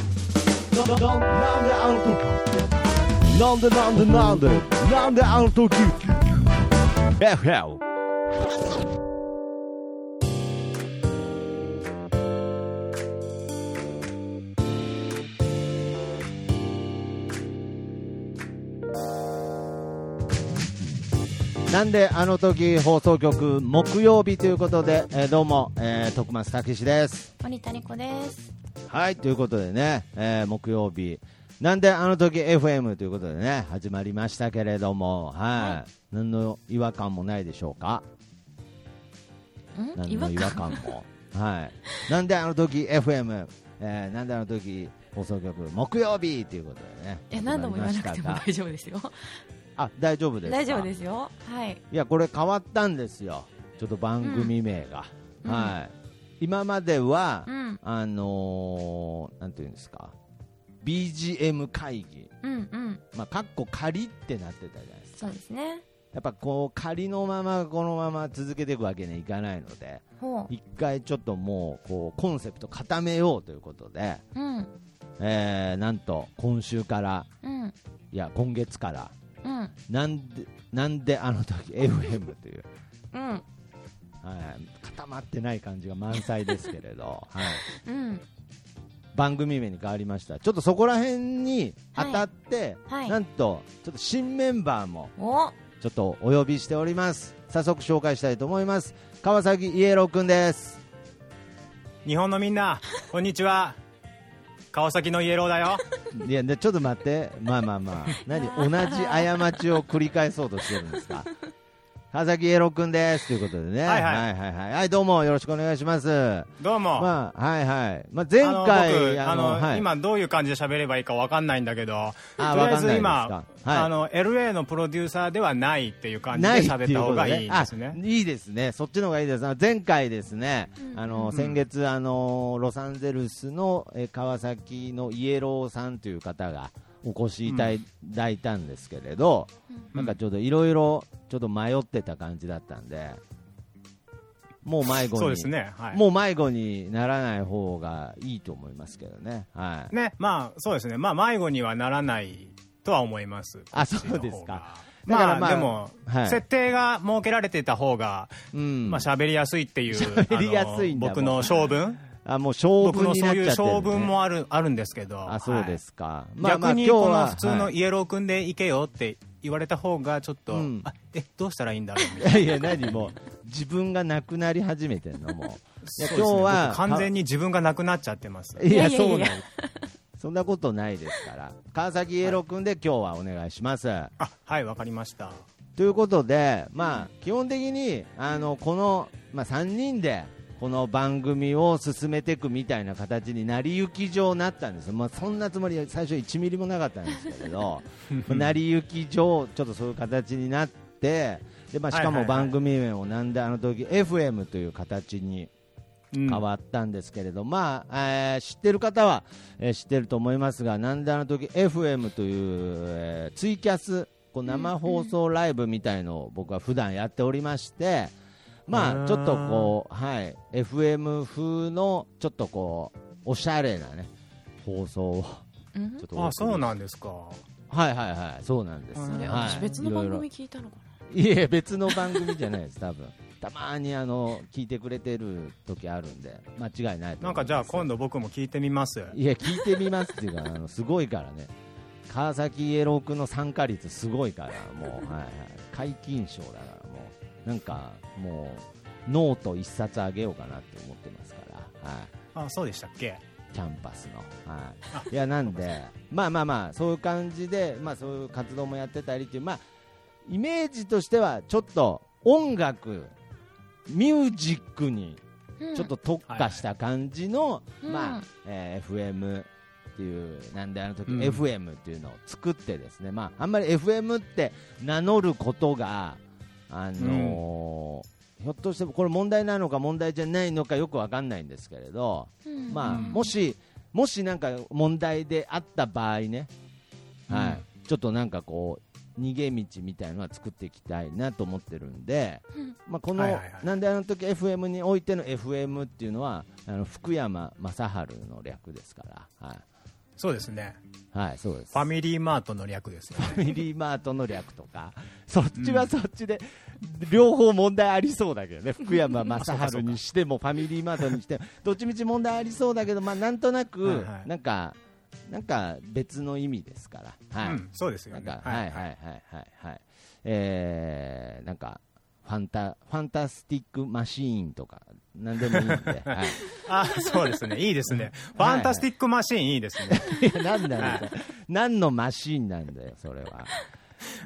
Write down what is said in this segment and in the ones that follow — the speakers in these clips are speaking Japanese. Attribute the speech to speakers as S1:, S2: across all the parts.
S1: なんであの時なんでなんでなんでなんであの時 FM
S2: なんであの時放送局木曜日ということで、えーどうも、えー、徳松たけしです。
S3: 森田理子です。
S2: はいということでね、えー木曜日なんであの時 FM ということでね始まりましたけれども、はい、何の違和感もないでしょうか。
S3: ん
S2: 何の違和感も。 はい。なんであの時 FM、えーなんであの時放送局木曜日ということでね。
S3: いや何度も言わなくても 大
S2: 丈
S3: 丈夫ですよ。
S2: 夫。あ、大丈夫ですか。
S3: 大丈夫ですよ。はい。
S2: いやこれ変わったんですよ、ちょっと番組名が。
S3: うん
S2: はい、今までは、
S3: うん
S2: あのーなんていうんですか、BGM 会議、
S3: うんうん。
S2: まあ、かっこ仮ってなってたじゃないです
S3: そ
S2: か
S3: う、ですね。
S2: やっぱこう仮のまま、このまま続けていくわけにはいかないので、
S3: ほ
S2: 一回ちょっともうこうコンセプト固めようということで、
S3: う。うん
S2: えーなんと今週から、
S3: うん
S2: いや、今月から、
S3: うん
S2: なんでなんであの時 FM という。
S3: うん
S2: はい、固まってない感じが満載ですけれ ど、はい、
S3: うん。
S2: 番組名に変わりましたちょっとそこら辺に当たって、
S3: はいはい
S2: なんとちょっと新メンバーも
S3: お、
S2: ちょっとお呼びしております早速紹介したいと思います川崎イエローくんです
S4: 日本のみんなこんにちは川崎のイエローだよ
S2: いやでちょっと待ってまあまあまあ何同じ過ちを繰り返そうとしてるんですか川崎イエローくんですということでね
S4: はいはい
S2: はいはいはいどうもよろしくお願いします
S4: どう も、
S2: まあはいはい、まあ、前
S4: あの
S2: 回
S4: 僕あの、
S2: はい
S4: 今どういう感じで喋ればいいかわかんないんだけどとり
S2: あ
S4: あえず
S2: わかんない
S4: 今、
S2: ですかはい
S4: あの LA のプロデューサーではないっていう感じで
S2: ないって
S4: 喋っ
S2: いう
S4: た
S2: こ
S4: 方
S2: と
S4: が
S2: ね
S4: いいです
S2: あ
S4: ね
S2: いいですね。そっちの方がいいです。あ前回ですね、あの先月あのロサンゼルスのえー川崎のイエローさんという方がお越しいただいたんですけれど、なんかちょっといろいろちょっと迷ってた感じだったんで、もう迷子に。
S4: そうですねはい
S2: もう迷子にならない方がいいと思いますけどね。はい。
S4: ねまあそうですねまあ迷子にはならないとは思います
S2: あ
S4: こっち
S2: そ
S4: の方
S2: うですかだ
S4: が
S2: から
S4: まあ、
S2: まあ
S4: でも、
S2: はい
S4: 設定が設けられてた方が、
S2: うん。
S4: まあ喋りやすいっていう、
S2: 喋りやすいんだ
S4: あの僕の性分、
S2: あ、もう性
S4: 僕
S2: 分
S4: の
S2: に
S4: そ
S2: なっ
S4: う
S2: ち
S4: い
S2: ゃ
S4: う
S2: ってる、ね。
S4: 性分もあるあるんですけど、
S2: あ、そうですか。
S4: 逆にこの
S2: は
S4: 普通のイエロー君で行けよって言われた方がちょっと、
S2: うん
S4: あえどうしたらいいんだろうみた い
S2: いやいや、何もう、自分がなくなり始めてんの、もう。いや、
S4: な
S2: 今日は、
S4: 僕完全に自分がなくなっちゃってます
S2: か。いや、
S3: いやいやいや
S2: そうなんそんなことないですから。川崎イエロー君で今日はお願いします。
S4: あはいわかりました
S2: ということで、まあ、基本的に、あの、この、まあ、3人で、この番組を進めていくみたいな形になりゆき上なったんですよまあ、そんなつもりは最初1ミリもなかったんですけれ ど、まあなりゆき上、ちょっとそういう形になって、でまあ、しか
S4: は
S2: も
S4: いはいはい
S2: 番組名をなんであの時 FM という形に
S4: うん
S2: 変わったんですけれど、まあ、えー知ってる方は、えー知ってると思いますが、なんであの時 FM という、えーツイキャス、こう生放送ライブみたいのを僕は普段やっておりまして、ま
S4: う
S2: あ、
S4: ん
S2: ちょっとこう、はい、FM 風のちょっとこう、おしゃれなね、放送を。
S3: うん
S2: ちょっとお送り
S4: あそうなんですか
S2: はいはいはい、そうなんです。
S4: あ
S3: あれ
S2: はい
S3: 私別の
S2: いろい
S3: 番
S2: ろ
S3: 組聞いたのか
S2: いえ、別の番組じゃないです、多分たまにあの聞いてくれてる時あるんで、間違いないと思います
S4: なんかじゃあ今度僕も聞いてみます
S2: いや、聞いてみますっていうか、あのすごいからね、川崎イエロー君の参加率、すごいから、もう、はいはい、解禁賞だから、もう、なんか、もう、ノート一冊あげようかなって思ってますから、はい、
S4: あそうでしたっけ
S2: キャンパスの。はい、いや、なんで、まあまあまあ、そういう感じで、まあ、そういう活動もやってたりっていう、まあ、イメージとしては、ちょっと音楽、ミュージックに
S3: な。うん
S2: ちょっと特化した感じの、
S3: うん
S2: ま
S3: う
S2: あ
S3: ん
S2: えー FM っていう、なんであの時、
S4: うん
S2: FM っていうのを作ってですね、まあ、あんまり FM って名乗ることが、あのーひょっとしてこれ問題なのか問題じゃないのかよくわかんないんですけれど、
S3: うん
S2: まあ、
S4: うん
S2: もし、もしなんか問題であった場合ね、はいちょっとなんかこう、逃げ道みたいのは作っていきたいなと思ってるんで、
S3: うん
S2: まあ、この、
S4: はいはいはい
S2: なんであの時 FM においての FM っていうのは、あの福山雅治の略ですから、はい、
S4: そうですね
S2: はい、そうです。
S4: ファミリーマートの略ですね
S2: ファミリーマートの略とか、そっちはそっちで、両方問題ありそうだけどね、福山雅治にしても、ファミリーマートにしても、どっちみち問題ありそうだけど、まあ、なんとな
S4: はい
S2: く
S4: は、い
S2: なんか、なんか別の意味ですから、はい
S4: うん、そうですよ
S2: なん
S4: ね
S2: か、はいはいはいはいはい、えー、なんか、ファンタ、ファンタスティックマシーンとか、なんでもいいんで、はい。
S4: あそうですねいいですね フ
S2: はい
S4: ァンタスティックマシーンいいですね
S2: いや、なんだよ、それ何のマシーンなんだよ、それは。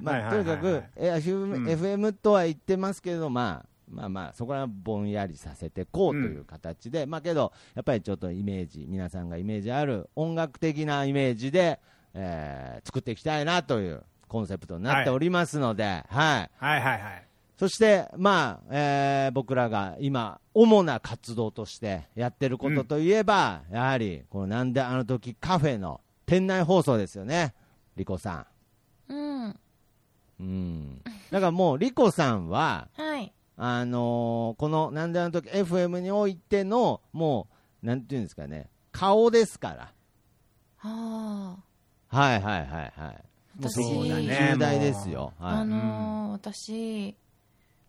S2: まあ、
S4: は
S2: と
S4: いは
S2: に
S4: いは
S2: か
S4: いは
S2: く
S4: い、
S2: え FM
S4: うん
S2: FM とは言ってますけれど、まあ、まあまあ、そこらはぼんやりさせてこうという形で、まあけど、やっぱりちょっとイメージ、皆さんがイメージある音楽的なイメージで、えー作っていきたいなというコンセプトになっておりますので、はい。
S4: はいはいはい
S2: そして、まあえー僕らが今、主な活動としてやってることといえば、やはり、このなんであの時カフェの店内放送ですよね、リコさ
S3: うん。
S2: ん。うん、だからもう、リコさんは、
S3: はい。
S2: あのーこのなんであの時 FM においての、もう、なんていうんですかね、顔ですから、
S3: あ
S2: はいはいはいはい、
S3: あ。私、
S4: そうだね
S2: 重大ですよ、は
S3: あ
S2: い、
S3: のー私、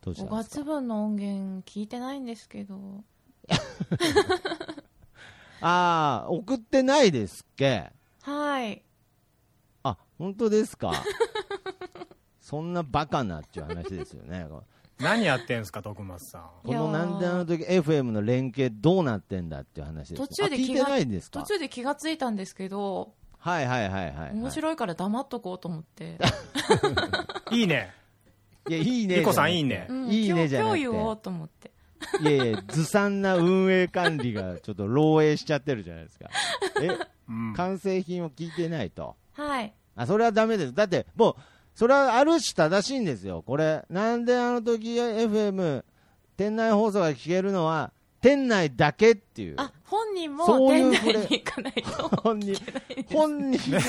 S2: どうした
S3: 5
S2: んですか
S3: 月分の音源聞いてないんですけど、
S2: あー送ってないですっけ。
S3: はい。
S2: あ本当ですか そんなバカなっていう話ですよねこ
S4: 何やってんすか徳松さん
S3: いやー
S2: のなんであの時 FM の連携どうなってんだっていう話です
S3: 途中で
S2: あ聞い
S3: 気
S2: て
S3: が
S2: ないんです
S3: 途
S2: か
S3: 中で気がついたんですけど、
S2: はいはいはいはい、はい、
S3: 面白いから黙っとこうと思って。
S4: いいね
S2: いやいいね
S4: リコさんいい
S2: ね
S4: ね
S3: うん
S2: いいねじゃなくて
S3: 今日今日言おうと思って。
S2: いやいやずさんな運営管理がちょっと漏洩しちゃってるじゃないですか え
S4: うん
S2: 完成品を聞いてないと
S3: はい。
S2: あそれはダメですだってもうそれはある種正しいんですよこれなんであの時 FM 店内放送が聞けるのは店内だけっていう
S3: あ、本人も
S2: そういう
S3: 店
S2: これ
S3: 内に行かない と。
S2: 本人、本人も、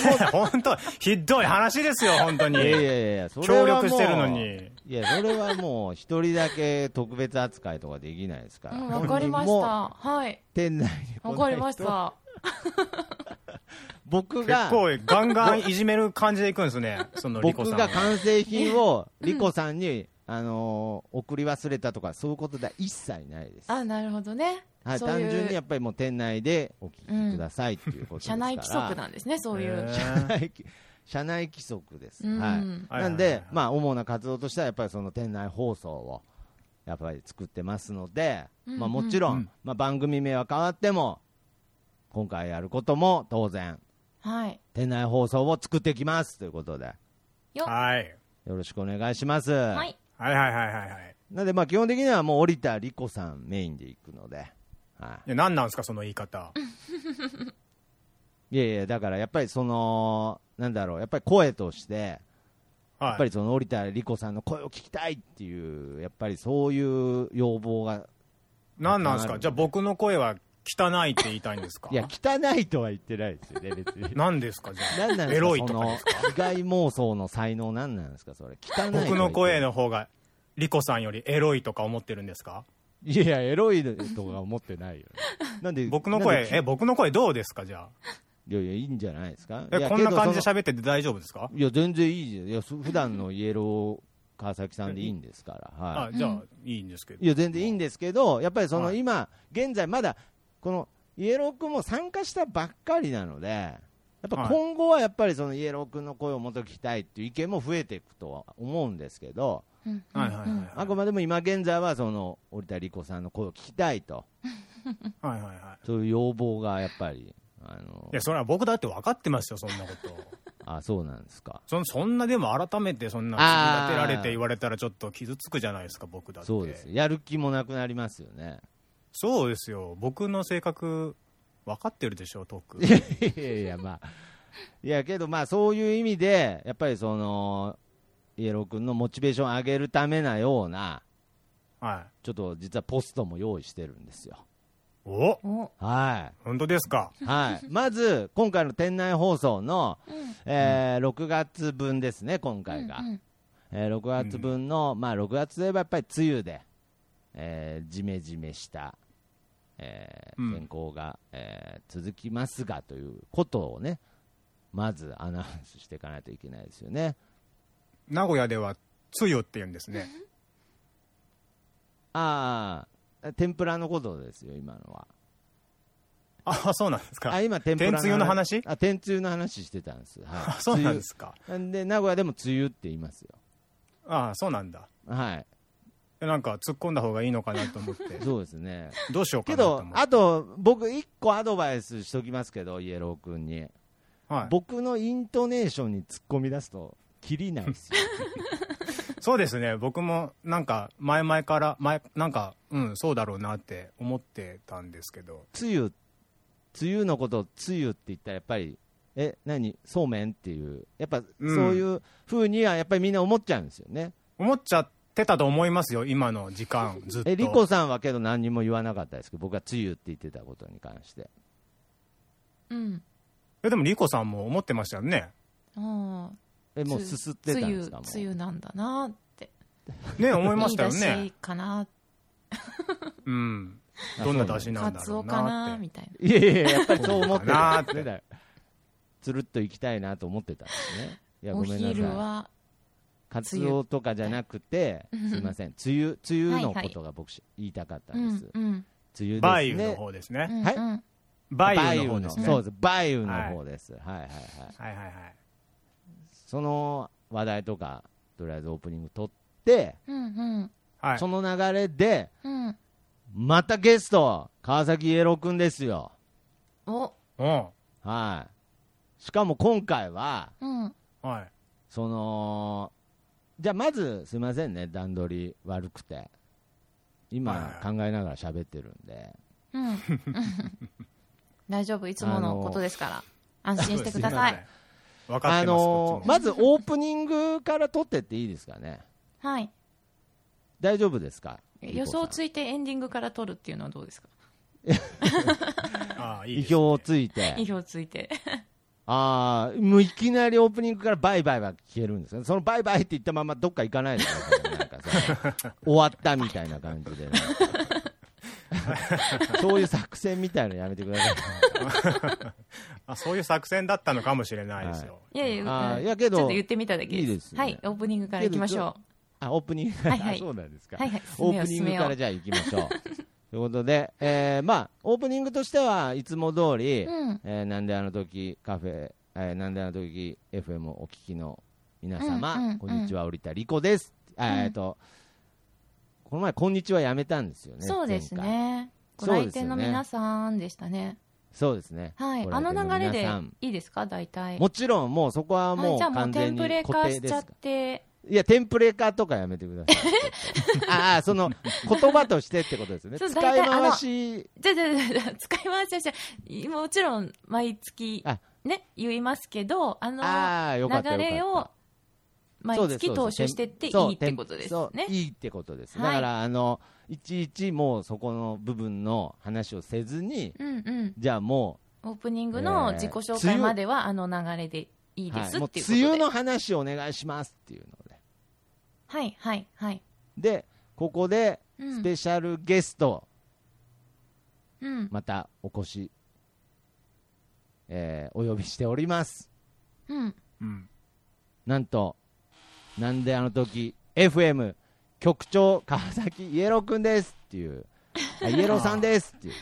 S4: 本当ひどい話ですよ本当に
S2: いやいやいや、それはもう
S4: 協力してるのに。
S2: いや、それはもう、一人だけ特別扱いとかできないですか
S3: う
S2: ら。
S3: ん、わかりま
S2: 本
S3: し
S2: 人も。
S3: た。はい。
S2: 店内に来ない
S3: わ
S2: 人
S3: かりまし。た。
S2: 僕
S4: 結
S2: が、
S4: 構ガンガンいじめる感じでいくんですねそのリコ
S2: 僕
S4: さん
S2: が
S4: は
S2: 完成品を、リコさんに、あのー送り忘れたとか、そういうことでは一切ないです。
S3: あ、なるほどね。
S2: はい、
S3: そうい
S2: 単
S3: う
S2: 純にやっぱりもう店内でお聞きくださいっていうことですか
S3: 社
S2: ら。
S3: 内規則なんですね、そうい
S4: へ
S3: う。
S4: ー
S2: 社内規社内規則です、
S3: うん
S2: はい、
S4: はい
S2: なん
S4: はいはい
S2: で
S4: はい、
S2: まあ、主な活動としてはやっぱりその店内放送をやっぱり作ってますので、
S3: うんうん
S2: まあ、もちろん、
S4: うん
S2: まあ、番組名は変わっても今回やることも当然
S3: はい。
S2: 店内放送を作ってきますということで
S3: よ。は
S4: はい
S2: よろしくお願いします、
S3: い。
S4: はいはいはいはいはい
S2: なんでまあ基本的にはもう織田理子さんメインでいくので、はい
S4: や何なんですかその言い方
S2: い、いやいやだからやっぱりそのなんだろうやっぱり声として
S4: はい
S2: やっぱりその織田理子さんの声を聞きたいっていう、やっぱりそういう要望が、
S4: 何なんです
S2: あ
S4: か
S2: る
S4: じゃあ僕の声は汚いって言いたいんですか
S2: いや、汚いとは言ってないですよね、 別に。
S4: 何ですかじゃ
S2: なんなんですか
S4: エロい
S2: そ
S4: とか
S2: の被害妄想の才能、なんなんですか、それ、汚い
S4: あ
S2: とは言って
S4: 僕の声。の方がリコさんよりエロいとか思ってるんですか
S2: いやいや、エロいとか思ってないよ、ね。なんで、
S4: 僕の
S2: なん
S4: 声
S2: で
S4: え僕の声どうですかじゃ
S2: いやいや、いいんじゃないですか。
S4: あ
S2: い
S4: え
S2: や
S4: こんな感じで
S2: けど
S4: 喋ってて大丈夫ですか
S2: そのいや、全然いいじゃん。いや、そ普段のイエロー川崎さんでいいんですから。はい。
S4: あじゃあいいんですけど
S2: いや、全然いいんですけど、やっぱりその
S4: はい
S2: 今、現在、まだこのイエロー君も参加したばっかりなので、やっぱ
S4: はい
S2: 今後はやっぱりそのイエロー君の声をもっと聞きたいっていう意見も増えていくとは思うんですけど、
S3: うん
S4: はいはいはいはい
S2: あくまでも今現在はその織田理子さんの声を聞きたいと、
S4: はいはいはい
S2: そういう要望がやっぱり、あの
S4: いやそれは僕だって分かってますよそんなこと
S2: あそうなんですか、
S4: そそんなでも改めてそんな
S2: あー
S4: 突き立てられて言われたらちょっと傷つくじゃないですか僕だって
S2: そうです、やる気もなくなりますよね。
S4: そうですよ僕の性格分かってるでしょトー ク
S2: いやいやいや、まあ、いやけど、まあ、そういう意味で、やっぱりその、イエロー君のモチベーションを上げるためなような、
S4: はい
S2: ちょっと実はポストも用意してるんですよ。
S4: お
S3: お。
S2: は
S4: 本当ですか
S2: い。はい。まず、今回の店内放送の、
S3: うん
S2: えー6月分ですね、今回が。
S3: うんうん
S2: えー6月分の、まあ、6月といえばやっぱり梅雨で、えー、じめじめした、えー
S4: うん
S2: 健康が、えー続きますがということをね、まずアナウンスしていかないといけないですよね。
S4: 名古屋ではつゆって言うんですね
S2: ああ、天ぷらのことですよ、今のは。
S4: あそうなんですか
S2: あ、今、天ぷら
S4: 天つゆの話
S2: あ、天つゆの話してたんです。
S4: あ
S2: はい、
S4: そうなんですか
S2: つゆなんで、名古屋でも梅雨って言いますよ。
S4: あそうなんだ
S2: はい。
S4: なんか突っ込んだ方がいいのかなと思って
S2: そうです ね。
S4: どうしようか
S2: け
S4: なと思
S2: ど
S4: っ、て
S2: あと、僕、一個アドバイスしときますけど、イエロー君に。
S4: はい、
S2: 僕のイントネーションに突っ込み出すと、きりない ですよ。
S4: そうですね僕もなんか前々から前なんかうんそうだろうなって思ってたんですけど
S2: 梅雨、梅雨のことを梅雨って言ったら、やっぱり、え、何、そうめんっていう、やっぱ、そう
S4: うん
S2: いうふうには、やっぱりみんな思っちゃうんですよね。
S4: 思っちゃってたと思いますよ今の時間ずっと
S2: え、リコさんはけど何にも言わなかったですけど、僕は梅雨って言ってたことに関して。
S3: うん。
S4: えでもリコさんも思ってましたよね
S3: あ
S2: え、
S3: あ。
S2: もうすすってたんですか、も
S3: つ
S2: う。
S3: ゆなんだなって。
S4: ね思いましたよ
S3: いい出
S4: ね
S3: 汁かな、
S4: うん
S2: あ
S4: どんな出汁な
S3: カ
S4: んだ
S3: ツ
S4: ろ
S3: オ
S4: う
S3: か
S4: な
S3: な
S4: って
S3: みたい
S2: いやいや、やっぱりそう思ってた
S4: なんーって
S2: だよ。つるっと行きたいなと思ってたんですね。いや、
S3: な。
S2: ご
S3: お
S2: めんなさい。
S3: 昼は、
S2: カツオとかじゃなくて、
S3: 梅雨
S2: すいません、梅雨、梅雨の
S3: はいはい
S2: ことが僕し言いたかった
S3: うん
S2: です。
S3: ん。
S2: 梅
S4: バイ
S2: 雨
S4: ユ
S2: ですね。
S4: の方ですね
S3: うん。
S2: はい
S3: うん
S4: バイユの方ですね
S2: そう
S4: は
S2: です。バイユの方です。はいはいはい。
S4: いはいはい
S2: その話題とか、とりあえずオープニング撮って、
S3: うん。
S4: はい
S2: その流れで、
S3: うん。うん。
S2: またゲスト、川崎イエローくんですよ。
S3: お、
S4: うん
S2: はい。しかも今回は、
S3: うん。
S4: はい
S2: その、じゃあまず、すいませんね、段取り悪くて。
S4: はい
S2: 今
S4: は、い
S2: 考えながら喋ってるんで。
S3: うん。大丈夫、いつものことですから。安心してくださ
S4: そう
S3: い。
S4: ですね分かってます
S2: のー
S4: こっちも
S2: まずオープニングから撮ってっていいですかね。
S3: はい。
S2: 大丈夫ですか
S3: 予想つ
S2: い
S3: いてエンディングから取るっていうのはどうですか
S4: ああいい
S2: 意
S4: です
S2: 表
S4: ね
S2: をついて。
S3: 意表をついて。
S2: ああ、もういきなりオープニングからバイバイは消えるんですかそのバイバイって言ったままどっか行かないですかなんか さ、終わったみたいな感じで。 そういう作戦みたいなのやめてください。
S4: あそういう作戦だったのかもしれないですよ。
S3: いやいや、
S2: あー
S3: うん
S2: いやけど
S3: ちょっと言ってみただけです。
S2: いいですね
S3: はい、オープニングからいきましょ
S2: あ、オープニング、
S3: はいはい
S2: あそうなんですか。
S3: はいはい
S2: オープニングからじゃあ行きましょう。 ということで、えーまあ、オープニングとしては、いつも通り、
S3: う。うん。
S2: えーなんであの時カフェ、えーなんであの時 FM をお聞きの皆様、
S3: うんうんうん
S2: こんにちは、織田理子です。あーえっと、この前、こんにちはやめたんですよね。
S3: そうです
S2: 前回。
S3: ね。ご
S2: そう
S3: 来
S2: ですよね
S3: 店の皆さんでしたね。
S2: そうですね。
S3: はい。
S2: ご
S3: あ
S2: 来
S3: の
S2: 店
S3: 流れで
S2: 皆さん
S3: いいですか大体。
S2: もちろん、もうそこは
S3: は
S2: も
S3: いうじゃあもう
S2: 完
S3: テ
S2: 全
S3: ン
S2: に
S3: プレ
S2: 固
S3: 化
S2: 定
S3: し
S2: で
S3: ちゃ
S2: す
S3: っ
S2: か
S3: て、
S2: いや、テンプレ化とかやめてくださ い。ちょっとああ、その、言葉としてってことですよね。
S3: そう
S2: 使
S3: 大
S2: い
S3: 体あの
S2: 回し、
S3: じゃあじゃあじゃあじゃあ使い回しはしないもちろん毎月
S2: あ
S3: ね、言いますけど、あの、
S2: ああ、よかった。
S3: 流れ
S2: よかっ
S3: を
S2: た
S3: 毎
S2: そうですそ
S3: 月
S2: う
S3: 踏
S2: です
S3: 襲してってい
S2: そう
S3: いってことです
S2: そう
S3: ね。
S2: いいってことです。だ
S3: はい
S2: から、あの、いちいちもうそこの部分の話をせずに、
S3: うんうん。
S2: じゃあも、
S3: オープニングの自己紹介まではあの流れでいいうで
S2: は
S3: す
S2: も
S3: っ
S2: う
S3: ていうこと
S2: 梅
S3: で。
S2: 雨の話をお願いしますっていうので。
S3: はいはいはい。
S2: で、ここで、
S3: うん
S2: スペシャルゲスト、
S3: うん
S2: またお越し、えーお呼びしております。
S3: うん。
S4: うん、
S2: なんと、なんであの時、FM、局長、川崎イエローくんですっていう、あイエローさんですっていう。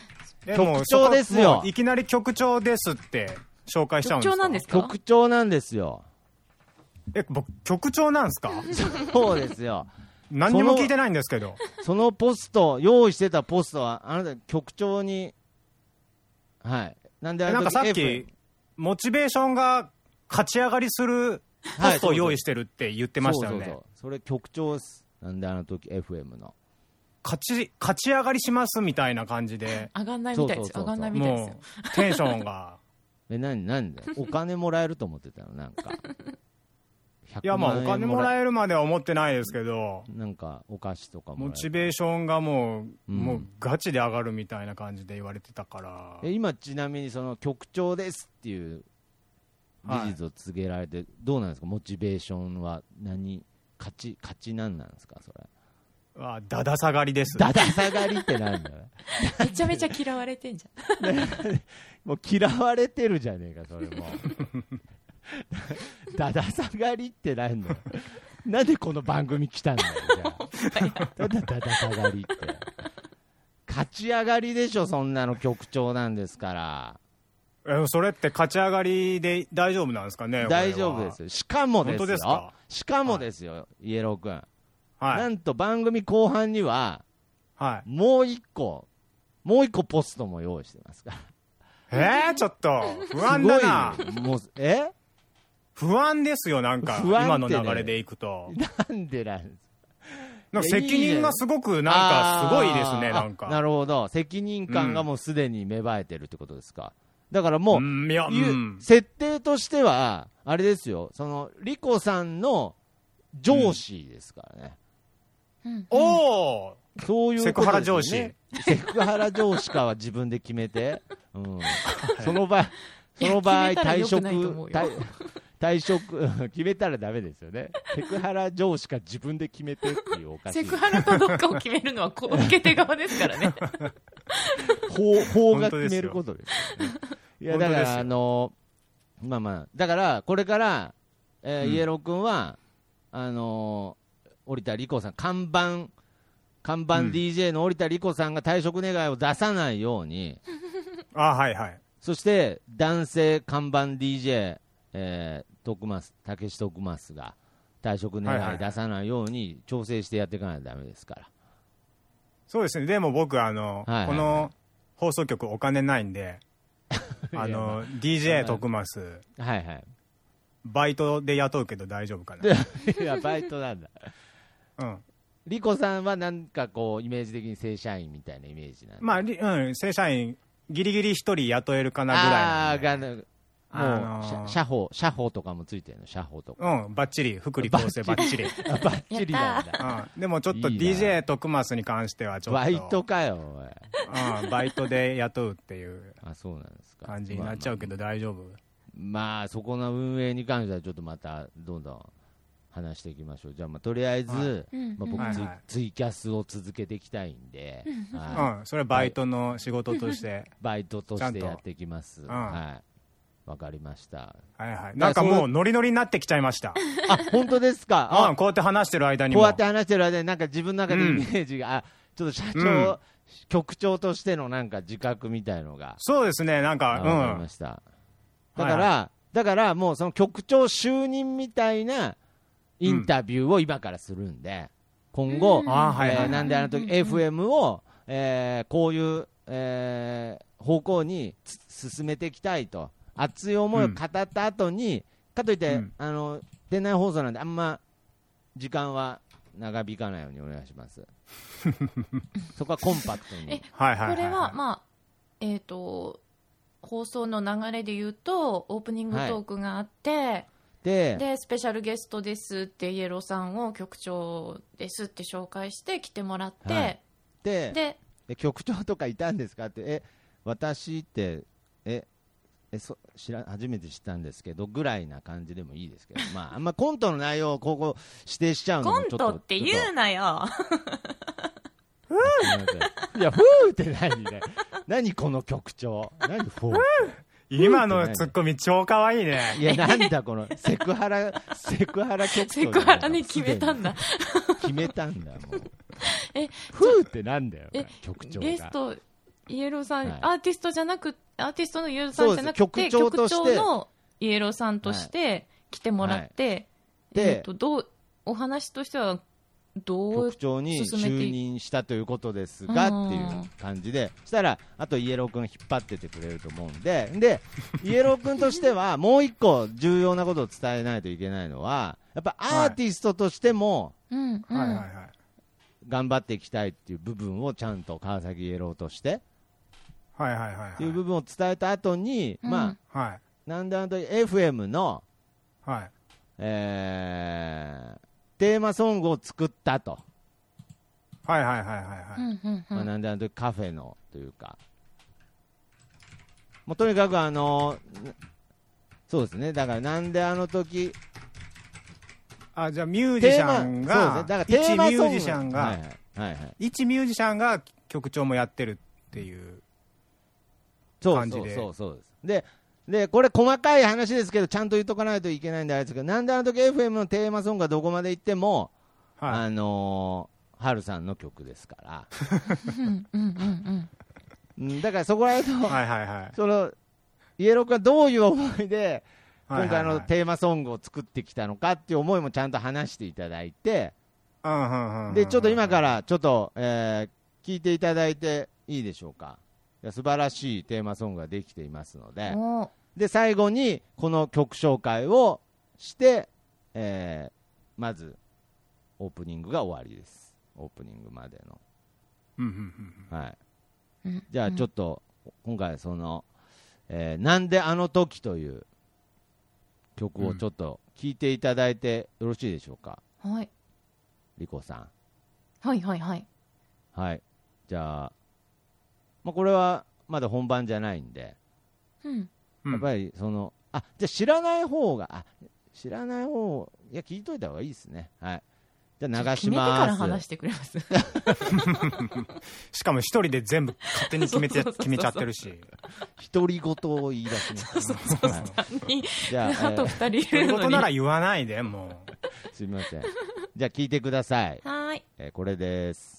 S4: でも
S2: 局長ですよ
S4: そこもういきなり局長ですって紹介しちゃうんですか
S3: 局長なんですか
S2: 局長なんです よ。
S4: え、僕、局長なんですか
S2: そうですよ。
S4: 何にも聞いてないんですけど。
S2: そのポスト、用意してたポストは、あなた局長に、はい。なんで
S4: え
S2: あ
S4: な
S2: の
S4: んかさっ
S2: F
S4: き、モチベーションが勝ち上がりするポストを用意してるって言ってましたよ
S2: そう
S4: ね
S2: そう。そうそれ局長です。なんであの時 FM の。
S4: 勝ち、勝ち上がりしますみたいな感じで、
S3: 上がんないみたいですよ。
S2: そうそうそうそう
S3: 上がんないみたいですよ
S4: も。う、テンション が。
S2: え、なになんでお金もらえると思ってたのなんか。
S4: いや、まあ、お金もら
S2: え
S4: えるまでは思ってないですけど、
S2: なんか、お菓子とかも
S4: モ
S2: らえ
S4: チ
S2: る。
S4: ベーションがもう、
S2: うん
S4: もうガチで上がるみたいな感じで言われてたから。
S2: え、今ちなみにその局長ですっていう事実を告げられて、どうなんですかモチベーションは何勝ち、勝ちなんなんですかそれ。
S4: あだだ下がりです。
S2: だだ下がりってなんだよ。
S3: めちゃめちゃ嫌われてんじゃん。
S2: もう嫌われてるじゃねえか、それも。 だだ下がりってなんだよ。なんでこの番組来たんだよ、じゃあ。なんだだだ下がりって。勝ち上がりでしょ、そんなの局長なんですから。
S4: えそれって勝ち上がりで大丈夫なんですかねこれは
S2: 大丈夫ですよ。しかもですよ。
S4: 本当ですか
S2: しかもですよ、イエロー君。
S4: は。
S2: ないんと番組後半には、
S4: はい。
S2: もう一個、もう一個ポストも用意してますから。
S4: えー、ちょっと、不安だな
S2: す。ごいねもう、え
S4: 不安ですよ、なんか、
S2: 不安
S4: 今
S2: っ
S4: の
S2: てね
S4: 流れでいくと。
S2: なんでなんです
S4: なんか
S2: いやいい
S4: 責任がすごく、なんか、すごいですね、
S2: あー
S4: なんか。
S2: なるほど。責任感がもうすでに芽生えてるってことですか。だからもう、
S4: うん、いや、う。
S2: いうん設定としては、あれですよ、その、リコさんの上司ですからね。
S3: うん
S4: おー
S2: そういうことですよね
S4: セ
S2: セ
S4: クハラ上司。
S2: クハラ上司かは自分で決めて、うん、その場合、その場合
S3: いや決めたら
S2: 退
S3: 良く
S2: 職、
S3: ないと思うよ
S2: 退退職、 うん決めたらダメですよね。セクハラ上司か自分で決めてっていうおかし
S3: セ
S2: い
S3: ク。ハラかどうかを決めるのはこう受け手側ですからね。
S2: 法法が
S4: 本当で
S2: 決
S4: す
S2: め
S4: よ
S2: ることですよね。いや、
S4: 本当
S2: だか
S4: です
S2: ら、
S4: よ
S2: あの、まあまあ、だから、これから、えー
S4: うん
S2: イエロー君は、あのー、織田理子さん、看板、看板
S4: うん
S2: DJ の織田理子さんが退職願を出さないように、
S4: あ、はいはい。
S2: そして男性看板 DJ、えー、徳増、竹志徳増が退職
S4: はい
S2: 願
S4: はい
S2: い出さないように調整してやっていかないとだめですから。
S4: そうですね、でも僕、あの、
S2: はいはい
S4: この放送局、お金ないん で、あの、DJ 徳増、
S2: はいはい。
S4: バイトで雇うけど大丈夫かな。
S2: でいや、バイトなんだ。
S4: うん。
S2: リコさんはなんかこう、イメージ的に正社員みたいなイメージなんで。
S4: まあ、りうん、正社員、ギリギリ一人雇えるかなぐらい
S2: あ
S4: な
S2: ー
S4: んで。
S2: がな、もう、
S4: あのー
S2: 社社保、社保とかもついてるの、社保とか。
S4: うん、ばっちり、福利厚生ばっ ちり。う
S2: あ、ばっちりなんだ。
S4: ん、でもちょっと
S2: いいな
S4: DJ 徳増に関してはちょっと
S2: バイト、かよ、おい。
S4: うん、バイトで雇うっていう
S2: あ、そうなんですか。
S4: 感じになっちゃ うけど大丈夫、
S2: まあそこの運営に関してはちょっとまたどんどん話していきましょうじゃあまあとりあえず、
S3: うん
S2: まあ、僕ツイ,、
S4: はいはい
S2: ツイキャスを続けていきたいんで、はい
S4: うん、それはバイトの仕事として、
S2: バイトとしてやっていきます
S4: んと
S2: はいわかりました
S4: はいはい、なんかもうノリノリになってきちゃいました、
S2: あ本当です か
S4: う
S2: あ
S4: ん、こうやって話してる間に
S2: こう
S4: も
S2: やって話してる間になんか自分の中でイメージが、あちょっと社長、
S4: うん
S2: 局長としてのなんか自覚みたいのが
S4: そうですねなん
S2: あわか
S4: か
S2: り
S4: う
S2: ま
S4: ん
S2: した。だから、だからもうその局長就任みたいなインタビューを今からするんで、今後、え
S4: あーはいはいはい
S2: ーなんであの時 FM を、えーこういう、えー方向につ進めていきたいと、熱い思いを語った後に、かといって、
S4: うん
S2: あの、店内放送なんであんま時間は長引かないようにお願いします。 そこはコンパクトに
S3: え。
S4: はいはい
S3: こ
S4: はい
S3: れは、
S4: は
S3: まあ、えっ、と、放送の流れで言うと、オープニングトークがあって、
S2: で、
S3: で、スペシャルゲストですって、イエローさんを局長ですって紹介して来てもらって、
S2: はいで
S3: で、
S2: え局長とかいたんですかって、え私って、ええそ知ら初めて知ったんですけどぐらいな感じでもいいですけ ど、まあ、あんまコントの内容をここ指定しちゃうの
S3: コ
S2: も
S3: ン
S2: ちょっと
S3: トって言うなよ。
S2: ちょっとすいませんい や、ふーって何ね、何この局長、何ふー
S4: い、今のツッコミ超かわいいね
S2: いや、なんだこのセクハラ、セクハラ局長じゃ
S3: セ
S2: ない
S3: クハラに決めたんだ。。
S2: すでに決めたんだ、もう。
S3: え
S2: ふーってなんだよ
S3: え、
S2: 局長が。
S3: ゲスト、イエローさん、
S2: はい
S3: アーティストじゃなく、アーティストのイエローさんじゃなくて、
S2: そうです局長として
S3: 局長のイエローさんとして来てもらって、
S2: で
S3: えーとどうお話としては、どう
S2: 局、長に
S3: 進めてい
S2: 就任したということですが
S3: うん
S2: っていう感じで、したら、あとイエロー君引っ張っててくれると思うんで、で、イエロー君としては、もう一個重要なことを伝えないといけないのは、やっぱアーティストとしても
S3: うんうん
S4: はいはいはい
S2: 頑張っていきたいっていう部分をちゃんと川崎イエローとして
S4: はいはいはい
S2: っていう部分を伝えた後に、
S3: うん
S2: まあ、
S4: はい
S2: なんだなんだ FM の、
S4: はい
S2: えーテーマソングを作ったと。
S4: はいはいはいはいはい
S3: うんうんうん
S2: まあ、なんであの時カフェのというか、もうとにかくあのなそうですね、だからなんであの時
S4: あじゃあミュージシ
S2: テー
S4: ャ
S2: マ
S4: ン
S2: そうですね、だか
S4: が
S2: ら
S4: 一ミ
S2: テーマソング
S4: ュージシャン
S2: はい
S4: が
S2: はいはいはい。
S4: 一ミュージシャンが曲調もやってるっていう
S2: そう
S4: 感
S2: そ
S4: じ
S2: う
S4: で
S2: そうそうです。で、で、これ細かい話ですけど、ちゃんと言っとかないといけないんであれですけど、なんであの時 FM のテーマソングがどこまで行っても、
S4: は
S2: あのー、春さんの曲ですから。
S3: うんうんうん
S2: うんだからそこら辺
S4: い
S2: の、
S4: はいはいはい
S2: その、イエロー君はどういう思いで、
S4: は
S2: 今回
S4: いはいはい
S2: のテーマソングを作ってきたのかっていう思いもちゃんと話していただいて、
S4: うんうんうんうん
S2: で、ちょっと今から、ちょっと、えー聞いていただいていいでしょうか。いや素晴らしいテーマソングができていますの
S3: う
S2: で
S3: ん。、お
S2: で、最後に、この曲紹介をして、えーまず、オープニングが終わりです。オープニングまでの。
S4: うんうんうん
S2: はい。
S3: うん
S2: じゃあ、ちょっと、今回、その、えーなんであの時という曲をちょっと聞いていただいてよろしいでしょうか、
S3: はい。
S2: リコさん。
S3: はいはいはい。
S2: はい。じゃあ、まあ、これはまだ本番じゃないんで、
S3: うん。
S4: うん
S2: やっぱりその、あじゃあ知らない方が、あ知らない方、いや、聞いといた方がいいですね。はい。じゃあ流し
S3: 決めてから
S2: ま
S3: 話
S2: す
S3: し。てくれ ます。
S4: しかも一人で全部勝手に決め
S3: そ
S4: て
S3: うそうそうそう
S4: 決めちゃってるし
S2: 独り言を言い出します。はいじゃあ、え
S3: あと
S2: ー
S3: 二人い
S4: そうい
S3: る
S4: うこ
S3: の
S4: と
S3: に。
S4: なら
S3: は
S4: 言わないでもう
S2: すみません。じゃあ、聞いてください。
S3: ーい。
S2: えーこれです。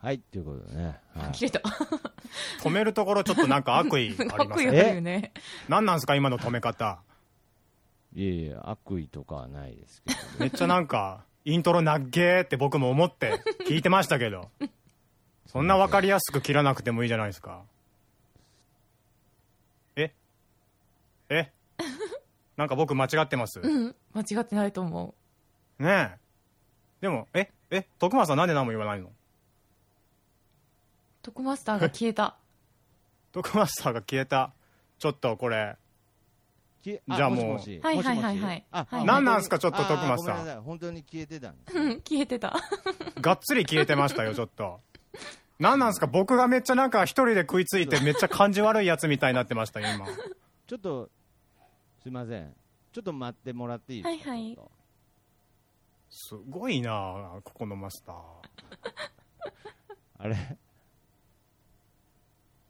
S2: はい、ということでね。はい
S3: 切れた。
S4: 止めるところちょっとなんか 悪意あり
S3: かっ
S4: ま
S3: こ
S4: す
S3: いい
S4: ね
S2: え
S3: よね。
S4: 何なんすか今の止め方
S2: いえいえ、悪意とかはないですけど。
S4: めっちゃなんかイントロなっげーって僕も思って聞いてましたけど そんな分かりやすく切らなくてもいいじゃないですかええなんか僕間違ってますね
S3: 間違ってないと思
S4: えでもええ徳間さんなんで何も言わないの
S3: う。トクマスターが消えた。
S4: 徳マスターが消えたちょっとこれ
S2: き
S4: じゃあもう
S2: もしもし
S3: はいはいはいはい
S2: もしもしあ
S3: はい
S4: 何なんすかちょっと
S2: あー
S4: 徳松さん
S2: ごめなさい本当に消えてたんです
S3: うん消えてた。
S4: がっつり消えてましたよちょっと何なんすか僕がめっちゃなんか一人で食いついてめっちゃ感じ悪いやつみたいになってましたよ今
S2: ちょっとすいませんちょっと待ってもらっていいですか
S3: はいはい
S2: ちょっと
S4: すごいなあここのマスター
S2: あれ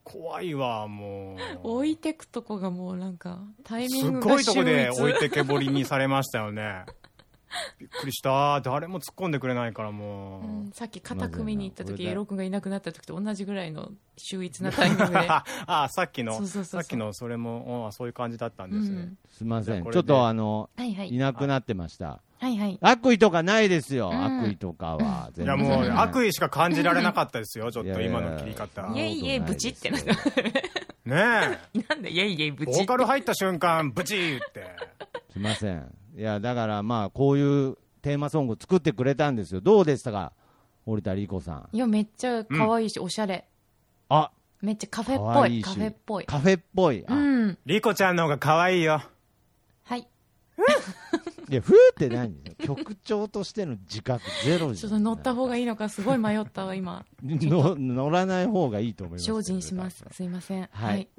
S4: 怖いわもう
S3: 置いてくとこがもうなんか、タイミ
S4: す
S3: ング
S4: ご
S3: が
S4: い
S3: 秀
S4: とこで置い
S3: 逸。
S4: てけぼりにされました よねびっくりした誰も突っ込んでくれないからもう、
S3: うんさっき肩組みに行った
S2: まず
S3: 時、
S2: いな
S3: エロ君がいなくなった時と同じぐらいの秀逸なタイミングで。
S4: あ あさっきの
S3: そうそうそうそう
S4: さっきのそれもうんそういう感じだったん
S3: う
S4: ですね、
S3: ん。
S2: すいま
S4: じ
S2: せ
S4: ゃあ
S2: ん
S4: これ
S2: ち
S4: で
S2: ょっとあの
S3: はいはいい。
S2: なくなってました
S3: はいはい。
S2: 悪意とかないですよ、
S3: うん
S2: 悪意とかは全
S4: いやもう悪
S2: 意
S4: 意しか感じられなかったです よちょっ
S2: いや
S4: と
S2: いやいや
S4: 今の切り方
S3: いえ
S4: ね
S3: いえ、ブチってなって
S2: ち
S4: え
S3: なんで、イェイイェイ、ブ
S4: ボ
S3: チ
S4: ー
S3: っ
S4: カ
S3: て。
S4: ル入った瞬間ブチーって
S2: すいませんいやだからまあこういうテーマソング作ってくれたんですよどうでしたか堀田理子さん
S3: いや、めっちゃ可愛いし、おしゃれ。
S2: あ
S3: めっちゃカフェっ
S2: 可
S3: ぽ
S2: 愛
S3: い。
S2: いし
S3: カフェっぽい。
S2: カフェっぽいあ、
S3: うん。
S4: リコちゃんの方が可愛いよ
S3: はい。
S2: いやふーって何 曲調としての自覚ゼロじゃん
S3: ちょっと乗った方がいいのか、すごい迷ったわ、今。
S2: の乗らない方がいいと思いますけど
S3: 精進します。すいません。
S2: はい。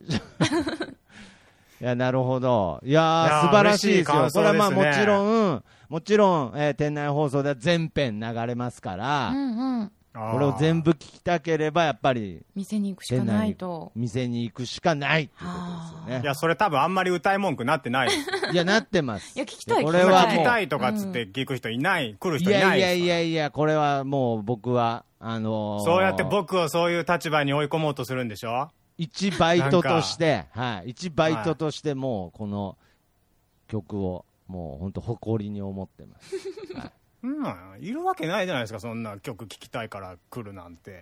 S2: いや、なるほど。いやー
S4: いやー
S2: 素晴らしいですよ。
S4: 嬉
S2: こ
S4: しい感想
S2: れはまあ
S4: ですね
S2: もちろん、もちろん、えー店内放送では全編流れますか
S3: う
S2: ら、
S3: んうん。
S2: これを全部聞きたければ、やっぱり
S3: 店に行くしかないと。
S2: 店に行くしかないっていうことですよ
S4: い
S2: ね。
S4: やそれ多分あんまり歌い文句なってないです
S2: いや、なってます。
S3: いや聞きたい
S2: こ
S4: そ
S2: れ
S4: ん
S3: 聞
S4: な
S2: は
S4: 聞
S2: も
S4: き
S2: う
S4: たいとかっつって聞く人いない、来る
S2: い
S4: 人いない
S2: や
S4: です
S2: いやいやいや、これはもう僕は、あのー
S4: そうやって僕をそういう立場に追い込もうとするんでしょ
S2: 一バイトとして、はい、一バイトとしてもうこの曲をもう本当誇りに思ってます。
S4: うん、いるわけないじゃないですか、そんな曲聴きたいから来るなんて。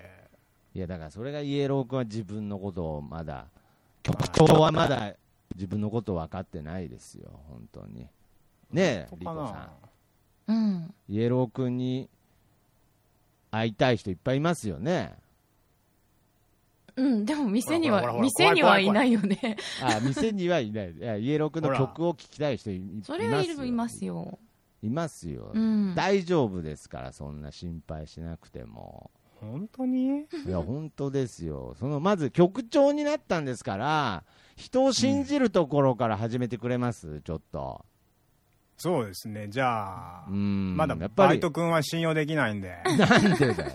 S2: いやだからそれがイエロー君は自分のことをまだ局長はまだ自分のこと分かってないですよ本当にねえ
S4: と
S2: リコ
S4: か
S2: さ
S3: う
S4: な。
S3: ん。
S2: んイエロー君に会いたい人いっぱいいますよね
S3: うん、でも店に
S4: ほら
S3: は、
S4: ほらほら
S3: 店に
S4: 怖
S3: はいい
S4: 怖
S3: ないいよね。
S2: あ店にはいないいやイエロー君の曲を聴きたい人いい
S3: それは
S2: ま
S3: い
S2: すよ
S3: る、いますよ。
S2: いますよ、
S3: うん。
S2: 大丈夫ですからそんな心配しなくても
S4: 本当に
S2: いや、本当ですよ。その、まず局長になったんですから、人を信じるところから始めてくれます、ちょっと。
S4: そうですね、じゃあ、
S2: うん。
S4: まだ
S2: やっぱ
S4: バイ
S2: り、
S4: ト君は信用できな いんで、
S2: なんでだよ。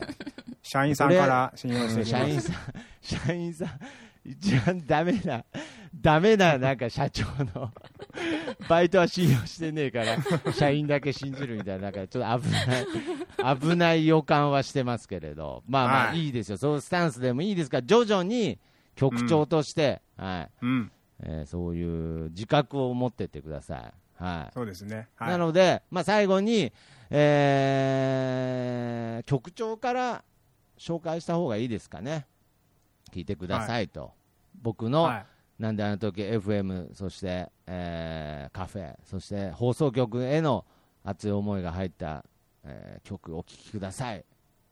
S4: 社員さんから信用して
S2: うん
S4: きま
S2: 社員
S4: す。
S2: さん、社員さん、一番ダメな、ダメな、なんか社長の、バイトは信用してねえから、社員だけ信じるみたいな、なんかちょっと危ない、危ない予感はしてますけれど、まあまあ
S4: はい
S2: いいですよ、そういうスタンスでもいいですから、徐々に局長として、はい。
S4: うん、
S2: えーそういう自覚を持ってってください。はい。
S4: そうですね。はい、
S2: なので、まあ、最後に、えー局長から紹介した方がいいですかね。聞いてくださいと。僕の、
S4: はい
S2: なんであの時 FM、そして、えーカフェ、そして放送局への熱い思いが入った、えー曲をお聴きください。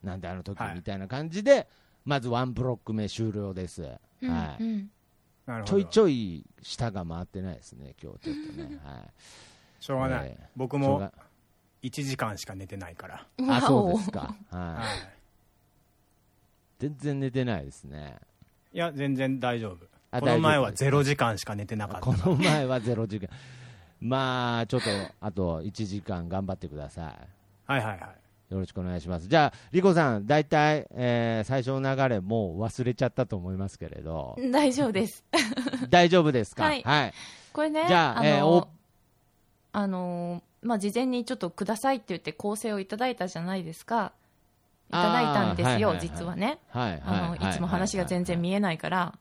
S2: なんであの時、
S4: はい
S2: みたいな感じで、まずワンブロック目終了です。
S3: うん
S2: はい。
S3: うん
S4: なるほ
S2: ち
S4: ど
S2: ょいちょい舌が回ってないですね、今日ちょっとね。はい、
S4: しょうがない、
S2: ええ
S4: 僕
S2: しょう
S4: も
S2: が
S4: 1時間しか寝てないから、
S2: あ、
S3: わ
S2: そう
S3: お
S2: ですか。は
S4: はい
S2: い。全然寝てないですね。
S4: いや、全然大丈
S2: あ
S4: 夫、この前
S2: 大丈夫
S4: は
S2: です
S4: 0時間しか寝てなかった
S2: この前はゼロ時間。まあ、ちょっと、あと1時間頑張ってくださ
S4: はいはいはい
S2: い。よろしくお願いします。じゃあ、リコさん、大体、えー、最初の流れ、もう忘れちゃったと思いますけれど、
S3: 大丈夫です。
S2: 大丈夫ですか
S3: はいこれね、
S2: じゃあえー
S3: の
S2: お、
S3: あのー、まあ、事前にちょっとくださいって言って構成をいただいたじゃないですか。いただいたんです
S2: あ
S3: よ
S2: ーはいはいは、い
S3: 実はね。
S2: はい、
S3: あ
S2: は
S3: の、
S2: い。はい
S3: つも話が全然見えないから、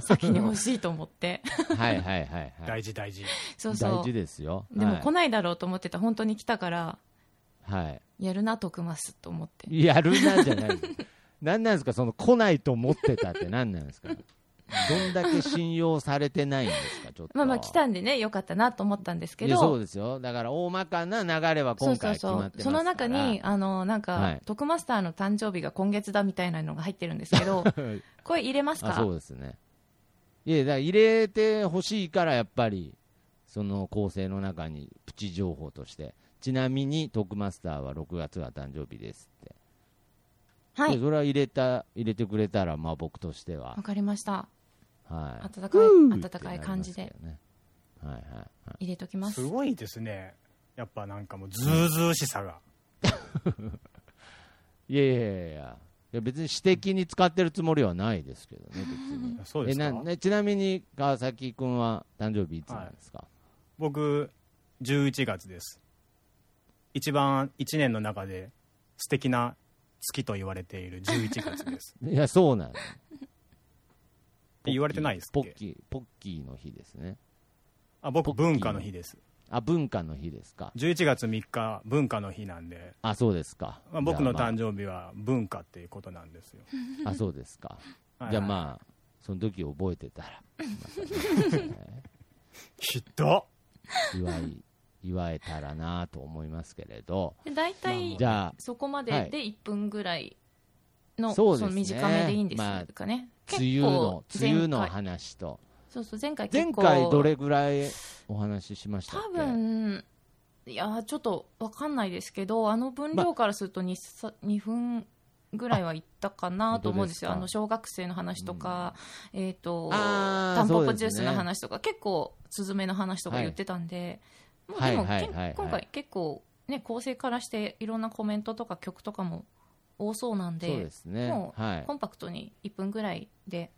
S3: 先に欲しいと 思って。
S2: えはい、はい、はい。はい
S4: 大事大事
S3: そうそ
S2: 大
S3: う
S2: 事。ですよ。
S3: でも来
S2: の、
S3: ないだろうと思ってた、本当に来たから、
S2: はい。
S3: やるな、徳ますと思って。
S2: やるなじゃない。なんなんですか、その来ないと思ってたってなんなんですか。どんだけ信用されてないんですか、ちょっと。
S3: まあまあ来たんでね、よかったなと思ったんですけ
S2: いやそう
S3: ど、
S2: ですよ。だから大まかな流れは
S3: そ
S2: 今
S3: うそう
S2: 回決
S3: そ
S2: まっ
S3: う
S2: てますか。ら。
S3: その中に、あの、なんか、
S2: はい
S3: 徳マスターの誕生日が今月だみたいなのが入ってるんですけど、これ入れます
S2: あ、
S3: か
S2: そうですね。いや、だから入れてほしいから、やっぱり、その構成の中にプチ情報として。ちなみに、トークマスターは6月が誕生日ですって。
S3: は
S2: で
S3: い。
S2: それは入れた、入れてくれたら、まあ僕としては
S3: わ。かりました。
S2: はい。
S3: 温かい、温かい感じで
S2: ってなりますけどね。はいはいはい。
S3: 入れときますす。
S4: ごいですねやっぱなんかもうズうずうしさが
S2: いやいやいやいやいや別に私的に使ってるつもりはないですけどね、別に。
S4: そうですか
S2: えなねちなみに川崎君は誕生日いつなんですか、
S4: 僕11月です一番1年の中で素敵な月と言われている11月です
S2: い、や、そう なの。
S4: え言われてないですっけ
S2: ポッキー、ポッキーの日ですね。
S4: あ僕文化の日です
S2: あ、文化の日ですか。
S4: 11月3日文化の日なんで、
S2: あ、そうですか。
S4: まあ、僕の
S2: じゃあ
S4: 誕生日は文化っていうことなんですよ
S2: まああ、そうですか。
S4: はい
S2: じゃあまあ、その時覚えてたら、
S4: きっと
S2: 祝 い、祝えたらなと思いますけれど。
S3: で大体
S2: じ、ゃあ、
S3: そこま
S2: は
S3: で
S2: い
S3: で1分ぐらいの、
S2: そう
S3: そ
S2: です
S3: の
S2: ね
S3: 短めでいいんです
S2: まあ
S3: かね。
S2: 梅雨の、
S3: 結構
S2: 梅雨の
S3: 前回
S2: 話と。
S3: そうそう、前回結
S2: 前
S3: 構。
S2: 回どれぐらいお話ししましたっ
S3: 多
S2: け
S3: 分いやーちょっとわかんないですけどあの分量からすると 2,、さ2分ぐらいはいったかなと思うんですよ
S2: あ
S3: あ
S2: 本当
S3: の
S2: ですか
S3: 小学生の話とか、えっ、と
S2: あー
S3: タンポ
S2: そ
S3: ポ
S2: う
S3: ジ
S2: で
S3: ュー
S2: す
S3: ス
S2: ね
S3: の話とか、結構スズメの話とか言ってたんで、
S2: はい
S3: もうで
S2: は
S3: も
S2: いは
S3: け
S2: いはいはい
S3: 今回結構ね構成からしていろんなコメントとか曲とかも多そうなんで
S2: そうですね。
S3: もう
S2: はい
S3: コ。ンパクトに1分ぐらいで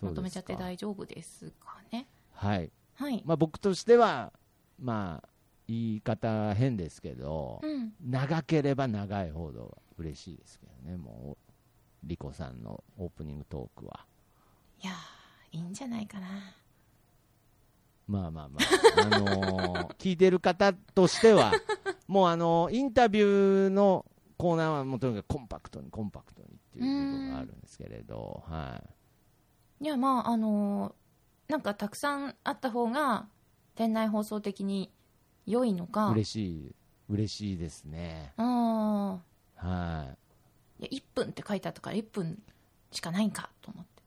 S3: まとめちゃって
S2: そうで
S3: 大丈夫ですかね
S2: すかはい。
S3: はい、
S2: まあ僕としては、まあ、言い方変ですけど、
S3: うん
S2: 長ければ長いほど嬉しいですけどね、もう、リコさんのオープニングトークは。
S3: いやーいいんじゃないかな
S2: まあまあまあ、あのー聞いてる方としては、もうあのーインタビューのコーナーはもうとにかくコンパクトにコンパクトにっていうことがあるんですけれど、はい
S3: やまああのーなんかたくさんあった方が店内放送的に良いの
S2: い、
S3: か
S2: 嬉しい、嬉しいですね。
S3: あ
S2: はい
S3: や1分って書いてあったから1分しかないんかと思って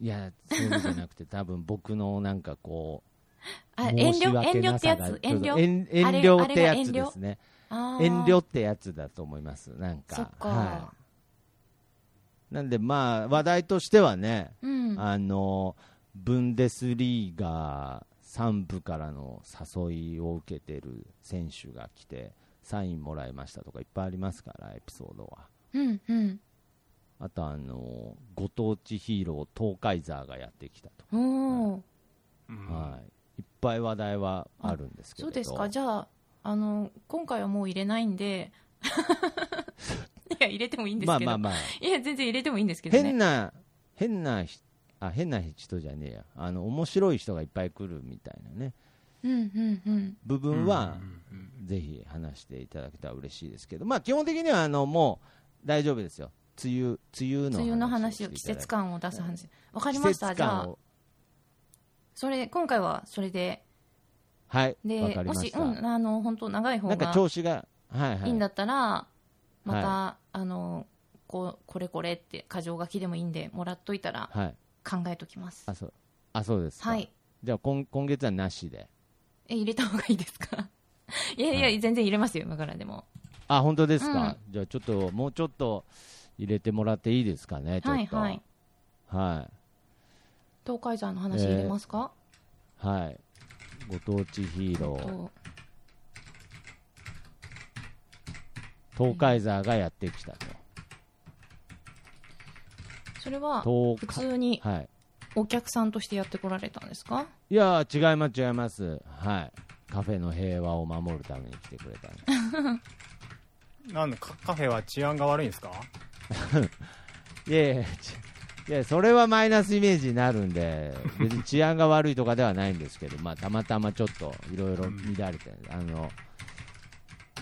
S2: い。いや、そういうのじゃなくて、多分僕のなんかこう、
S3: あ
S2: 申
S3: 遠
S2: し
S3: 慮遠
S2: 訳
S3: 慮
S2: な
S3: って
S2: さ
S3: や
S2: が
S3: つ遠
S2: そうそう
S3: 慮
S2: 遠
S3: あれ
S2: 遠慮って
S3: あれ
S2: や
S3: が
S2: つですね。
S3: あー
S2: 遠慮ってやつだと思います、なんか。
S3: そっか、
S2: い、なんで、まあ、話題としてはね、
S3: うん
S2: あのブンデスリーガー3部からの誘いを受けてる選手が来てサインもらいましたとかいっぱいありますからエピソードは
S3: うんうん
S2: あとあのご当地ヒーロー東海ザーがやってきたと
S3: おおー、
S4: うん
S2: か、はい、いっぱい話題はあるんですけ
S3: そ
S2: れ
S3: う
S2: ど
S3: ですかじゃああの今回はもう入れないんで いや入れてもいいんですけど、
S2: まあまあまあ
S3: いや全然入れてもいいんですけどね
S2: 変な変なひあ変な人じゃねえやあの面白い人がいっぱい来るみたいなね
S3: うんうんうん
S2: 部分はぜひ話していただけたら嬉しいですけど、まあ、基本的にはあのもう大丈夫ですよ、梅雨梅雨の
S3: 梅雨の話を
S2: してい
S3: 季
S2: ただ
S3: 節
S2: いて
S3: 感を出す話わかりました
S2: 季節
S3: じゃ
S2: 感
S3: あ
S2: を
S3: それ今回はそれで
S2: はい、わ
S3: で
S2: かり
S3: も
S2: ま
S3: し、
S2: した、
S3: うん、あの本当長い方
S2: なんか
S3: が
S2: 調子が、はいはい
S3: いんだったら、また、
S2: は
S3: あのこうこれこれって箇条書きでもいいんでもらっといたら
S2: はい、
S3: 考えときます
S2: あそうあそうですか、
S3: はい
S2: じゃあ今、今月はなしで、
S3: え入れた方がいいですか いやいや、
S2: はい
S3: 全然入れますよ今からでも
S2: あ本当ですか、じゃあちょっと、もうちょっと入れてもらっていいですかね、ちょ
S3: はい
S2: っと。
S3: はい
S2: はい
S3: 東海山の話入れますか、
S2: はいご当地ヒーロー、
S3: と
S2: 東海ザーがやってきた
S3: それは
S2: と、
S3: 普
S2: 東海
S3: 通に
S2: はい、
S3: お客さんとしてやってこられたんですか
S2: いやー違います違いますはいカフェの平和を守るために来てくれたんです
S4: なんでカカフェは治安が悪いんですか
S2: いやいやちいやそれはマイナスイメージになるんで別に治安が悪いとかではないんですけど、まあ、たまたまちょっといろいろ乱れて、あの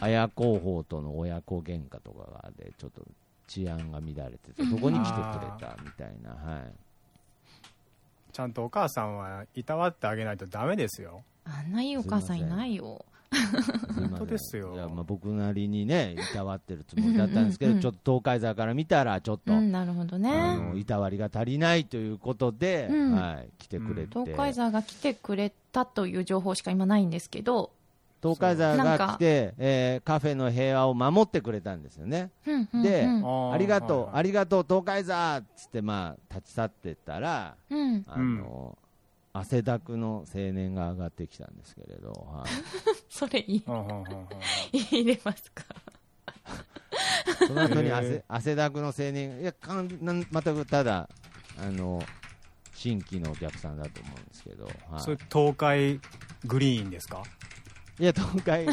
S2: 綾候補との親子喧嘩とかがでちょっと治安が乱れててそこに来てくれたみたいな、はい、
S4: ちゃんとお母さんはいたわってあげないとダメですよ
S3: あんないいお母さんいないよ
S2: すいません
S4: 本当ですよ
S2: いやまあ僕なりにねいたわってるつもりだったんですけど
S3: うんうんうん
S2: ちょっと東海座から見たらちょっと、
S3: うんなるほど
S2: あ
S3: ね
S2: のいたわりが足りないということで、
S3: うん
S2: はい、来てくれて、
S3: 東海座が来てくれたという情報しか今ないんですけど
S2: 東海座
S3: なん
S2: が
S3: か
S2: 来て、えーカフェの平和を守ってくれたんですよね、
S3: うんうん
S2: で
S3: うん
S4: ー
S2: ありがとう、
S4: はい
S2: あ
S4: はい
S2: りがとう、東海座っつって、まあ、立ち去ってったら、
S3: うん
S2: あの汗だくの青年が上がってきたんですけれど、はい
S3: それいい
S4: うんうんうんうん
S3: 入れますか
S2: その後に
S4: へ
S2: 汗
S4: ー
S2: 汗だくの青年、いやかんなん全くただあの、新規のお客さんだと思うんですけど、はい
S4: それ東海グリーンですか
S2: いや東 海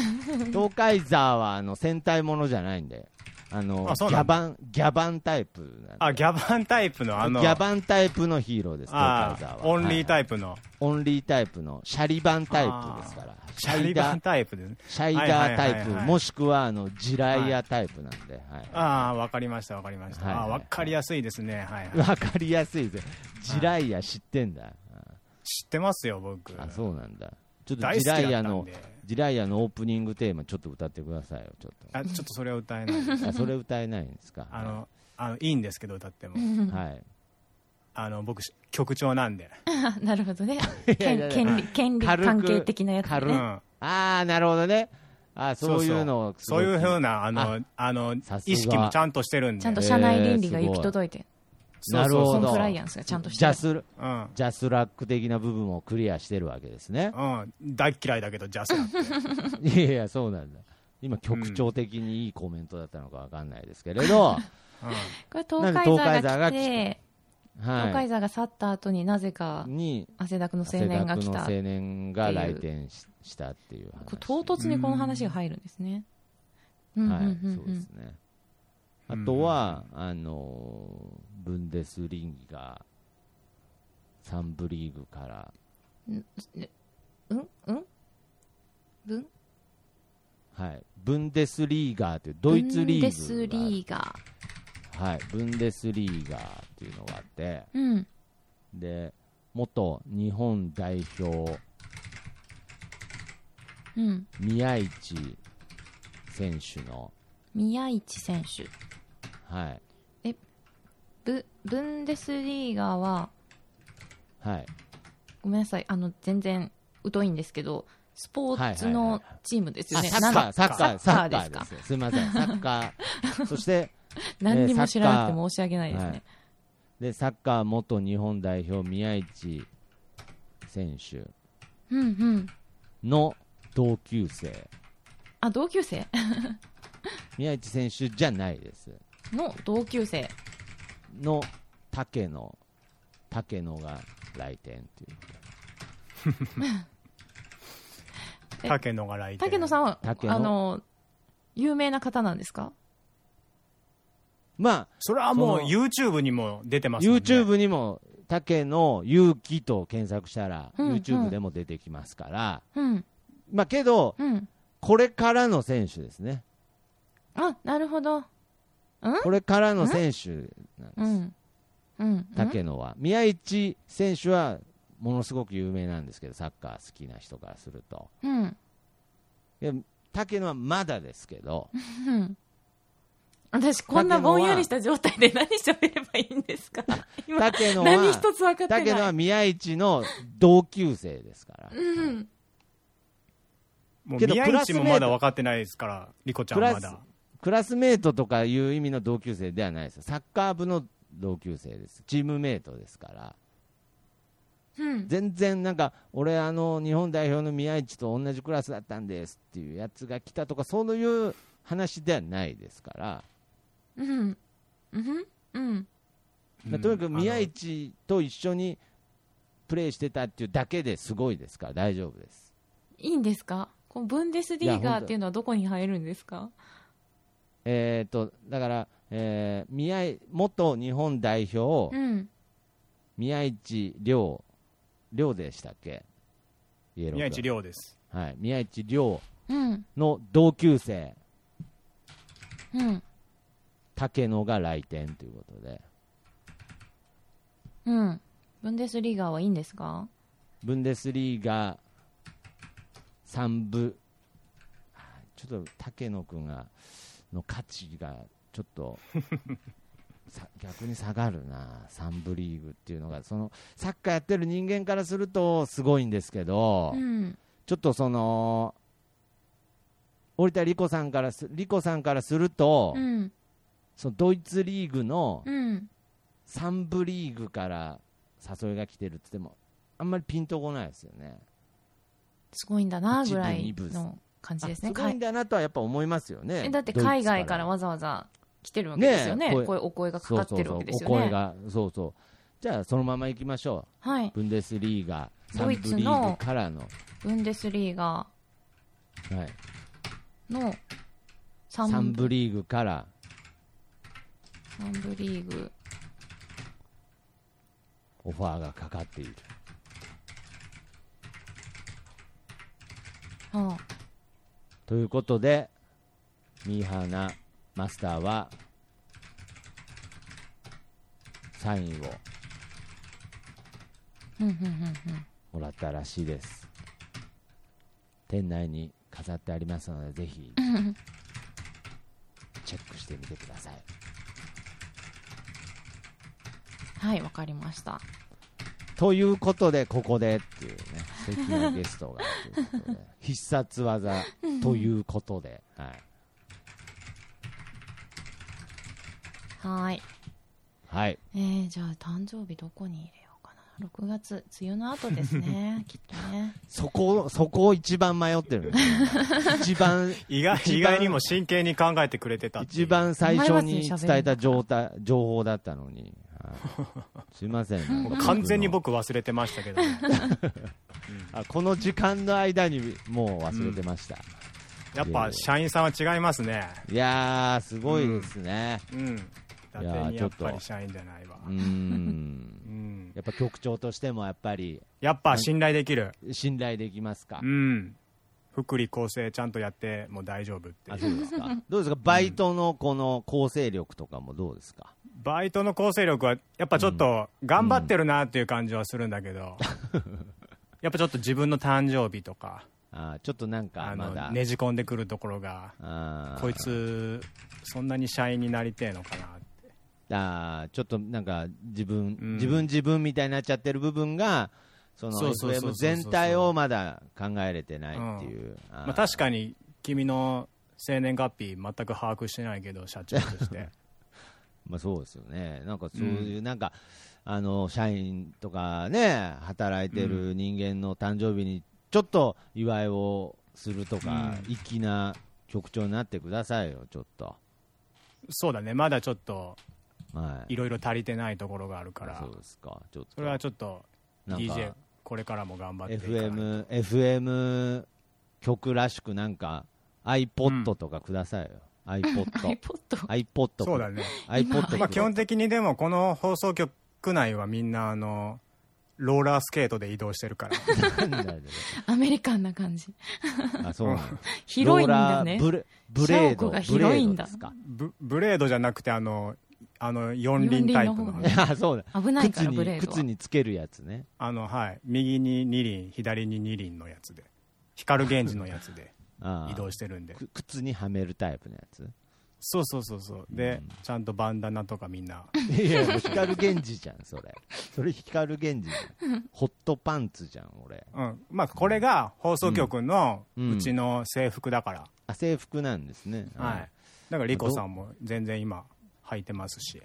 S2: 東海ザーはあの戦隊ものじゃないんであの
S4: あそう
S2: ギ
S4: な
S2: ャ
S4: ん
S2: バンギャバンタイプなんで
S4: あギャバンタイプのあの
S2: ギャバンタイプのヒーローです東
S4: あ
S2: 海ザー
S4: ー
S2: は
S4: オンリータ
S2: イプ、
S4: イプの、
S2: オンリータイプのシャリバンタイプですから
S4: あー
S2: シ
S4: シャ
S2: ャ
S4: リ
S2: イ
S4: バ
S2: ダ
S4: ンタイプですね
S2: シャイダータイプ、
S4: はいはいはいはい
S2: もしくはあのジライアタイプなんで、はい
S4: ああわかりましたわかりました、
S2: はいはい
S4: あーわかりやすいですねはい、はい、
S2: わかりやすいですジライア知ってんだ、
S4: 知ってますよ僕
S2: あそうなんだちょっ
S4: 大
S2: と
S4: 好
S2: ジラ
S4: きだっ
S2: イ
S4: た
S2: ア
S4: ん
S2: の
S4: で
S2: ジライアのオープニングテーマちょっと歌ってくださいよちょっ
S4: あちょっとそれは歌えない です
S2: とあそれ歌えないんですか
S4: あのあのいいんですけど歌っても
S2: はい
S4: あの僕し局長なんで、
S3: あなるほどね
S2: やい
S3: 権
S2: や
S3: 権利権利
S2: 軽く
S3: 関係的なやつ
S4: う
S2: 軽
S3: ね
S4: ん、
S2: ああ、なるほどね。あーそういうのをす
S4: そ
S2: ご
S4: う
S2: く
S4: いうふうなあのあの
S2: さすが
S4: 意識もちゃんとしてるんで
S3: ちゃんと
S2: し
S3: 社内倫理が行き届いて
S4: そう
S2: なる
S4: そう
S2: ほ
S4: そ
S3: コ
S4: う
S2: ど
S3: ンプライアンスがちゃんとし
S2: ジ
S3: て
S2: ャ
S3: る
S2: ス、
S4: うん
S2: ジャスラック的な部分をクリアしてるわけですね。
S4: うん、大っ嫌いだけどジャスラッ
S2: いやいや、そうなんだ。今、局長的にいいコメントだったのかわかんないですけれど、
S3: これ東海
S2: なんで東海
S3: 座
S2: 座
S3: が
S2: が
S3: 来
S2: 来
S3: て
S2: て
S3: 東
S2: は
S3: 海座が去った後になぜか
S2: い。に、
S3: 汗だくの青
S2: 汗
S3: 年
S2: だ
S3: が
S2: く
S3: 来
S2: の
S3: た
S2: 青
S3: こ
S2: 年が来店ししたっていう
S3: う
S2: 話。
S3: 唐突にこの話が入るんですねうんうん
S2: はい、
S3: うん
S2: そうですね。あとは、あのーブンデスリンガ、サンブリーグから
S3: うんうんブン
S2: はい、ブンデスリーガーというドイツリーグが
S3: ブンデスリーガー。
S2: はい、ブンデスリーガーっていうのがあって
S3: うん。
S2: で元日本代表
S3: うん。
S2: 宮市選手の、
S3: 宮市選手。
S2: はい
S3: ブ、ブンデスリーガーは、
S2: はい、
S3: ごめんなさい、あの、全然疎いんですけど、スポーツ
S2: はいはい
S3: の
S2: はい
S3: チームですよ
S2: あ
S3: ね。
S2: サッカー、サッカー、
S3: サ
S2: サッカー
S3: ッカーですか
S2: です。すみません、サッカー。そして、
S3: なん何にも
S2: ね
S3: 知らな
S2: サ
S3: くて
S2: ッカ
S3: 申し訳ないです
S2: はい
S3: ね。
S2: で、サッカー元日本代表宮市選手
S3: うんうん。
S2: の同級生。
S3: あ、同級生
S2: 宮市選手じゃないです。
S3: の同級生。
S2: の竹野。竹野が来店っていう。
S3: え
S4: 竹野が来店
S3: 竹野さんは、
S2: 竹野
S3: あの、有名な方なんですか
S2: ま
S4: それはもう
S2: その
S4: YouTube にも出て
S2: あ、
S4: ますもんね
S2: YouTube にも竹野勇気と検索したら、
S3: うんうん
S2: YouTube でも出てきますから。
S3: うん。
S2: まあ、けど、
S3: うん。
S2: これからの選手ですね。
S3: あ、なるほど。
S2: これからの選手なん
S3: う
S2: です。
S3: ん。うん。
S2: 竹野は、宮市選手はものすごく有名なんですけど、サッカー好きな人からすると、
S3: うん。
S2: で竹野はまだですけ ど、
S3: うん私、こんなぼんやりした状態で何喋ればいいんで すか今、
S2: 竹野
S3: 何
S2: は
S3: 一つ分かって
S2: 竹野
S3: な。
S2: はい宮市の同級生ですから、
S3: うん。
S4: もう
S2: けど
S4: 宮
S2: プラス
S4: 市もまだ分かってないですからリコちゃんはま
S2: プラ
S4: だ
S2: クラスメートとかいう意味の同級生ではないですよ、サッカー部の同級生です、チームメートですから、
S3: うん。
S2: 全然なんか、俺、あの日本代表の宮市と同じクラスだったんですっていうやつが来たとか、そういう話ではないですから。
S3: うん。うん。うん。
S2: まあとにかく宮
S4: 市
S2: 市と一緒にプレーしてたっていうだけですごいですから大丈夫です
S3: いいんですかこのブンデスリーガーっていうのはどこに入るんですか
S2: えっ、とだから、えー宮い元日本代表、
S3: うん。
S2: 宮市亮亮でしたっけイエロー君
S4: 宮市亮です
S2: はい宮市亮
S3: うん。
S2: の同級生
S3: うん。
S2: 竹野が来店ということで
S3: うん。ブンデスリーガーはいいんですか
S2: ブンデスリーガ3部あちょっと竹野君がの価値がちょっとさ逆に下がるな3部リーグっていうのがそのサッカーやってる人間からするとすごいんですけど、
S3: うん。
S2: ちょっとその折田理子さんからす理子さんからすると、
S3: うん。
S2: そのドイツリーグの
S3: うん。
S2: 3部リーグから誘いが来てるって言ってもあんまりピンとこないですよね。
S3: すごいんだな、
S2: 一
S3: ぐ
S2: 部
S3: ら
S2: 二
S3: い
S2: 部
S3: の感じです
S2: あ
S3: ね。
S2: すごいんだなとはやっぱ思いますよね。
S3: えだって
S2: ドイツ
S3: 海外からわざわざ来てるわけですよね
S2: ねえ声
S3: こういうお声がかかってるわけですよね
S2: そうそうそうお声が、そうそう。じゃあそのまま行きましょ
S3: は
S2: う
S3: い。
S2: ブンデスリーガー、サ
S3: ド
S2: ン
S3: イツ
S2: ブ
S3: の
S2: リーグからの、は
S3: ブンデスリーガ
S2: い、
S3: ーの
S2: サ
S3: 三
S2: ン
S3: 部
S2: ブリーグから、
S3: 三部リーグ
S2: オファーがかかっている。
S3: はあ
S2: ということで、ミーハーなマスターは、サインを
S3: うんうんうん
S2: もらったらしいです。店内に飾ってありますので、ぜひ、チェックしてみてください。
S3: うんはいわかりました
S2: ということで、ここでっていうね、素敵なゲストがということで、必殺技ということで、はい。
S3: はーい
S2: はい。
S3: えー、じゃあ誕生日どこに入れようかな6月梅雨の後で すねきっとね
S2: そこを、そこを一番迷って るんですよ一番、
S4: 意外
S2: 一番
S4: 意外にも真剣に考えてくれてたっていう
S2: 一番最初に伝えた状態、情報だったのに。 はい、すいません。なんかの
S4: 完全に。僕忘れてましたけ ど、ね、
S2: あこの時間の間にもう忘れてました。
S4: やっぱ社員さんは違いますね
S2: いやー、すごいですね。
S4: うん伊達
S2: いやー
S4: にや
S2: ちょ
S4: っぱ
S2: っと
S4: り社員じゃないわ
S2: うーん。
S4: うん
S2: いやっぱ局長としてもやっぱり
S4: やっぱ信頼できる。
S2: 信頼できますか、
S4: うん。福利厚生ちゃんとやっても大丈夫ってい
S2: あ
S4: う。
S2: そうです かどうですかバイトのこの構成力とかもどうですか、
S4: バイトの構成力は、やっぱちょっと頑張ってるなっていう感じはするんだけど、やっぱちょっと自分の誕生日とか、
S2: あーちょっとなんか
S4: あ
S2: ま
S4: の
S2: だ、
S4: ねじ込んでくるところが、
S2: あー
S4: こいつ、そんなに社員になりてえのかなって。
S2: あーちょっとなんか自分、
S4: うん
S2: 自分自分みたいになっちゃってる部分がその
S4: そうそうそうそう
S2: FM 全体をまだ考えれてないっていう、あー
S4: まあ、確かに君の生年月日、全く把握してないけど、社長と して。
S2: まあ、そうですよねなんかそういう、なんかあの社員とかね働いてる人間の誕生日にちょっと祝いをするとか、粋な局長になってくださいよちょっと。
S4: そうだね、まだちょっと
S2: はい
S4: いろいろ足りてないところがあるから
S2: そう、ですかちょっと
S4: それはちょっと
S2: なんか
S4: DJ、これからも頑張っていかないと
S2: FM, FM 曲らしくなんか iPod とかくださいよ、iPod
S3: iPod
S2: iPod
S4: そうだね。
S2: iPod
S4: まあ、基本的にでもこの放送局内はみんなあのローラースケートで移動してるから
S2: なんだよね
S3: アメリカンな感じ
S2: あそうなの
S3: 広いんだね
S2: ローラーブレブレー
S3: 車庫
S2: ド
S3: が広いんだ
S2: ブレード
S4: ブブレードじゃなくてあのあの四輪タイプ
S3: 四輪の
S4: の
S3: 方
S2: ですか あそうだ
S3: 危ないから
S2: 靴に
S3: ブレードは
S2: 靴につけるやつね
S4: あのはい右に二輪左に二輪のやつで光源氏のやつで
S2: ああ
S4: 移動してるんで
S2: く靴にはめるタイプのやつ
S4: そうそうそうそうで、ちゃんとバンダナとかみんない
S2: やもう光源氏じゃんそ れそれ光源氏じゃんホットパンツじゃん俺
S4: うんまあこれが放送局の
S2: うん
S4: うちの制服だから、
S2: あ制服なんですね
S4: はいだからリコさんも全然今履いてますし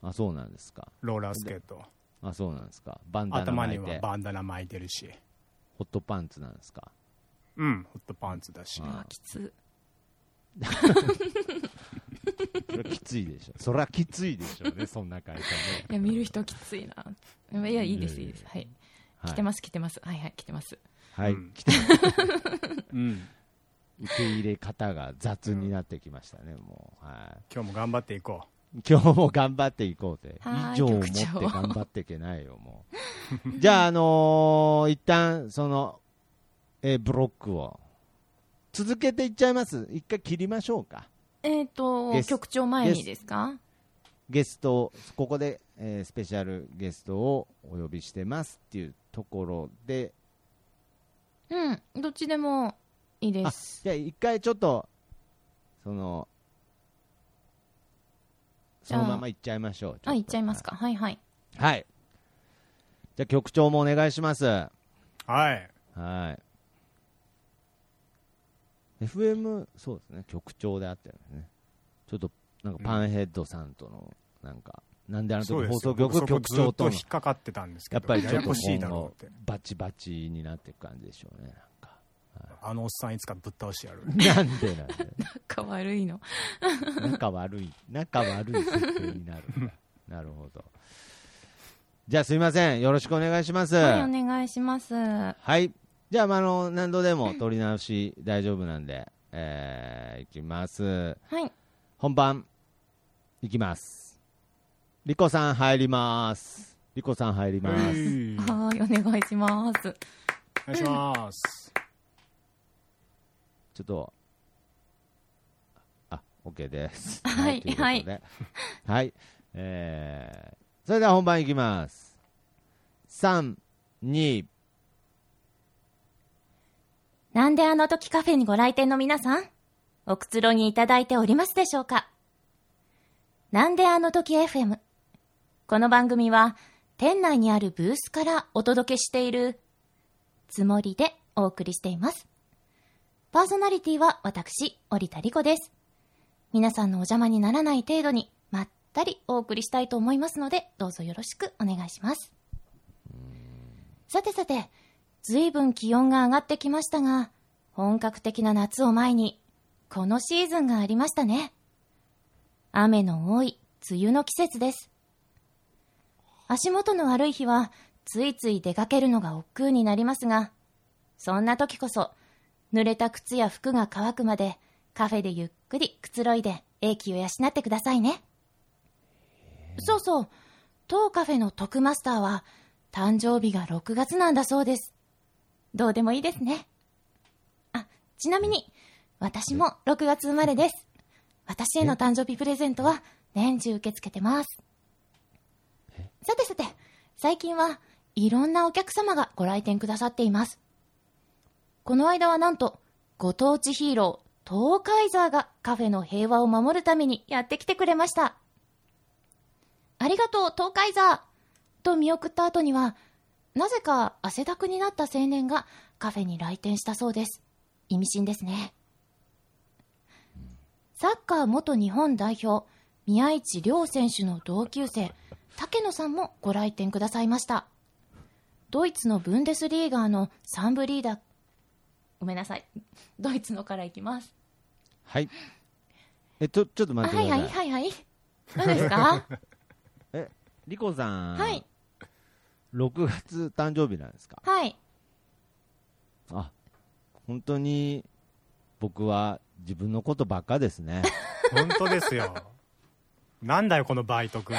S2: あそうなんですか
S4: ローラースケート
S2: あそうなんですかバンダナ
S4: 頭
S2: 巻
S4: に
S2: い
S4: は
S2: て
S4: バンダナ巻いてるし
S2: ホットパンツなんですか
S4: うん、ホットパンツだし。
S3: あーきつ
S2: それきついでしょそりゃきついでしょうね そんな会社ね
S3: いや見る人きついないやいいですいいですはい
S2: はい
S3: 来てます来てますはいはい来てます
S2: はい、
S4: うん
S2: 来てます
S4: うん。
S2: 受け入れ方が雑になってきましたね、もうは
S4: 今日も頑張っていこ
S2: い今日も頑張っていこうぜ
S3: はーい
S2: 以上を持って
S3: 局長
S2: 頑張っていけないよもうじゃああのー一旦その、えーブロックを続けていっちゃいます一回切りましょうか
S3: えっと
S2: ゲス
S3: 局長前にですか
S2: ゲストをここで、えースペシャルゲストをお呼びしてますっていうところで
S3: うんどっちでもいいで
S2: あ
S3: す
S2: じゃあ一回ちょっとその
S3: じ
S2: そ
S3: ゃあ
S2: のまま行っちゃいましょうちょ
S3: あ
S2: と
S3: 行っちゃいますかはいはい
S2: はい、はいじゃあ局長もお願いしますは
S4: う。はい。
S2: い FM そうですね局長であったよねちょっとなんかパンヘッドさんとのなんか、なんであの時放送
S4: 僕
S2: 局
S4: そこ
S2: 局長と
S4: ず
S2: の
S4: っと引っかかってたんですけど。
S2: やっぱりちょっ
S4: やや
S2: と
S4: こしいだ
S2: 今
S4: ろ
S2: 後
S4: うって。
S2: バチバチになっていく感じでしょうね
S4: あのおっさんいつかぶっ倒してやる。
S2: なんかなんでなんで
S3: なんか悪いの
S2: 仲悪い、仲悪い設定になる。なるほど。じゃあすいません。よろしくお願いします。
S3: はいお願いしますは
S2: はい。じゃあ、まあ、あの、何度でも取り直し大丈夫なんで、えー、いきます。
S3: い
S2: 本番、いきます。リコさん入ります。リコさん入り
S4: は
S2: ます。
S4: いお
S3: はーいお願いします
S4: 願いします。
S2: ちょっと、あ、OK です。
S3: はい
S2: とうことではい。えー、それでは本番いきます。3、2、
S5: なんであの時カフェにご来店の皆さん、おくつろぎいただいておりますでしょうかなんであの時 FM。この番組は、店内にあるブースからお届けしているつもりでお送りしています。パーソナリティは私、織田理子です。皆さんのお邪魔にならない程度に、まったりお送りしたいと思いますので、どうぞよろしくお願いします。さてさて、ずいぶん気温が上がってきましたが、本格的な夏を前に、このシーズンがありましたね。雨の多い梅雨の季節です。足元の悪い日は、ついつい出かけるのが億劫になりますが、そんな時こそ、濡れた靴や服が乾くまで、カフェでゆっくりくつろいで、英気を養ってくださいね。そうそう、当カフェの特マスターは、
S3: 誕生日が6月なんだそうです。どうでもいいですね。あ、ちなみに、私も6月生まれです。私への誕生日プレゼントは年中受け付けてます。さてさて、最近はいろんなお客様がご来店くださっています。この間はなんと、ご当地ヒーロー、東海ザーがカフェの平和を守るためにやってきてくれました。ありがとう、東海ザーと見送った後には、なぜか汗だくになった青年がカフェに来店したそうです。意味深ですね。サッカー元日本代表、宮市亮選手の同級生、竹野さんもご来店くださいました。ドイツのブンデスリーガーのサンブリーダ、ごめんなさい。ドイツのからいきます。
S2: はい。え、ちょ、ちょっと
S3: あ
S2: 待って
S3: は
S2: くだ
S3: い
S2: さ。
S3: はいいはいはい。何で すか
S2: え、リコさん。
S3: はい。
S2: 6月誕生日なんですか
S3: はい。
S2: あ、本当に僕は自分のことばっかです ね。
S4: 本当ですよ。なんだよ、このバイト君。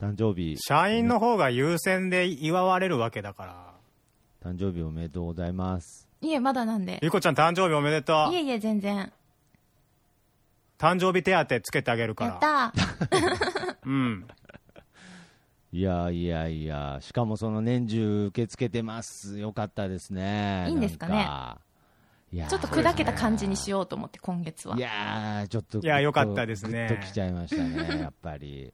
S2: 誕生日、
S4: 社員の方が優先で祝われるわけだから。
S2: 誕生日おめでとうございます。
S3: いえ、まだなんで。
S4: ゆこちゃん誕生日おめでと
S3: いうえ。いえ、全然。
S4: 誕生日手当つけてあげるか
S3: や
S4: ら。
S3: ったー。
S4: うん。
S2: いやいやいや、しかもその年中受け付けてます。よかったですね。
S3: いいんですかね
S2: なんかいやー。
S6: ちょっと砕けた感じにしようと思って、今月はい
S2: やー、ちょっと。
S4: いやよかったですね
S2: グッときちゃいましたね、や っぱり。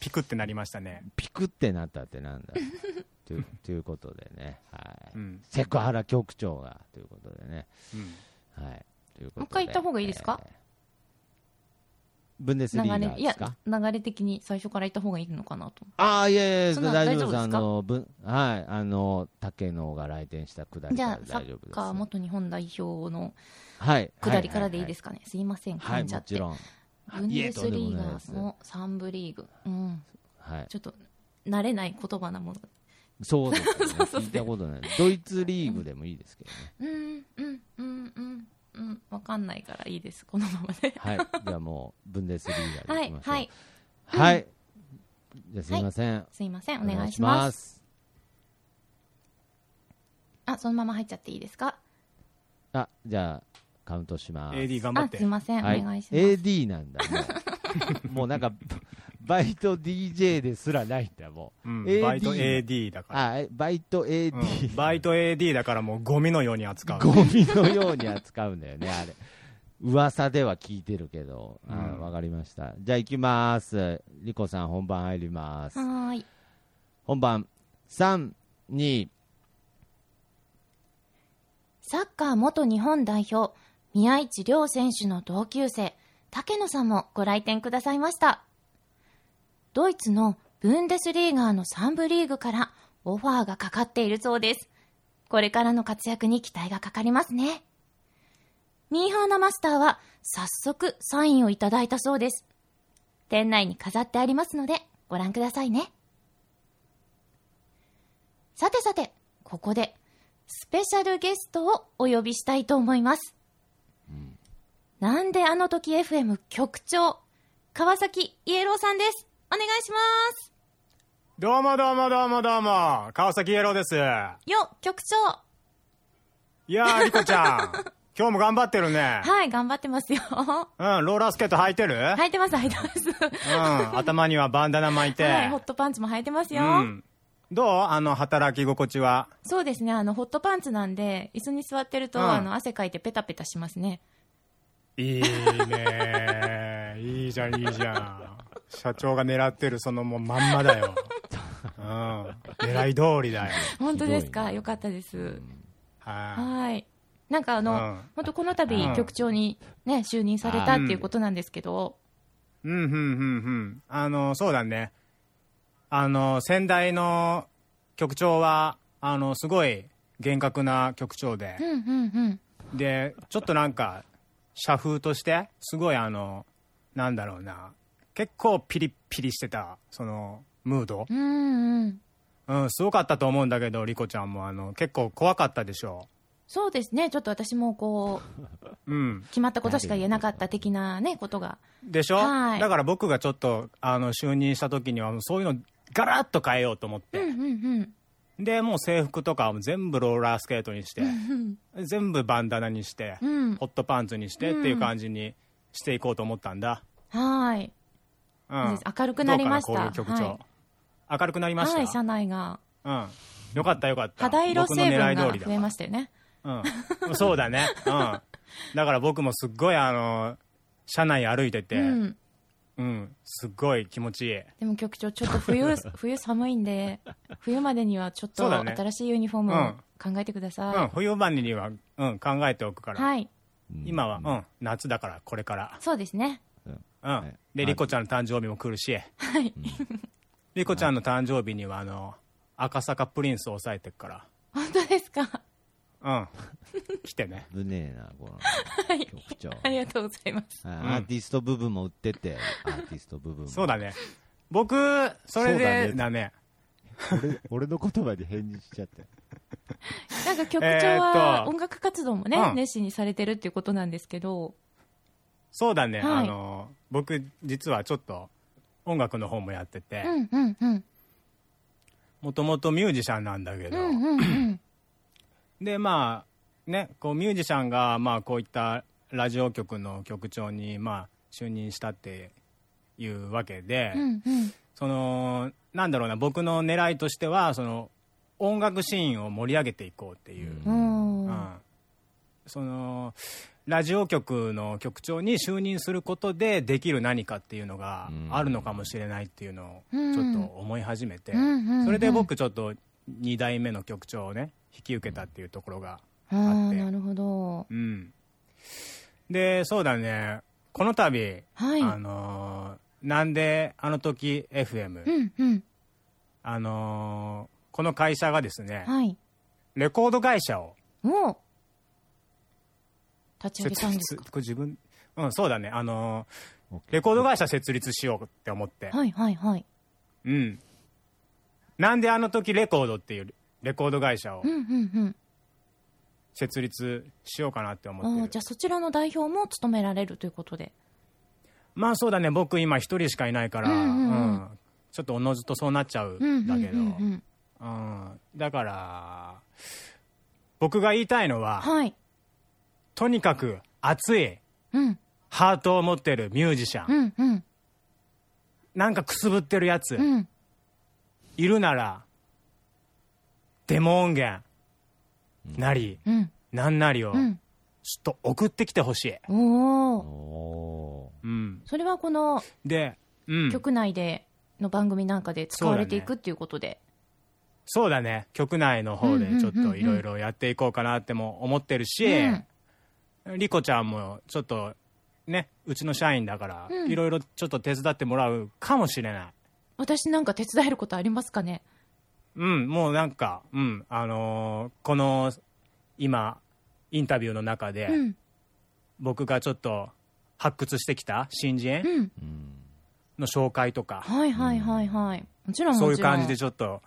S4: ピクってなりましたね。
S2: ピクってなったってなんだ というということでね、はい
S4: うん
S2: セクハラ局長がということでね、
S4: うん。
S2: はい、ということで
S6: もう一回言った方がいいですか
S2: えーブンデス
S6: 流
S2: リーガ
S6: れ、
S2: ー
S6: い
S2: で
S6: や
S2: すか、
S6: 流れ的に最初から言った方がいいのかなと。
S2: ああ、いやいや、
S6: そんな
S2: 大丈夫
S6: 大丈夫
S2: で、
S6: ですすか
S2: あのぶんはい、あの竹野が来店したくだり
S3: じ
S2: か
S3: ゃ
S2: ら
S3: あ、サ
S2: 大丈夫で
S3: ッ
S2: す。
S3: カー元日本代表の
S2: はい、
S3: 下りからでいいですすかね。すいません、
S2: は
S3: 噛
S2: い、
S3: んじゃ
S2: も
S3: って
S2: ち。ろん、
S3: ブンデスリー
S2: いえとんでもない
S3: ガ
S2: です
S3: ーの3部リーグ。うん。
S2: はい、
S3: ちょっと、慣れない言葉なもの。
S2: そう です、ね、聞いたことない、ドイツリーグでもいいですけどね、
S3: うん、うん、うん、うん、うん。わかんないからいいです。このままで。
S2: はい、じゃあもう、ブンデスリーガー
S3: は
S2: でいき
S3: い
S2: ま、しょう。
S3: はい。
S2: はい、じゃあすいません、
S3: すいません、お願いします。
S2: す。
S3: あ、そのまま入っちゃっていいですか
S2: あ、じゃあ、カウントします。
S4: AD 頑張
S3: あ
S4: っ、て
S3: すい。ません、お
S2: は
S3: 願いします。
S2: AD なんだ、もう。 もうなんか、バイト DJ ですらないんだ、もう。
S4: うん、
S2: AD
S4: バイト AD だから。
S2: あ、えバイト
S4: うん
S2: AD。
S4: バイト AD だからもうゴミのように扱う。
S2: ゴミのように扱うんだよね、あれ。噂では聞いてるけど、あ
S4: うん
S2: わかりました。じゃあ行きます。リコさん本番入ります
S3: は。ーい。
S2: 本番、3、2、
S3: サッカー元日本代表、宮市亮選手の同級生、竹野さんもご来店くださいました。ドイツのブンデスリーガーの3部リーグからオファーがかかっているそうです。これからの活躍に期待がかかりますね。ミーハーなマスターは早速サインをいただいたそうです。店内に飾ってありますのでご覧くださいね。さてさて、ここでスペシャルゲストをお呼びしたいと思います。なんであの時 FM 局長、川崎イエローさんです。お願いします。
S4: どうもどうもどうもどうも。川崎イエローです。いや
S3: よ、局長。
S4: ー、リコちゃん。今日も頑張ってるね。
S3: はい、頑張ってますよ。
S4: うん、ローラースケート履いてる、
S3: 履いてます、履いてます。
S4: うん、頭にはバンダナ巻いて。
S3: はい、ホットパンツも履いてます
S4: う
S3: よ。
S4: ん。どうあの、働き心地は。
S3: そうですね、あの、ホットパンツなんで、椅子に座ってると、
S4: うん
S3: あの、汗かいてペタペタしますね。
S4: いいねいいじゃん、いいじゃん。社長が狙ってるそのもうまんま だよ。うん。狙い通りだよ。
S3: 本当です
S2: ひど
S3: か
S2: いな
S3: よかったです。
S4: は
S3: はい。なんかあの、
S4: うん
S3: 本当この度
S4: うん
S3: 局長にね、就任されたっていうことなんですけど、
S4: い。うん、うん、うん、うん。あの、そうだね。あの、先代の局長は、あの、すごい厳格な局長で。
S3: うんうんうん。
S4: でちょっとなんか社風としてすごいあのなんだろうな結構ピリッピリしてたそのムード
S3: う、んうん。
S4: うん、すごかったと思うんだけどリコちゃんもあの結構怖かったでしょ
S3: そうですね、ちょっと私もこう、
S4: うん
S3: 決まったことしか言えなかった的なね、ことが。
S4: でしょ
S3: はい
S4: だから僕がちょっとあの就任した時にはそういうのガラッと変えようと思って、
S5: うんうん
S4: でもう制服とかも全部ローラースケートにして全部バンダナにして、
S5: うん
S4: ホットパンツにしてっていう感じにしていこうと思ったんだ、
S3: はい。
S4: うん
S3: いいです明るくなりました
S4: どうかなこういう局長、
S3: は
S4: 明るくなりました、
S3: はい、社内が。
S4: うん、よかったよかった
S3: 肌色成分が
S4: 僕の狙い通りだ
S3: 増えましたよね。
S4: うん、そうだね、うん、だから僕もすっごいあの車内歩いてて、
S3: う
S4: うん
S3: ん。
S4: すっごい気持ちいい
S3: でも局長、ちょっと冬、冬寒いんで、冬までにはちょっ
S4: そ
S3: と
S4: うだね
S3: 新しいユニフォームを考えてくだ
S4: う
S3: さ
S4: ん、冬場には、うん、考えておくか
S3: い。
S4: ら、
S3: はい。
S4: 今は、うん、夏だからこれから、
S5: そうですね
S4: うん
S2: い
S4: で莉子ちゃんの誕生日も来るし、
S3: い
S4: 莉子ちゃんの誕生日にはあの赤坂プリンスを抑えてっか
S3: 本当ですか
S4: ら、うん、来てね
S2: ぶねえな、この
S3: はい。
S2: 局長。
S3: ありがとうございます。
S2: はいアーティスト部分も売ってて、アーティスト部分も。
S4: そうだね僕それ
S2: そうだね
S4: でだね
S2: 俺俺の言葉で返事しちゃって。
S3: なんか局
S4: え
S3: 長
S4: ーっ
S3: は
S4: と
S3: 音楽活動もね、
S4: うん
S3: 熱心にされてるっていうことなんですけど、
S4: そうだね、
S3: はい
S4: あの僕実はちょっと音楽の方もやってて、
S5: うんうんうん
S4: もともとミュージシャンなんだけど、
S5: うんうんうん
S4: でまあねこうミュージシャンがまあこういったラジオ局の局長にまあ就任したっていうわけで、
S5: うんうん
S4: そのなんだろうな僕の狙いとしてはその音楽シーンを盛り上げていこうっていう、
S5: お
S4: う
S5: ー
S4: んそのラジオ局の局長に就任することでできる何かっていうのがあるのかもしれないっていうのをちょっと思い始めて、
S5: んうんうん
S4: それで僕ちょっと2代目の局長をね引き受けたっていうところが
S5: あ
S4: あっ
S5: ー
S4: て
S5: なるほど
S4: うん、でそうだねこの度、
S5: はい
S4: あのーなんであの時 FM、
S5: うんうん
S4: あのーこの会社がですね
S5: はい
S4: レコード会社を
S5: もう立ち上げ
S4: 設
S5: たんです
S4: 立
S5: か
S4: これ自分うんそうだねあのー
S2: OK
S4: レコード会社設立しようって思って、
S5: はいはいはい
S4: うんなんであの時レコードっていうレコード会社を
S5: うんうん
S4: 設立しようかなって
S5: う
S4: 思
S5: んあ
S4: っ
S5: ーじ
S4: て
S5: ゃ
S4: る
S5: あそちらの代表も務められるということで
S4: まあそうだね僕今一人しかいないから、
S5: うんうんうん
S4: うんちょっとおのずとそうなっちゃう
S5: うん
S4: んだけど、
S5: うんうんうん
S4: うん、だから僕が言いたいのは
S5: はい
S4: とにかく熱い
S5: うん
S4: ハートを持ってるミュージシャン、
S5: うんうん
S4: なんかくすぶってるやつ、
S5: うん
S4: いるならデモ音源なり、
S5: うん
S4: なんなりを、
S5: うん
S4: ちょっと送ってきてほしい、
S5: おお
S2: お
S4: うん、
S5: それはこの
S4: で、うん、
S5: 局内での番組なんかで使われてい
S4: そうだ
S5: くっていうことで、
S4: そうだね局内の方で
S5: うんうん
S4: ちょっ
S5: うんう
S4: と
S5: ん
S4: いろいろやっていこうかなっても思ってるし、リコちゃんもちょっとねうちの社員だから
S5: うん
S4: いろいろちょっと手伝ってもらうかもしれない
S5: 私なんか手伝えることありますかね
S4: うんもうなんかうんあのーこの今インタビューの中で、
S5: うん
S4: 僕がちょっと発掘してきた新人
S5: うん
S4: の紹介とか、
S5: はいはいはいはいもちろんもちろん
S4: そういう感じでちょっと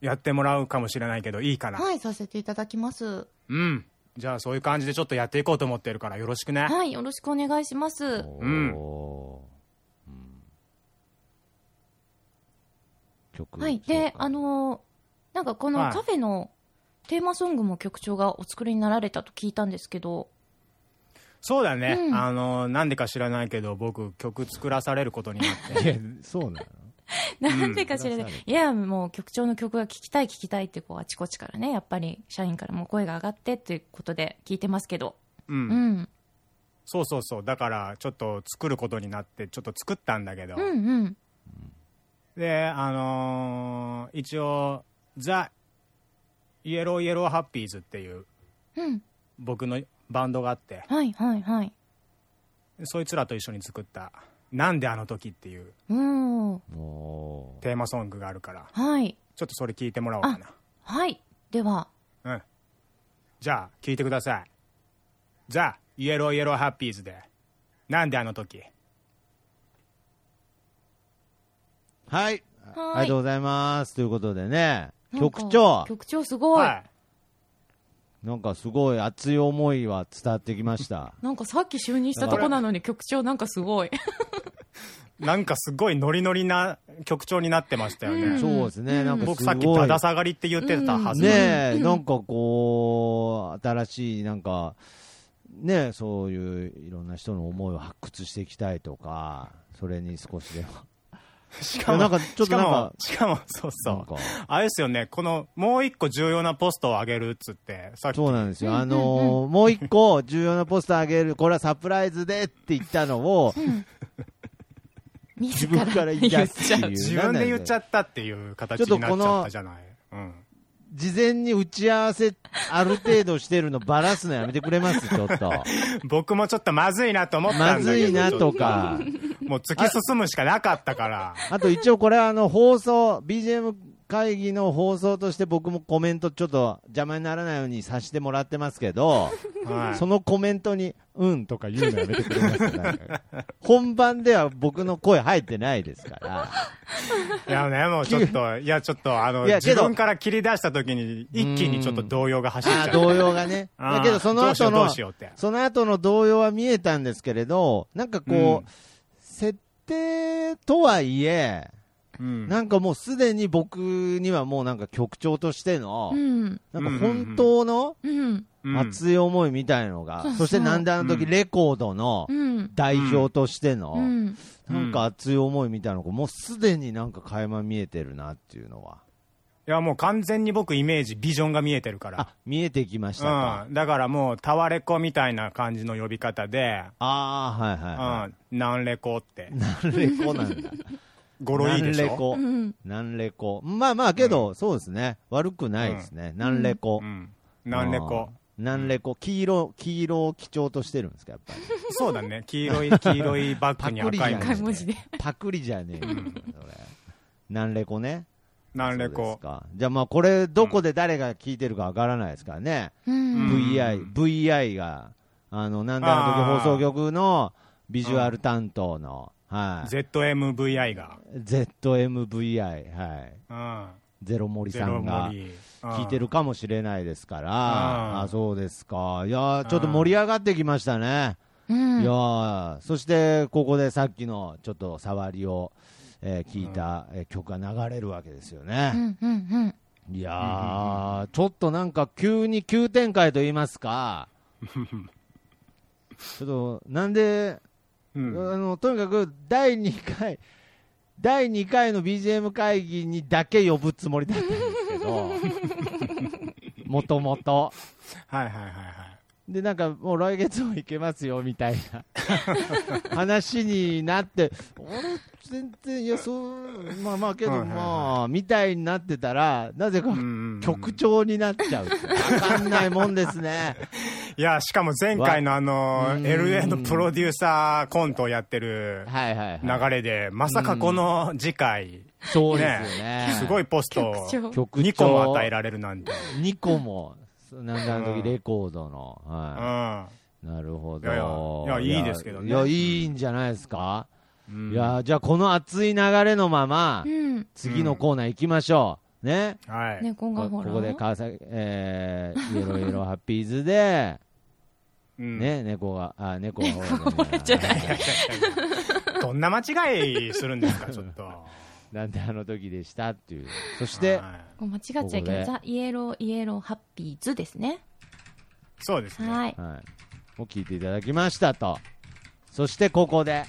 S4: やってもらうかもしれないけどいいかな、
S5: はいさせていただきます
S4: うんじゃあそういう感じでちょっとやっていこうと思ってるからよろしくね
S5: はいよろしくお願いします
S2: ー。
S4: うん
S2: おーうん曲
S5: はい
S2: 紹介
S5: であのーなんかこの
S4: はい
S5: カフェのテーマソングも局長がお作りになられたと聞いたんですけど
S4: そうだね、
S5: うん
S4: あのなんでか知らないけど僕曲作らされることになって
S2: いや、そうなの
S5: なんでか知らない、
S2: う
S5: い
S2: ん
S5: やもう局長の曲が聞きたい聞きたいってこうあちこちからねやっぱり社員からも声が上がってっていうことで聞いてますけど
S4: う ん
S5: うん
S4: そうそうそうだからちょっと作ることになってちょっと作ったんだけど、
S5: うんうん
S4: であのー一応「ザ・イエロー・イエロー・ハッピーズ」っていう
S5: うん
S4: 僕のバンドがあって
S5: はいはいはい
S4: そいつらと一緒に作った「なんであの時」っていう
S5: うん
S2: おー
S4: テーマソングがあるから
S5: はい
S4: ちょっとそれ聞いてもらおうか
S5: はいでは
S4: なうんじゃあ聞いてください「ザ・イエロー・イエロー・ハッピーズ」で「なんであの時」
S2: はい。
S5: はーい
S2: ありがとうございます。ということでね、
S5: なんか
S2: 局長、
S5: 局長すごい、
S4: はい
S2: なんかすごい熱い思いは伝わってきました。
S5: なんかさっき就任したとこなのに局長なんかすごい
S4: でなんかすごいノリノリな曲調になってましたよね。
S2: そうですね、なんかすごい
S4: 僕さっきだだ下がりって言ってたはずなのに
S2: ねえ、なんかこう、新しい、なんか、ねえ、そういういろんな人の思いを発掘していきたいとか、それに少しでも。
S4: しかも、
S2: いやなんかちょっとなんか
S4: しかも、しかもそうそ
S2: なん
S4: う
S2: か。
S4: あれですよね、この、もう一個重要なポストを上げるっつって、さっき。
S2: そうなんですよ。あのーもう一個重要なポスターあげる、これはサプライズでって言ったのを、自
S5: 自
S2: 分
S5: ら
S2: から言い出すっていう。
S4: 自分で言っちゃ
S2: っ
S4: ったっていう形
S2: ちょっ
S4: に
S2: とこ
S4: なっち
S2: の
S4: ゃったじゃない。うん。
S2: 事前に打ち合わせ、ある程度してるのばらすのやめてくれます、ちょ っと。
S4: 僕もちょっとまずいなと思った
S2: ま
S4: んだ
S2: ず
S4: けど。
S2: いなとか。
S4: もう突き進むしかなかったから。
S2: あと一応これはあの放送、BGM 会議の放送として僕もコメントちょっと邪魔にならないようにさせてもらってますけど、
S4: はい
S2: そのコメントに、うんとか言うのやめてくれますか本番では僕の声入ってないです から。
S4: いやね、もうちょ っと、いやちょっと、あの、
S2: いやけ
S4: 自
S2: ど
S4: 分から切り出した時に、一気にちょっと動揺が走っちゃ
S2: あ
S4: う。
S2: ー動揺がね。
S4: あー
S2: だけどその後
S4: ど
S2: の
S4: うしようどうしようって、
S2: その後の動揺は見えたんですけれど、なんかこう、
S4: うん
S2: 設定とはいえ、
S4: うん。
S2: なんかもうすでに僕にはもうなんか局長としての、
S5: うん。
S2: なんか本当の
S5: うん。
S4: うん
S2: 熱い思いみたいの
S5: そう
S2: が、
S5: そう
S2: そしてなんであの時
S4: うん
S2: レコードの
S5: うん。
S2: 代表としての、
S5: うん。
S2: なんか熱い思いみたいなのがもうすでになんか垣間見えてるなっていうのは。
S4: いやもう完全に僕イメージ、ビジョンが見えてるから。
S2: あ、見えてきましたか。
S4: うん。だからもう、タワレコみたいな感じの呼び方で、
S2: ああ、はいはいうは
S4: ん。なんレコって。
S2: い。何 レコなん だ。
S4: 語呂いいでし
S2: 何レ
S4: ょ
S2: コ
S5: う。ん。
S2: 何レコ。まあまあけど、そうですね。悪くないですね。何レコ
S4: う。ん。なんレコ。
S2: うん。何レコ。黄色、黄色を基調としてるんですか、やっぱり。
S4: そうだね。黄色い、黄色いバッグに赤
S2: パク
S4: い
S2: リじゃ
S5: 赤
S2: ん
S5: い
S4: の。
S5: 文字で。
S2: パクリじゃねえよ、それ。何レコね。
S4: なんレ
S2: そうです
S4: コ。
S2: かじゃあまあこれどこで誰が聞いてるかわからないですからね、
S5: うん。
S2: VI, VI があのなんであの時放送局のビジュアル担当の、はい
S4: ZMVI が。
S2: ZMVI、はい、
S4: うん。
S2: ゼロ森
S4: ゼ
S2: さ
S4: ロ
S2: んが
S4: 森。うん
S2: 聞いてるかもしれないですから、
S4: ん
S2: あそうですかいやーちょっと盛り上がってきましたね、
S5: うん
S2: いやーそしてここでさっきのちょっと触りを、えー聞いたえー曲が流れるわけですよね。
S5: うん。うん。
S2: いやー、ちょっとなんか急に急展開と言いますか、ちょっとなんで、
S4: うん
S2: あのとにかく第2回、第2回の BGM 会議にだけ呼ぶつもりだったんですけ ど、もともと。
S4: はいはいはいはい。
S2: で、なんかもう来月も行けますよみたいな話になって、俺、全然、いや、そう、まあまあけど、
S4: はいはいはい
S2: まあ、みたいになってたら、なぜか
S4: うんうんうん
S2: 局長になっちゃうっていう。わかんないもんですね。
S4: いや、しかも前回のあの
S2: う、ん
S4: LA のプロデューサーコントをやってる
S2: はいはい、はい。
S4: 流れで、まさかこの次回、
S2: そうですよね。
S4: すごいポストを
S5: 局長。
S2: 局長。
S4: 2個も与えられるなんて。
S2: 2個も。なんだあの
S4: うん
S2: 時レコードの。
S4: う
S2: は
S4: ん。
S2: い。なるほど。
S4: いやいやいやいいですけどね
S2: いや、いいんじゃないですか。
S4: うん
S2: いや、じゃあこの熱い流れのまま
S5: う、ん。
S2: 次のコーナー行きましょう。ね。
S4: はい。
S5: 猫が
S2: こ
S5: ほら。
S2: こで川崎、えー、イエローイエローハッピーズで、
S4: うん
S2: ね、猫が、あ、猫がほ ら
S5: じゃない
S4: いやいやいや どんな間違いするんですか、ちょっと。
S2: なんであの時でしたっていう。そ して、
S4: はい
S5: こう間違っちゃいけ
S2: こ
S5: な
S2: こで
S5: い。ザ・イエロー、イエロー、ハッピーズですね。
S4: そうですね。
S5: はい。
S2: はい、を聞いていただきましたとそしてここで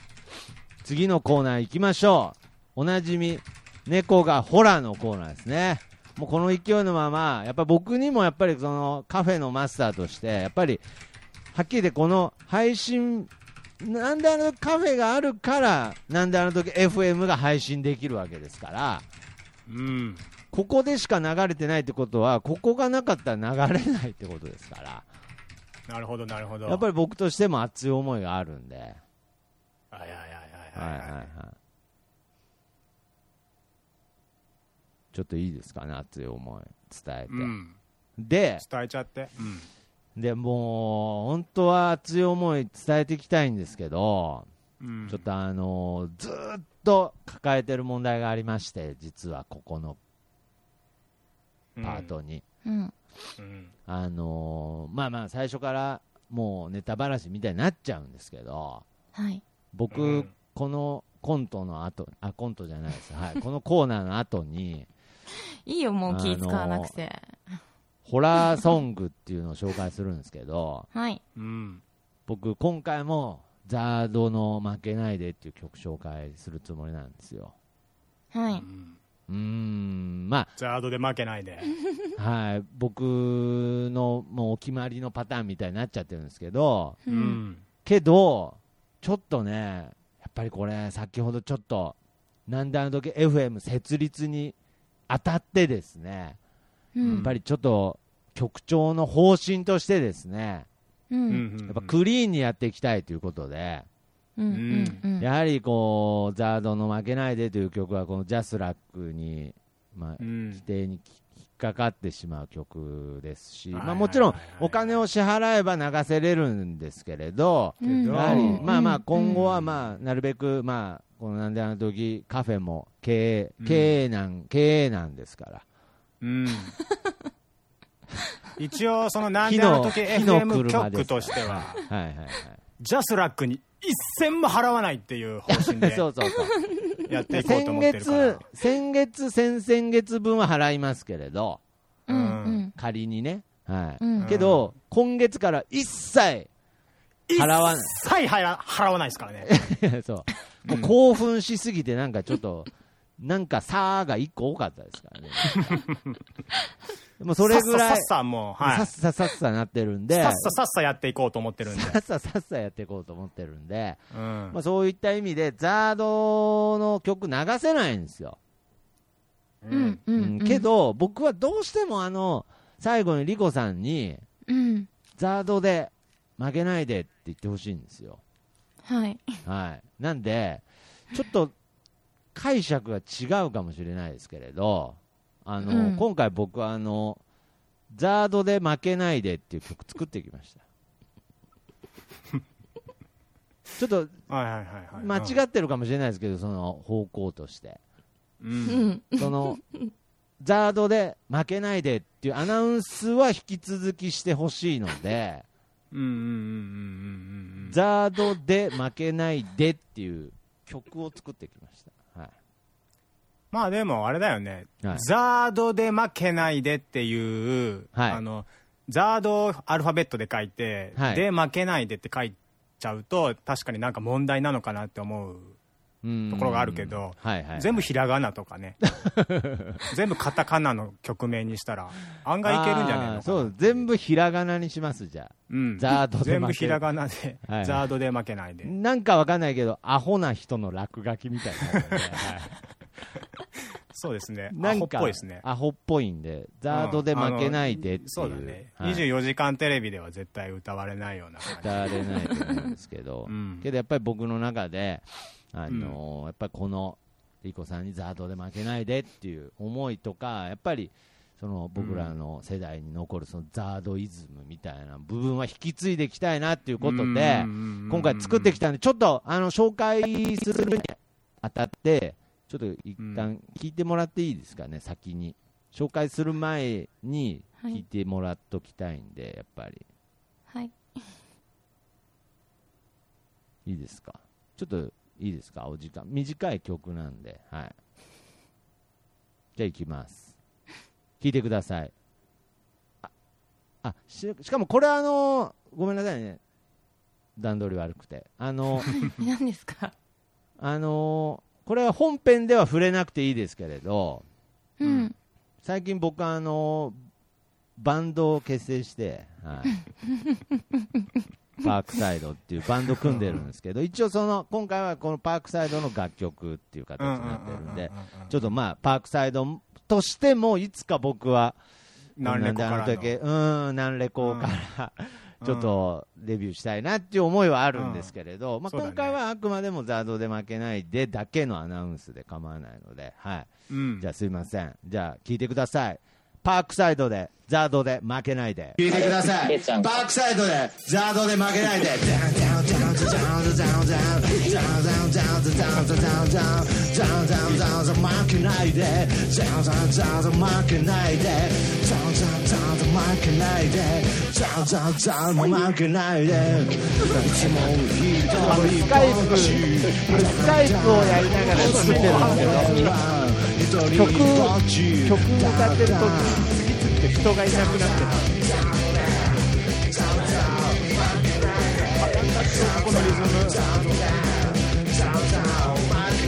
S2: 次のコーナー行きましょうおなじみ猫がホラーのコーナーですねもうこの勢いのままやっぱ僕にもやっぱりそのカフェのマスターとしてやっぱりはっきり言ってこの配信なんであのカフェがあるからなんであの時 FM が配信できるわけですから
S4: うん。
S2: ここでしか流れてないってことはここがなかったら流れないってことですから
S4: なるほど、なるほど。
S2: やっぱり僕としても熱い思いがあるんで、はい
S4: はいはいはい
S2: はい
S4: はいはい。
S2: はい、ちょっといいですかね、熱い思い伝えて、
S4: うん。
S2: で
S4: 伝えちゃって。うん。
S2: で、もう本当は熱い思い伝えていきたいんですけど、
S4: うん
S2: ちょっとあのずーっと抱えてる問題がありまして、実はここのパートに、
S5: うん。
S4: うん
S2: あのまあまあ、最初からもうネタばらしみたいになっちゃうんですけど。
S5: はい。
S2: 僕、
S4: うん
S2: このコントの後あコントじゃないです、はい、このコーナーの後に
S3: いいよ、もう気使わなくて。
S2: ホラーソングっていうのを紹介するんですけど
S3: はい。
S4: うん
S2: 僕今回もザードの「負けないで」っていう曲紹介するつもりなんですよ
S5: はい。
S2: うーんま
S4: ザードで負けないで
S2: あはい僕のもうお決まりのパターンみたいになっちゃってるんですけど
S4: うん
S2: けどちょっとねやっぱりこれ先ほどちょっとなんであの時 FM 設立に当たってですね
S5: う
S2: やっ
S5: ん。
S2: ぱりちょっと局長の方針としてですね
S5: う。
S4: うんん
S2: やっぱクリーンにやっていきたいということで、
S5: うん。うん。うん。
S2: やはりこう、ザードの負けないでという曲は、このジャスラックに、まあ
S4: う、
S2: 規
S4: ん
S2: 定にき引っかかってしまう曲ですし、
S4: はい
S2: まあもちろん
S4: はいはいはい
S2: お金を支払えば流せれるんですけれど、
S5: うん
S4: け
S2: や
S4: ど
S2: はり
S4: うん
S2: まあまあ今後はまあなるべくまあこのなんであの時カフェも経営
S4: うん
S2: 経営なん経営なんですから
S4: うん一応そのなんであの時
S2: 火の火の
S4: FM
S2: 車です
S4: 局としては
S2: はいはいはい
S4: ジャスラックに一銭も払わないっていう方針 で
S2: そうそうそう
S4: やっていこうと
S2: 先
S4: 思ってるから
S2: 月先月先々月分は払いますけれど
S5: うん。
S2: 仮にねはい、
S5: うん
S2: けど今月から一切払わない
S4: 一切払わ払わないですからね
S2: そうもう興奮しすぎてなんかちょっ となんか「さ」が一個多かったですからね もうそれぐらい
S4: さっささっさもうはい
S2: さっささっさなってるんで
S4: さっささっさやっていこうと思ってるんで
S2: さっささっさやっていこうと思ってるんで、
S4: うん
S2: まあ、そういった意味で、ザードの曲流せないんですよ。
S5: うん。う
S2: うん
S5: ん。
S2: け。ど、僕はどうしてもあの最後にリコさんに、
S5: うん。
S2: ザードで負けないでって言ってほしいんです よ。
S5: はい。
S2: はい、なんで、ちょっと解釈が違うかもしれないですけれど、あ
S5: う
S2: の
S5: ん
S2: 今回、僕はあの、ザードで負けないでっていう曲作ってきま した。ちょっと
S4: はいはいはいはい
S2: 間違ってるかもしれないですけど、その方向として、
S4: う
S5: うんん。
S2: そのザードで負けないでっていうアナウンスは引き続きしてほしいので、
S4: うんうんうんうんうんうん
S2: ザードで負けないでっていう曲を作ってきました。はい
S4: まあでもあれだよね、
S2: はい
S4: ザードで負けないでっていう、
S2: はい
S4: あのザードをアルファベットで書いて、
S2: はい
S4: で負けないでって書いちゃうと確かになんか問題なのかなって思う、
S2: と
S4: ところがあるけど
S2: はいはい、
S4: 全部ひらがなとかね全部カタカナの曲名にしたら案外いけるんじゃねえ
S2: あー
S4: のかな
S2: そう全部ひらがなにしますじゃ
S4: うん
S2: ザードで負け
S4: 全部ひらがなで、
S2: はいはい
S4: ザードで負けない
S2: あ
S4: で
S2: なんかわかんないけどアホな人の落書きみたいなので、
S4: そうですね
S2: な
S4: アホ
S2: ん
S4: っ
S2: か
S4: ぽいですね
S2: アホっぽいんでザードで負けないでっていう、
S4: そうだね、
S2: はい
S4: 24時間テレビでは絶対歌われないような感じ
S2: 歌われないと思うんですけど、
S4: うん
S2: けどやっぱり僕の中で、あのーやっぱりこのリコさんにザードで負けないでっていう思いとか、やっぱりその僕らの世代に残るそのザードイズムみたいな部分は引き継いでいきたいなっていうこと
S4: うんうん
S2: で
S4: うんうんうん、
S2: 今回作ってきたんで、ちょっとあの紹介するにあたって、ちょっと一旦聞いてもらっていいですかね、先に。紹介する前に聞いてもらっときたいんで、やっぱり。
S5: はい。
S2: いいですかちょっといいですかお時間短い曲なんではいじゃあいきます聴いてくださいああししかもこれあのーごめんなさいね段取り悪くてあのー
S5: 何ですか
S2: あのーこれは本編では触れなくていいですけれど
S5: うん。
S2: 最近僕あのバンドを結成して、はい、パークサイドっていうバンド組んでるんですけど一応その今回はこのパークサイドの楽曲っていう形になってるんでちょっとまあパークサイドとしてもいつか僕は
S4: 何年
S2: な
S4: から
S2: ん
S4: の
S2: だけうん何レコから、ちょっとレビューしたいなっていう思いはあるんですけれど、まあ、
S4: そうだね
S2: 今回はあくまでもザードで負けないでだけのアナウンスで構わないので、はい、
S4: うん
S2: じゃあすいません。じゃあ聞いてください。パークサイドで、ザードで負けないで。
S7: 聞いてください
S8: ケイちゃん
S7: バックサイドでザードで負けないで負けないで負けないで負けないで負けないでいつも一人
S2: スカイプ、スカイプをやりながら作ってるんですけど、
S7: 曲曲歌ってる時
S4: 人がいなくなって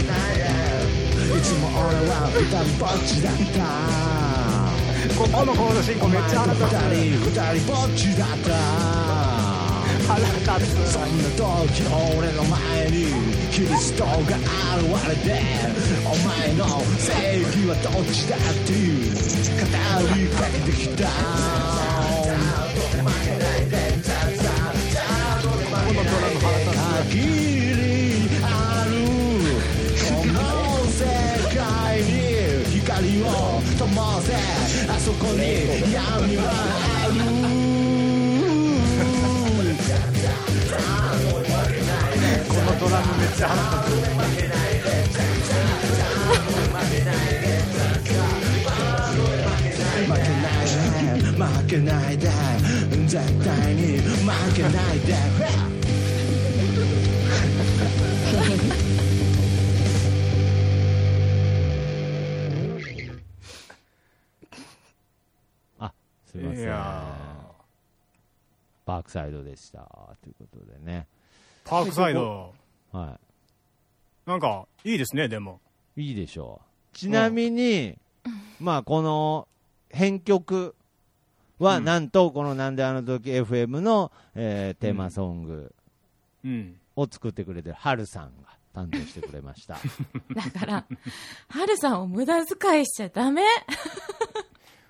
S7: いつも俺は歌うぼっちだった
S9: ここのコード進行めっちゃ
S7: 二
S9: 腹立
S7: 人二人ぼっちだった
S9: つ腹立つ
S7: そんな時俺の前にキリストが現れてお前の正義はどっちだっていう語りかけてきた限りあるこの世界に光を灯せあそこに闇はある負けないで負けないで絶対に負けないで
S2: あ、すいま
S4: る
S2: せ
S4: い
S2: ん。
S4: や
S2: パークサイドでした。ということでね。
S4: ーパークサイド
S2: は
S4: なんかいいですねでも
S2: い。いいでしょう。ちなみに、まあ、この、編曲は、
S4: うん
S2: なんと、このなんであの時 FM の、えーテーマソング
S4: うん
S2: を作ってくれてるハルさんが担当してくれました。
S5: だから、ハルさんを無駄遣いしちゃダメ。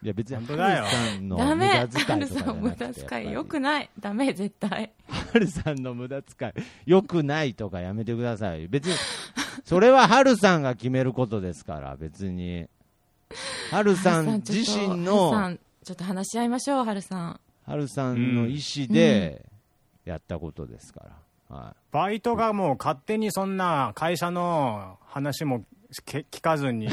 S2: いや別に
S4: 本当だよ
S2: ハルさんの
S5: ダ
S2: 無
S5: メ。
S2: 駄
S5: ハ
S2: 遣い
S5: ル
S2: とかじ
S5: さ
S2: ゃなくて
S5: んを無駄遣い。
S2: や
S5: よ
S2: っぱ
S5: く
S2: り
S5: ない。ダメ、絶対。
S2: ハルさんの無駄遣いよくないとかやめてください別にそれはハルさんが決めることですから別にハルさん自
S5: ハルさ
S2: 身の
S5: んちょっと話し合いましょう、ハルさん。
S2: ハルさんの意思でやったことですから、は
S4: バイトがもう勝手にそんな会社の話もけ聞か ずに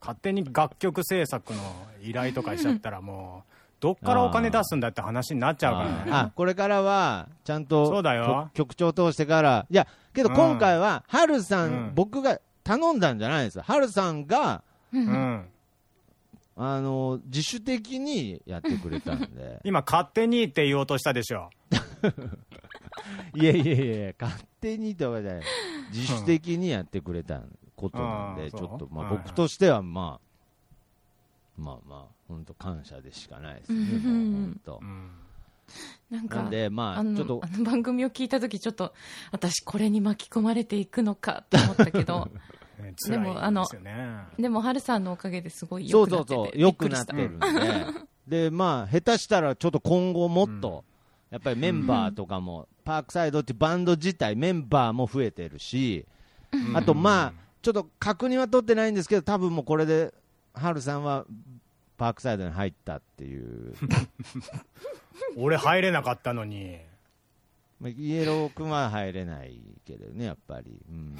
S4: 勝手に楽曲制作の依頼とかしちゃったらもうどっからお金出すんだって話になっち
S2: い
S4: ゃうからね
S2: あこれからはちゃん
S4: そう
S2: と
S4: だよ
S2: 局長通してからいやけど
S4: うん
S2: 今回はハルさん、
S4: うん
S2: 僕が頼んだんじゃないんですよハルさんが
S4: うん
S2: あの自主的にやってくれたんで
S4: 今勝手にって言おうとしたでしょ
S2: いやいやいや、勝手にとかじゃない、自主的にやってくれたことなん
S4: う
S2: で、
S4: ん
S2: ちょっ
S4: あーそ
S2: と
S4: う
S2: まあ
S4: はいはい
S2: 僕としては、まあ、まあまあ、本当、感謝でしかないですね、
S5: うんうんうん
S2: もう本当。
S5: なんか、
S2: なんで、ま
S5: あ
S2: あ、ちょっ
S5: の
S2: と
S5: あ、の番組を聞いたとき、ちょっと、私、これに巻き込まれていくのかと思ったけ ど、
S4: ね
S5: で
S4: 辛い
S5: もあの
S4: ですよね
S5: でも、ハルさんのおかげですごい
S2: そ
S5: 良
S2: う
S5: く
S2: そ
S5: なっ
S2: う
S5: てて
S2: そう、良くなって
S5: びっくり
S2: るんで、で、まあ、下手したら、ちょっと今後、もっと、やっぱりメンバーとかも、パークサイドってバンド自体、メンバーも増えてるし、あと、まあ、ちょっと確認は取ってないんですけど、多分もうこれで、ハルさんはパークサイドに入ったっていう、
S4: 俺入れなかったのに
S2: まあイエロー君は入れないけどね、やっぱり。うん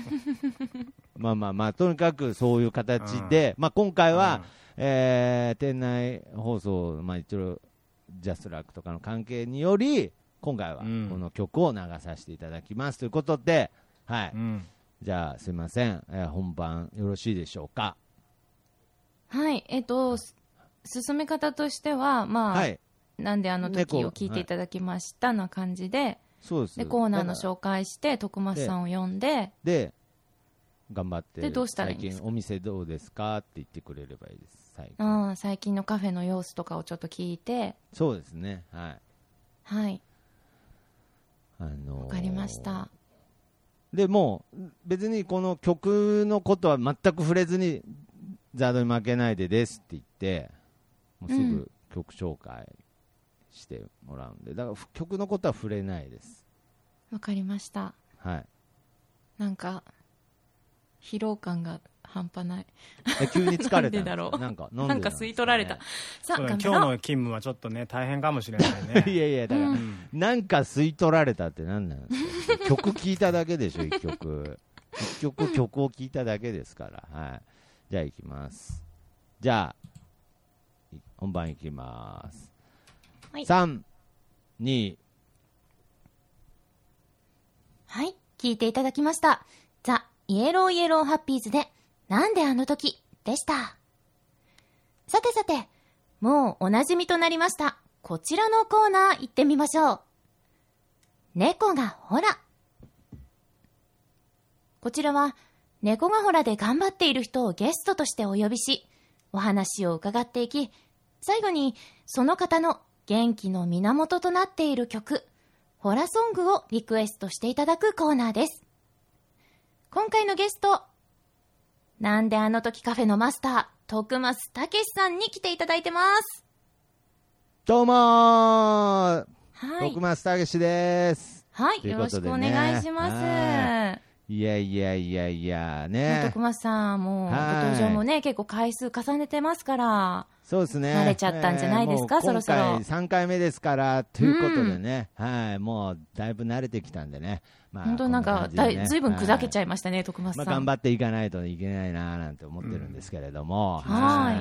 S2: まあまあまあ、とにかくそういう形で、まあ、今回は、えー店内放送、まあ、一応、ジャストラックとかの関係により、今回はこ
S4: うん
S2: の曲を流させていただきますということで、はい、
S4: うん
S2: じゃあすいません、えー本番よろしいでしょうか。
S5: はい、えっと、す進め方としては、まあ、
S2: はい、
S5: なんであの時
S2: 猫
S5: を聞いていただきましたな感じで、
S2: そうです
S5: で、コーナーの
S2: だから
S5: 紹介して、徳松さんを呼んで、
S2: で、頑張って、
S5: でどうしたらいいんですか
S2: 最近お店どうですかって言ってくれればいいです。最近
S5: あー最近のカフェの様子とかをちょっと聞いて、
S2: そうですね、はい。
S5: はい、
S2: あのー
S5: わかりました。
S2: でもう別にこの曲のことは全く触れずに「ザードに負けないで」ですって言ってもうす
S5: う
S2: ぐ曲紹介してもらうんで、だから曲のことは触れないです
S5: わかりました。
S2: はい
S5: なんか、疲労感が
S10: 半端ない。
S2: え急に疲れた
S10: なんでだろう
S2: なんか飲んでたんですね
S10: なんか吸い取られた。さあ、
S4: そうだ
S10: 頑
S4: ね
S10: 張
S4: 今日
S10: ろ
S4: の
S10: う。
S4: 勤務はちょっとね、大変かもしれ ない
S2: い
S4: ね。
S2: やいや、だから、なんか吸い取られたってなんなんですか曲聴いただけでしょ、一曲。一曲、曲を聴いただけですから。はい。じゃあ、行きます。じゃあ、い本番行きます。
S3: はい
S2: 3、2、
S3: はい、聞いていただきました。ザ・イエローイエローハッピーズで、なんであの時でした。さてさて、もうお馴染みとなりました。こちらのコーナー行ってみましょう。猫がほら。こちらは、猫がほらで頑張っている人をゲストとしてお呼びし、お話を伺っていき、最後にその方の元気の源となっている曲、ホラソングをリクエストしていただくコーナーです。今回のゲスト、なんであの時カフェのマスター、徳松たけしさんに来ていただいてます。
S2: どうもー
S3: はい
S2: 徳。松たけしです。
S3: はい、
S2: という
S3: よ
S2: こ
S3: ろ
S2: と
S3: し
S2: で
S3: く
S2: ね
S3: お願いします。
S2: いやいやいやいや、
S3: もう
S2: ね
S3: 徳。松さん、もうご
S2: はい
S3: 登場もね、結構回数重ねてますから、
S2: そうですね。
S3: 慣れちゃったんじゃないですか
S2: えーもう
S3: そろそろ
S2: 今回3回目ですから、ということでね、はい、もうだいぶ慣れてきたんでね。まあ
S10: 本当なんか、だいずいぶん砕けち
S2: ゃ
S10: ゃいましたね、徳松
S2: まあ、
S10: さ
S2: 頑
S10: ん。
S2: 張っていかないといけないななんて思ってるんですけれども、
S3: うんは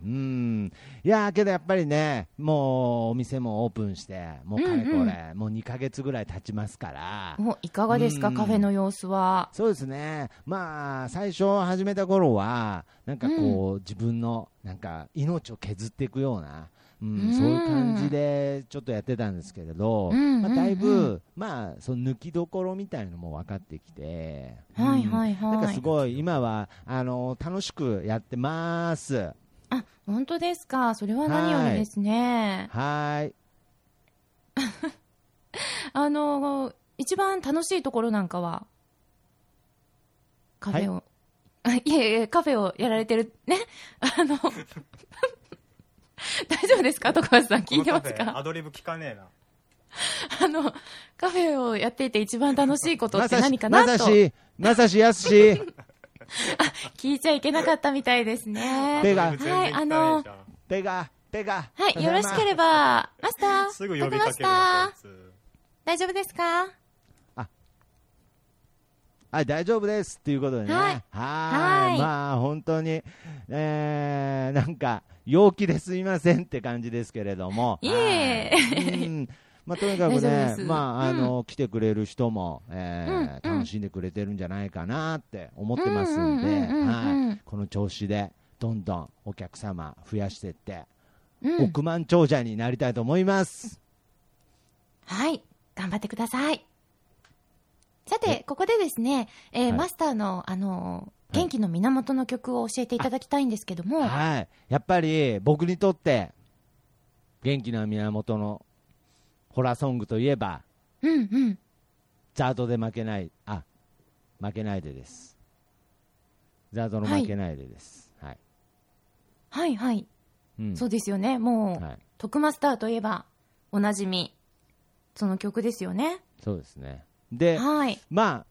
S3: い
S2: い、うん、いやーけどやっぱりね、もうお店もオープンして、もうかれこれ、
S3: うん
S2: もう2か月ぐらい経ちますから、
S3: もういかがです
S2: う
S3: か、
S2: ん
S3: カフェの様子は。
S2: そうですね、まあ、最初始めた頃は、なんかこう、自分のなんか命を削っていくような、うん
S3: うん
S2: そういう感じでちょっとやってたんですけれど、
S3: うんうん
S2: まあ、だいうぶ、まあ、その抜きどころみたいのも分かってきて、
S3: はい
S2: うん
S3: はいはい
S2: なんかすごい、今はあの楽しくやってます。
S3: あ、本当ですか。それは何よりですね。
S2: はい
S3: あの、一番楽しいところなんかは、カフェを、あ い、えいえ、カフェをやられてる、ね、 あの、大丈夫ですか徳橋さん、聞いてます
S4: このカフェア
S3: か
S4: ドリブ聞かねえな。
S3: あの、カフェをやっていて一番楽しいことっ
S2: ま
S3: て
S2: さ
S3: 何
S2: し
S3: か、
S2: ま
S3: なと
S2: さ し、まさしやすし、
S3: 聞いちゃいけなかったみたいですね。
S2: 手が
S4: 全、然
S3: はい
S4: 聞かねえじゃん
S3: あの
S2: 手が、手が。
S3: はい、よろしければ、マスター、
S4: すぐ呼
S3: 徳
S4: びか
S3: マス
S4: け
S3: タ
S4: る
S3: ー
S4: なこい、つ
S3: 大丈夫ですか
S2: はい、大丈夫ですっていうことでね。
S3: は
S2: はいい。
S3: はい
S2: まあ、本当に、えー、なんか、陽気ですいませんって感じですけれども。
S3: いえ
S2: はいうんまあ、とにかく
S3: 大丈夫
S2: ね
S3: です、
S2: まあ、あの、来てくれる人も、えー
S3: うんうん
S2: 楽しんでくれてるんじゃないかなって思ってますんで、
S3: うんうんうんうんうん
S2: はい。この調子で、どんどんお客様増やしてって、
S3: うん。
S2: 億万長者になりたいと思います。
S3: はい、頑張ってください。さて、ここでですね、え
S2: は
S3: ー
S2: い
S3: マスターの、あ
S2: は
S3: のー
S2: い
S3: 元気の源の曲を教えていただきたいんですけども、
S2: はい。やっぱり、僕にとって、元気な源のホラーソングといえば、
S3: うんうん。
S2: ザードで負けない、あ、負けないでです。ザードの負けないでです。はい。
S3: はいはい。
S2: うん
S3: そうですよね。もう、
S2: はい。
S3: 徳マスターといえば、おなじみ、その曲ですよね。
S2: そうですね。で、
S3: はい。
S2: まあ、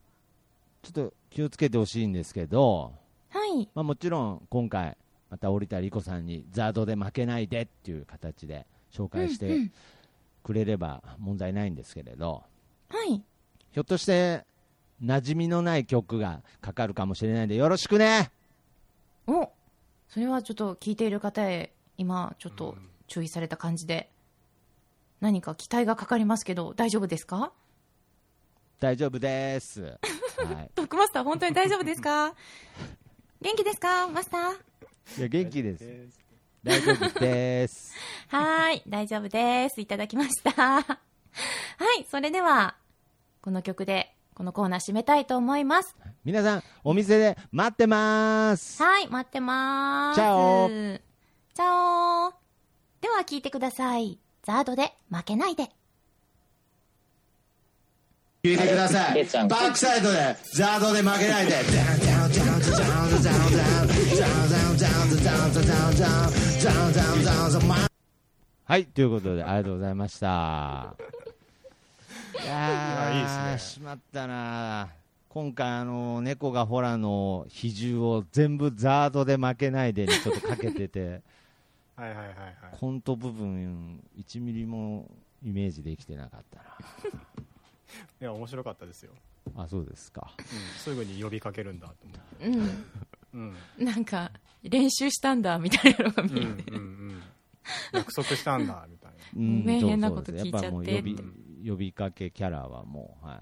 S2: ちょっと気をつけてほしいんですけど、
S3: はい。
S2: まあもちろん今回、また折田理子さんにザードで負けないでっていう形で紹介し
S3: うんう
S2: てくれれば問題ないんですけれど、
S3: はい。
S2: ひょっとして、馴染みのない曲がかかるかもしれないんで、よろしくね
S3: おそれはちょっと聞いている方へ、今、ちょっと注意された感じで、何か期待がかかりますけど、大丈夫ですか
S2: 大丈夫です。はい。
S3: ドッグマスター、本当に大丈夫ですか 元気ですかマスター
S2: いや、元気です。大丈夫です。
S3: はーい、大丈夫です。いただきました。 はい、それでは、この曲で、このコーナー締めたいと思います。
S2: 皆さん、お店で待ってます。
S3: はい、待ってまーす。
S2: チャオ
S3: チャオでは聞いてください。ザードで負けないで。
S7: 聞いてください。バックサイドで、ザードで負けないで。ザーザーザーザーザーザーザーザーザーザーザーザーザーザーザーザーザー
S2: はい、ということで、ありがとうございました。いや
S4: いやいいっす
S2: し
S4: ね
S2: まったなー今回、あの猫がほらの比重を全部ザードで負けないでにちょっとかけてて、
S4: はいはいはいはい。
S2: コント部分、1ミリもイメージできてなかった
S4: いや、面白かったですよ。
S2: な、あそうですか、
S4: うん、すぐに呼びかけるんだと思って。
S3: うん、
S4: うん。
S3: なんか練習したんだみたいなのが見
S4: うん
S3: え
S4: うん
S3: る、
S4: うん。約束したんだ、みたい
S2: うん
S3: ごめん
S2: そう
S3: 変なこと
S2: そうです
S3: 聞いちゃって
S2: やっぱもう呼び
S4: って
S2: 呼びかけキャラはもう、はい、
S4: な。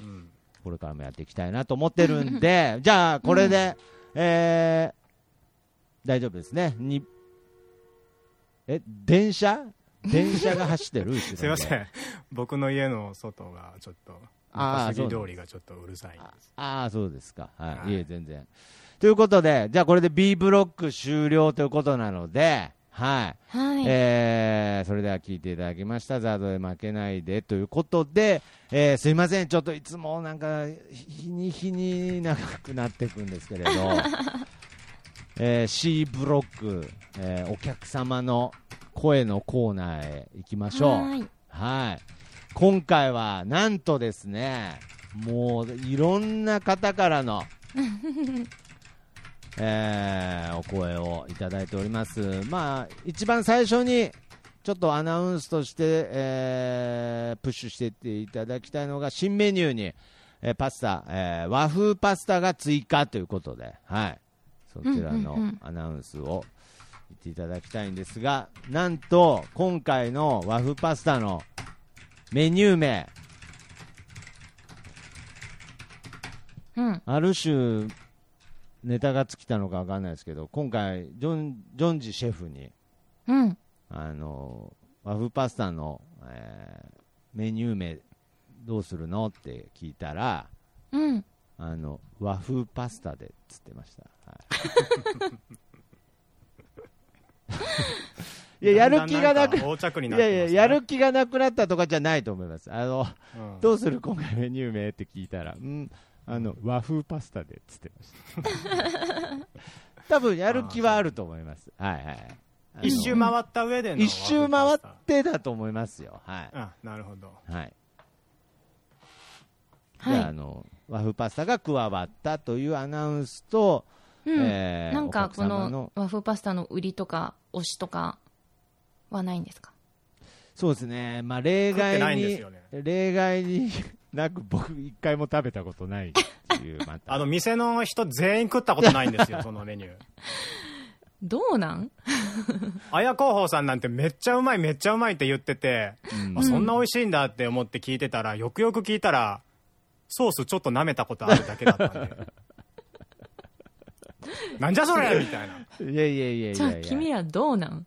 S4: うん。
S2: これからもやっていきたいなと思ってるん で、じゃあ、これで、えー大丈夫ですね。にえ、電車電車が走ってる後 ろです
S4: いません。僕の家の外がちょっと、
S2: あー
S4: 走り通りがちょっとうるさいんです。
S2: ああ、そうですか。はい。
S4: はい
S2: い、え、全然。ということで、じゃあこれで B ブロック終了ということなので、はい。
S5: はい。
S2: えーそれでは聞いていただきました、ザードで負けないでということで、えーすいません、ちょっといつもなんか、日に日に長くなっていくんです けれど、えー C ブロック、えーお客様の声のコーナーへ行きましょう。
S5: はーい。
S2: はい。今回は、なんとですね、もう、いろんな方からの、えーお声をいただいております。まあ、一番最初に、ちょっとアナウンスとして、えープッシュしていっていただきたいのが、新メニューに、えーパスタ、えー和風パスタが追加ということで、はい。そちらの
S5: うんうんうん
S2: アナウンスを言っていただきたいんですが、なんと、今回の和風パスタのメニュー名、
S5: うん。
S2: ある種、ネタが尽きたのかわかんないですけど、今回、ジョン、ジョンジシェフに、
S5: うん。
S2: あの、和風パスタの、えーメニュー名、どうするのって聞いたら、
S5: うん。
S2: あの、和風パスタでっつってました。 はい、いや、やる気がなく、
S4: だんだんんか横着に
S2: い
S4: なって
S2: や
S4: ますね
S2: いや、やる気がなくなったとかじゃないと思います。あの、
S4: うん
S2: どうする今回メニュー名って聞いたら、うん、あの、和風パスタでっつってました。多分やる気はあると思います。はいはいはい。あの
S4: 一周回った上での。
S2: 一周回っ
S4: ワーク
S2: てだと思いますよ。は
S4: パスタ。あ、なるほど。
S2: い。はい。
S5: はい
S2: じゃあ、あの、和風パスタが加わったというアナウンスと、
S5: うん。
S2: えー
S3: なん
S2: お
S3: か
S2: 客
S3: こ
S2: 様
S3: の和風パスタの売りとか推しとかはないんですか
S2: そうですね。まあ、例
S4: 食ってな
S2: 外
S4: いんで
S2: に
S4: す、よね。
S2: 例外に なく僕一回も食べたことないっていう、また。
S4: あの、店の人全員食ったことない んですよ、そのメニュー。
S3: どうなん
S4: 綾広報さんなんてめっちゃうまいめっちゃうまいって言ってて、あそんな美味しいんだって思って聞いてたらよくよく聞いたらソースちょっと舐めたことあるだけだったん でなんじゃそれみたいない
S2: やいやいやい
S3: じゃあ
S2: やいや。
S3: 君らどうなん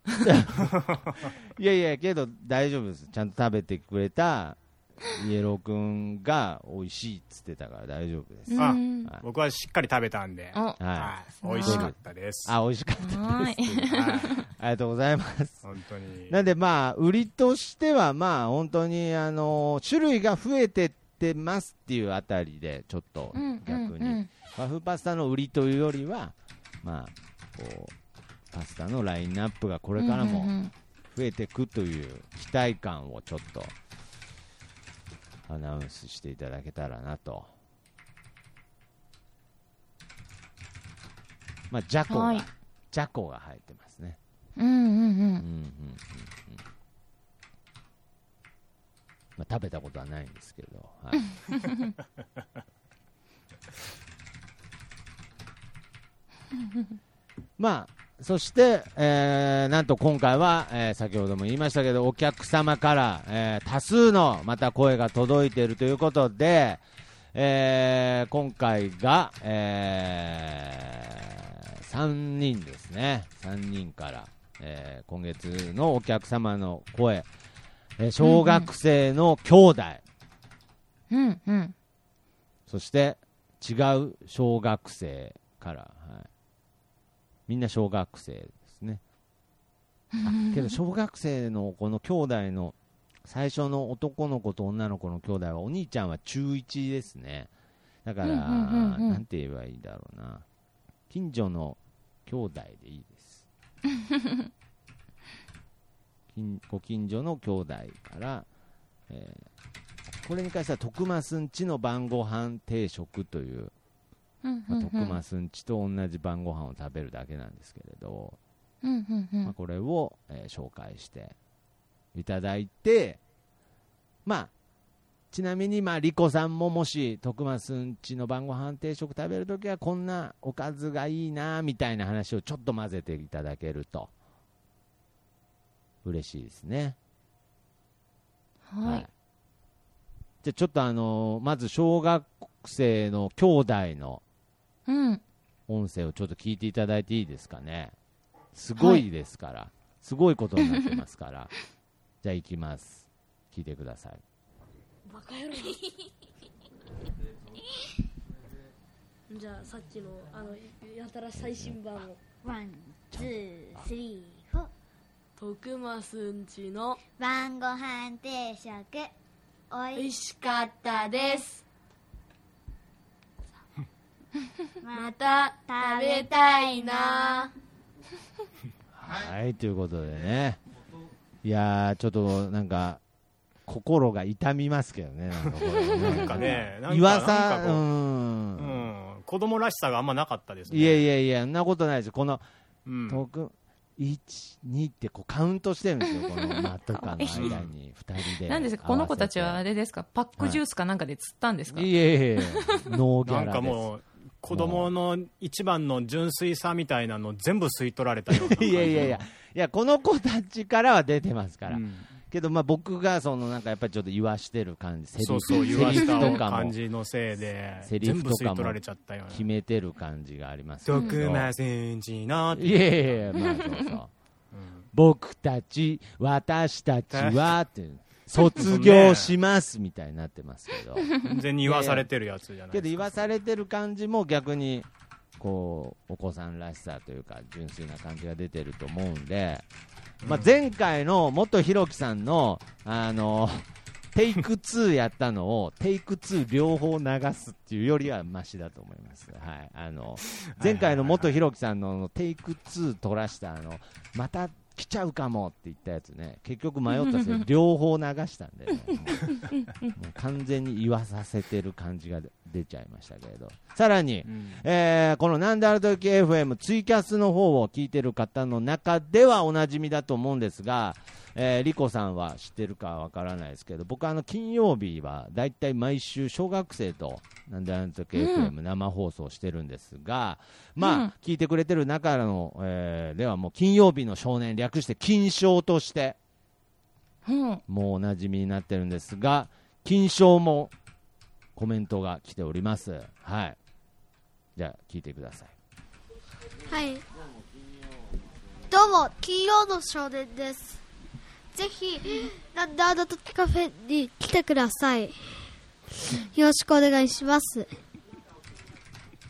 S2: いやいや、けど大丈夫です。ちゃんと食べてくれたイエロー君が美味しいっつってたから大丈夫です。
S4: あ
S5: うん
S2: はい
S4: 僕はしっかり食べたんで、
S5: お、は
S2: は
S4: はい、美味しかったです
S2: い。あ、美味しかった。
S5: ーい。
S4: は
S2: あ
S4: い、
S2: りがとうございます。
S4: 本当に
S2: なんでまあ、売りとしてはまあ、本当にあの、種類が増えてってますっていうあたりで、ちょっと
S5: うん
S2: 逆
S5: うんう
S2: に
S5: ん。
S2: 和風パスタの売りというよりは、まあ、こう、パスタのラインナップがこれからも、
S5: うんうんうん
S2: 増えてくという期待感をちょっとアナウンスしていただけたらなと。まあ、じゃこが、
S5: はい
S2: じゃこが入ってますね。
S5: うんうんう
S2: うん
S5: ん。
S2: うんうんうん。まあ、食べたことはないんですけど。はい、まあ、そして、えーなんと今回は、えー先ほども言いましたけど、お客様から、えー多数のまた声が届いているということで、えー今回が、え3人ですね、3人から、えー今月のお客様の声、えー小学生の兄弟、
S5: うんうん。
S2: そして違う小学生から、はい、みんな小学生ですね。 あけど小学生のこの兄弟の最初の男の子と女の子の兄弟はお兄ちゃんは中1ですね。だから、
S5: うんうんうんうん
S2: なんて言えばいいだろうな。近所の兄弟でいい です。近ご近所の兄弟から、えーこれに関しては徳増んちの晩ご飯定食という、
S5: うんう
S2: まあ、
S5: ん
S2: 徳増んちと同じ晩ご飯を食べるだけなんですけれど、
S5: うんうんう
S2: まあ、
S5: ん
S2: これを、えー紹介していただいて、まあ、ちなみに、まあ、リコさんももし、徳松んちの晩ご飯定食食べるときは、こんなおかずがいいな、みたいな話をちょっと混ぜていただけると、嬉しいですね。
S5: はい。
S2: じゃあ、ちょっとあのーまず、小学生の兄弟の
S5: うん
S2: 音声をちょっと聞いていただいていいですかね。すごいですから、すごいことになってます から。じゃあ行きます。聞いてください。
S8: じゃあさっきのあのやたら最新版を
S11: ワン、ツー、スリー、フォー。
S8: 徳増んちの
S11: 晩ご飯定食。お
S8: 美味
S11: い
S8: しかった です
S11: ま
S8: また食べたいな
S2: はい、ということでね。いやー、ちょっとなんか、心が痛みますけどね、なんかこれね
S4: なんかね、なんか
S2: 岩
S4: な
S2: さ
S4: ん
S2: ん、
S4: か
S2: う
S4: こ
S2: ん
S4: う、うん、子供らしさがあんまなかったですね。
S2: いやいやいや、そんなことないですよこの、
S4: うん、
S2: 遠く、1、2ってこうカウントしてるんですよ、この間とかの間に、2人で。
S3: なんですか、この子たちはあ
S2: れ
S3: れですか、パックジュースかなんかで釣ったんですか、
S2: いえいえいえ、ノーギャラ
S4: な
S2: です。
S4: んかもう、子供の一番の純粋さみたいなの全部吸い取られたような感 じ
S2: い
S4: の。
S2: やいやいや、いやこの子たちからは出てますから、
S4: うん
S2: けどまあ僕がそのなんかやっぱりちょっと言わしてる感じ、セリ
S4: そう
S2: フ
S4: そう、言わ
S2: セ
S4: し
S2: リ
S4: た
S2: フとか
S4: 感
S2: も
S4: じのせいで、
S2: セリ
S4: 全
S2: フ
S4: 部
S2: とかも
S4: 吸い取られちゃったよ
S2: 決
S4: うな。
S2: めてる感じがありますけど
S4: 徳間先生のって
S2: いやいやいや、まあそうそう、僕たち、私たちはっていう、卒業しますみたいになってますけど、
S4: 完全に言わされてるやつじゃない
S2: けど
S4: です
S2: 言
S4: か。
S2: わされてる感じも逆に。こうお子さんらしさというか純粋な感じが出てると思うんで、まあ、前回の元ひろきさんの、あの、 テイク2やったのを、テイク2両方流すっていうよりはマシだと思います。はい。あの、前回の元ひろきさんのテイク2取らした、あの、また来ちゃうかもって言ったやつね、結局迷った せいで両方流したんでね、もう完全に言わさせてる感じが出ちゃいましたけれど。さらに、えーこのなんである時 FM ツイキャスの方を聞いてる方の中ではおなじみだと思うんですが、えー、リコさんは知ってるかわからないですけど、僕はあの金曜日はだいたい毎週小学生となんであの時 FM 生放送してるんですが、まあ、聞いてくれてる中の、えーではもう金曜日の少年略して金賞として、
S3: うん
S2: もうおなじみになってるんですが、金賞もコメントが来ております。はい。じゃあ、聞いてください。
S11: はい。どうも、金曜の少年です。ぜひ、なんであの時カフェに来てください。よろしくお願いします。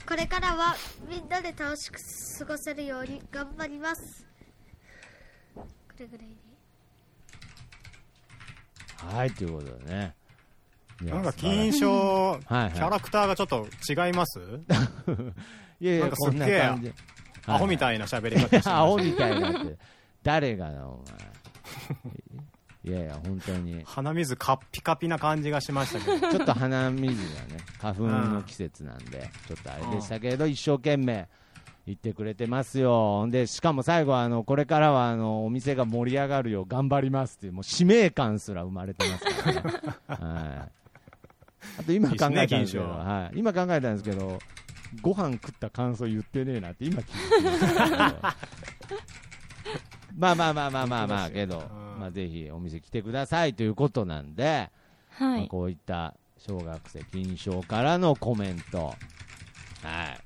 S11: これからはみんなで楽しく過ごせるように頑張ります。これぐらいで。
S2: はい、ということでね。いや
S4: なんか
S2: 素晴ら
S4: 金
S2: しい
S4: 賞、キ
S2: いはい
S4: ャラクターがちょっと違います
S2: いやい
S4: なん
S2: や、
S4: か
S2: こんな
S4: すっげえ
S2: 感じ。
S4: アホみ
S2: い。
S4: たいな喋り方してま す
S2: アホみたいになってる。誰がだ、お前。いやいや、本当に。
S4: 鼻水カッピカピな感じがしましたけど。
S2: ちょっと鼻水がね、花粉の季節なんで、ちょっとあれでしたけれど、一生懸命言ってくれてますよ。で、しかも最後は、あの、これからは、あの、お店が盛り上がるよう頑張りますっていう、もう使命感すら生まれてますからね。はい。あと今考えたん
S4: いいっ
S2: です
S4: す
S2: け
S4: ね
S2: ど、
S4: 金賞
S2: はい。今考えたんですけど、ご飯食った感想言ってねえなって今聞いてままあまあまあまあまあまあ、けど、まあぜひお店来てくださいということなんで、
S5: は
S2: まあ
S5: い
S2: こういった小学生金賞からのコメント、はい、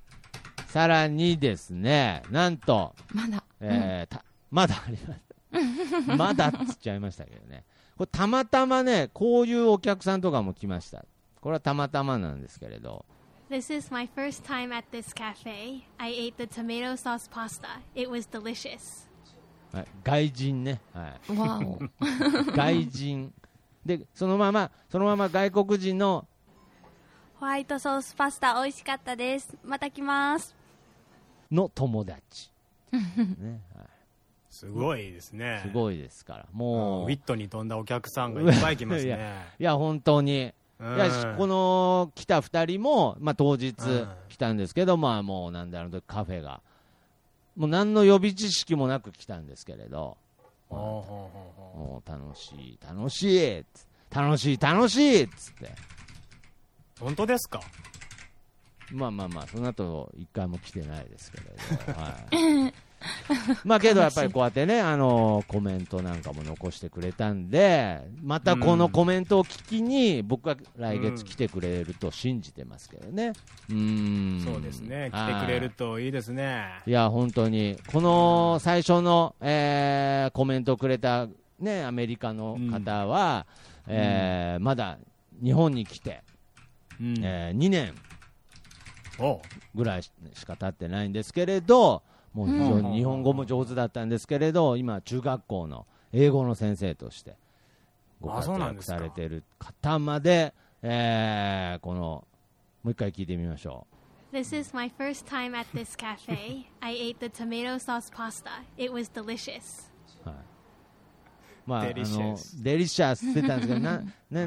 S2: さらにですね、なんと、
S3: まだ、
S2: えーたまだあります。まだっつっちゃいましたけどね、これたまたまね、こういうお客さんとかも来ました、これはたまたまなんですけれど、
S12: This is my first time at this cafe. I ate the tomato sauce pasta. It was delicious.
S2: はい外人ね、はい、
S3: うんわお、
S2: 外人、でそのまま、そのまま外国人の
S12: ホワイトソースパスタ美味しかったです。また来ます。
S2: の友達、ねはい
S4: すごいですね。
S2: すごいですから、もう、
S4: ウィットに飛んだお客さんがいっぱい来ます
S2: いや
S4: ね。
S2: いや、本当に、いやしこの来た2人も、まあ、当日
S4: うん
S2: 来たんですけど、まあ、もうなんであの時カフェが、もう何の予備知識もなく来たんですけれど、もう楽しい、楽しいっつ楽しい、楽しいっつって、
S4: 本当ですか
S2: まあまあまあ、その後一回も来てないですけれど、 はい、まあけどやっぱりこうやってね、あのコメントなんかも残してくれたんで、またこのコメントを聞きに、僕は来月来てくれると信じてますけどね。うん
S4: そうですね来てくれるといいですね
S2: いや、本当に、この最初の、えーコメントをくれた、ね、アメリカの方は、えーまだ日本に来て、え2年ぐらいしか経ってないんですけれど、もう非常
S4: うん
S2: に日本語も上手だったんですけれど、今、中学校の英語の先生としてご
S4: あ
S2: 活
S4: そうなんで
S2: 躍
S4: すか
S2: されてる方まで、えーこの、もう一回聞いてみましょう。
S12: This is my first time at this cafe. I ate the tomato sauce pasta. It was delicious.
S2: まあ、あの
S4: Delicious
S2: デリシャスって言ってたんですけど、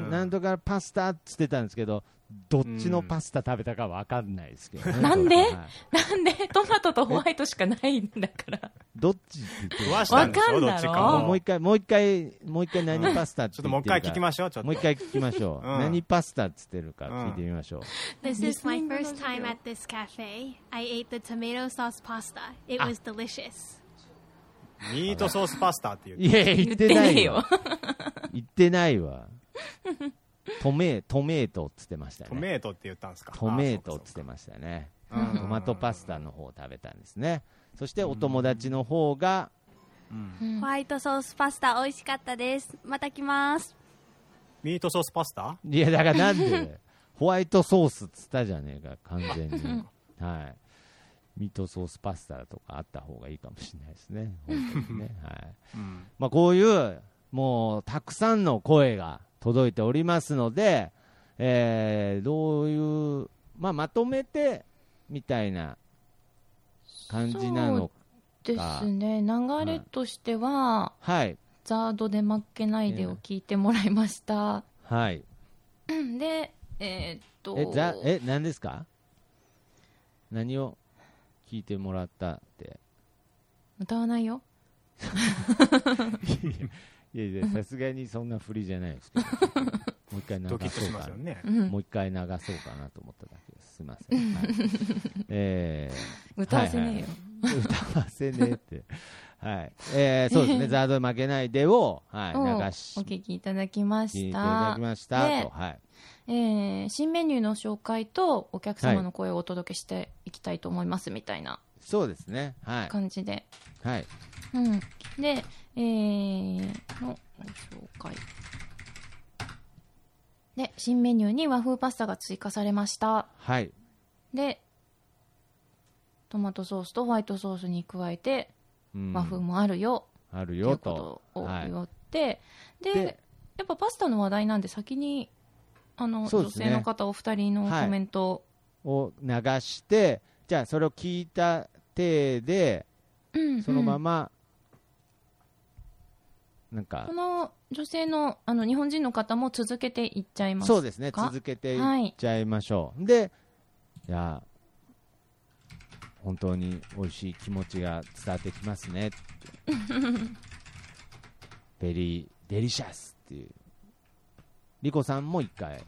S2: なな なんとかパスタって言ってたんですけど、どっちのパスタ食べたかわかんないですけどね、
S3: なんで、
S2: はい
S3: なんでトマトとホワイトしかないんだから。
S2: どっちって言ってる
S3: 食わしたんでしょわかんだろどっちかも
S2: もう一回、もう一回、もう一回
S4: う
S2: 何
S4: ん
S2: パスタって言ってるか、
S4: ちょっともう一回聞きましょうちょっと
S2: もう一回聞きましょう。
S4: うん
S2: 何パスタって言ってるか聞いてみま しょう。
S12: This is my first time at this cafe. I ate the tomato sauce pasta. It was delicious.
S4: ミートソースパスタっていう
S2: いやいや、言ってないよ。言ってないわ。トメ、トメートって言ってましたね。
S4: トメートって言ったんですか
S2: トメートって言ってましたね。
S4: あそうかそうかうん
S2: トマトパスタの方を食べたんですね。そしてお友達の方が、
S13: ホワイトソースパスタ美味しかったです。また来ます。
S4: ミートソースパスタ
S2: いや、だからなんで、ホワイトソースっつったじゃねえか、完全に。はい。ミートソースパスタとかあった方がいいかもしれないですね。本当に ね。はい。まあ、こういう、もう、たくさんの声が届いておりますので、えーどういう、まあ、まとめて、みたいな感じなのか。
S3: ですね、流れとしては、
S2: はい。
S3: ザードで負けないでを聞いてもらいました。
S2: はい。
S3: うんで、えーっと、
S2: え、ざ、え、何ですか何を聞いてもらったって。
S3: 歌わないよ。
S2: いやいや、さすがにそんな振りじゃないですけど、 もう一回流そう
S4: ドキッとしま
S2: か
S4: す
S2: な、
S4: よね
S3: うん
S2: もう一回流そうかなと思っただけです。すみません。 はいえー
S3: 歌わせねえよ
S2: はいはい歌わせねえ って。はい。えーそうですね、ザードに負けないでを、はい、
S3: をお
S2: 流し、
S3: 聞きいただきま
S2: 聞いて
S3: し
S2: い
S3: た。
S2: ただきました
S3: で
S2: と。はい。
S3: えー新メニューの紹介とお客様の声をお届けしていきたいと思いますみたいな
S2: そうですね。はい。
S3: 感じで、
S2: はい。
S3: うん、で、えーのご紹介で新メニューに和風パスタが追加されました
S2: はい。
S3: でトマトソースとホワイトソースに加えて
S2: うん
S3: 和風もあるよ
S2: あるよと。
S3: を
S2: はい
S3: 言って、でやっぱパスタの話題なんで先にあの、
S2: そう
S3: 女
S2: ですね
S3: 性の方お二人の
S2: はい
S3: コメントを
S2: を流して、じゃあそれを聞いた体で、そのまま、なんか
S3: こ、の女性のあの日本人の方も続けていっちゃいますか
S2: そうですね、続けて
S3: はい
S2: っ
S3: い、
S2: ちゃいましょう。で、いや、本当に美味しい気持ちが伝わってきます ねって、ベリーデリシャスっていう、リコさんも一回、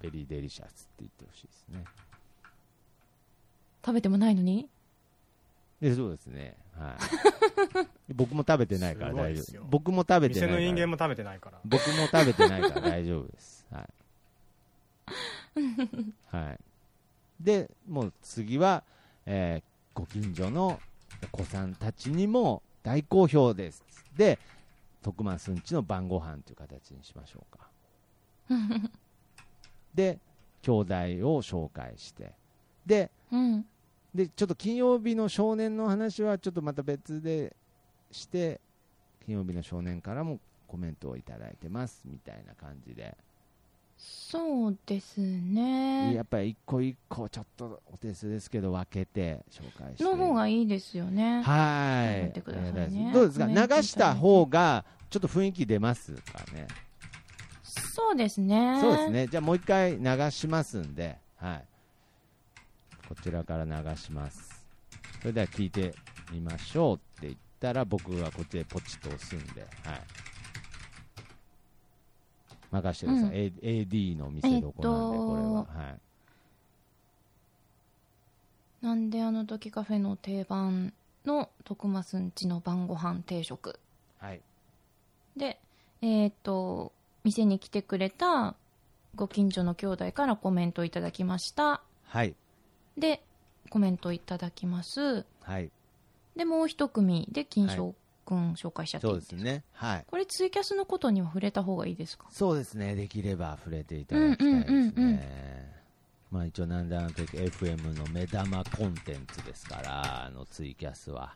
S2: ベリーデリシャスって言ってほしいですね。
S3: 食べてもないのに
S2: でそうですね、はい、 僕も食べてないから大丈
S4: すごいですよ
S2: 夫、僕も食べてないか
S4: 店
S2: ら
S4: の人間も食べてないから
S2: 僕も食べてないから大丈夫です。はい。はい。で、もう次は、えーご近所のお子さんたちにも大好評です。で、徳間すんちの晩ご飯という形にしましょうか。で、兄弟を紹介して。で、
S3: うん
S2: でちょっと金曜日の少年の話はちょっとまた別でして金曜日の少年からもコメントをいただいてますみたいな感じで、
S3: そうですね
S2: やっぱり一個一個ちょっとお手数ですけど分けて紹介して
S3: の方がいいですよね
S2: は
S3: 食べ
S2: ー
S3: て
S2: い
S3: ください
S2: お
S3: ね
S2: 願いしますどうですか
S3: コメントいただいて
S2: 流した方がちょっと雰囲気出ますかね
S3: そうですね。
S2: そうです。ね。じゃあもう一回流しますんで、はい。こちらから流します。それでは聞いてみましょうって言ったら、僕がこっちでポチッと押すんで、はい。任してください。
S3: うん
S2: A- AD の見せどこなんで、
S3: えっと
S2: これは。はい。
S3: なんであの時カフェの定番の徳増んちの晩ご飯定食。
S2: はい。
S3: で、えっ、と、店に来てくれたご近所の兄弟からコメントいただきました。
S2: はい。
S3: で、コメントいただきます。
S2: はい。
S3: で、もう一組で金賞くん紹介しちゃっていい
S2: そうですね。はい。
S3: これツイキャスのことには触れた方がいいですか
S2: そうですね。できれば触れていただきたいですね。
S3: うんうんうんうん
S2: まあ一応なんであの時 FM の目玉コンテンツですから、あのツイキャスは。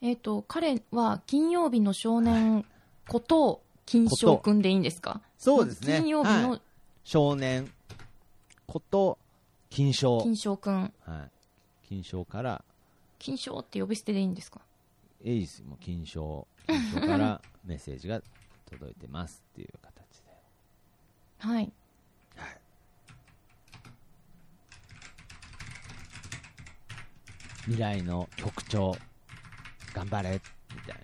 S3: えっ、と、彼は金曜日の少年こと金賞くんでいいんですか
S2: そうですね
S3: 金曜日
S2: は
S3: の
S2: い少年こと金賞
S3: 金賞くん。
S2: はい、金賞から
S3: 金賞って呼び捨てでいいんですか
S2: エイスも金賞金賞から メッセージが届いてますっていう形で
S3: はい。
S2: 未来の局長頑張れみたい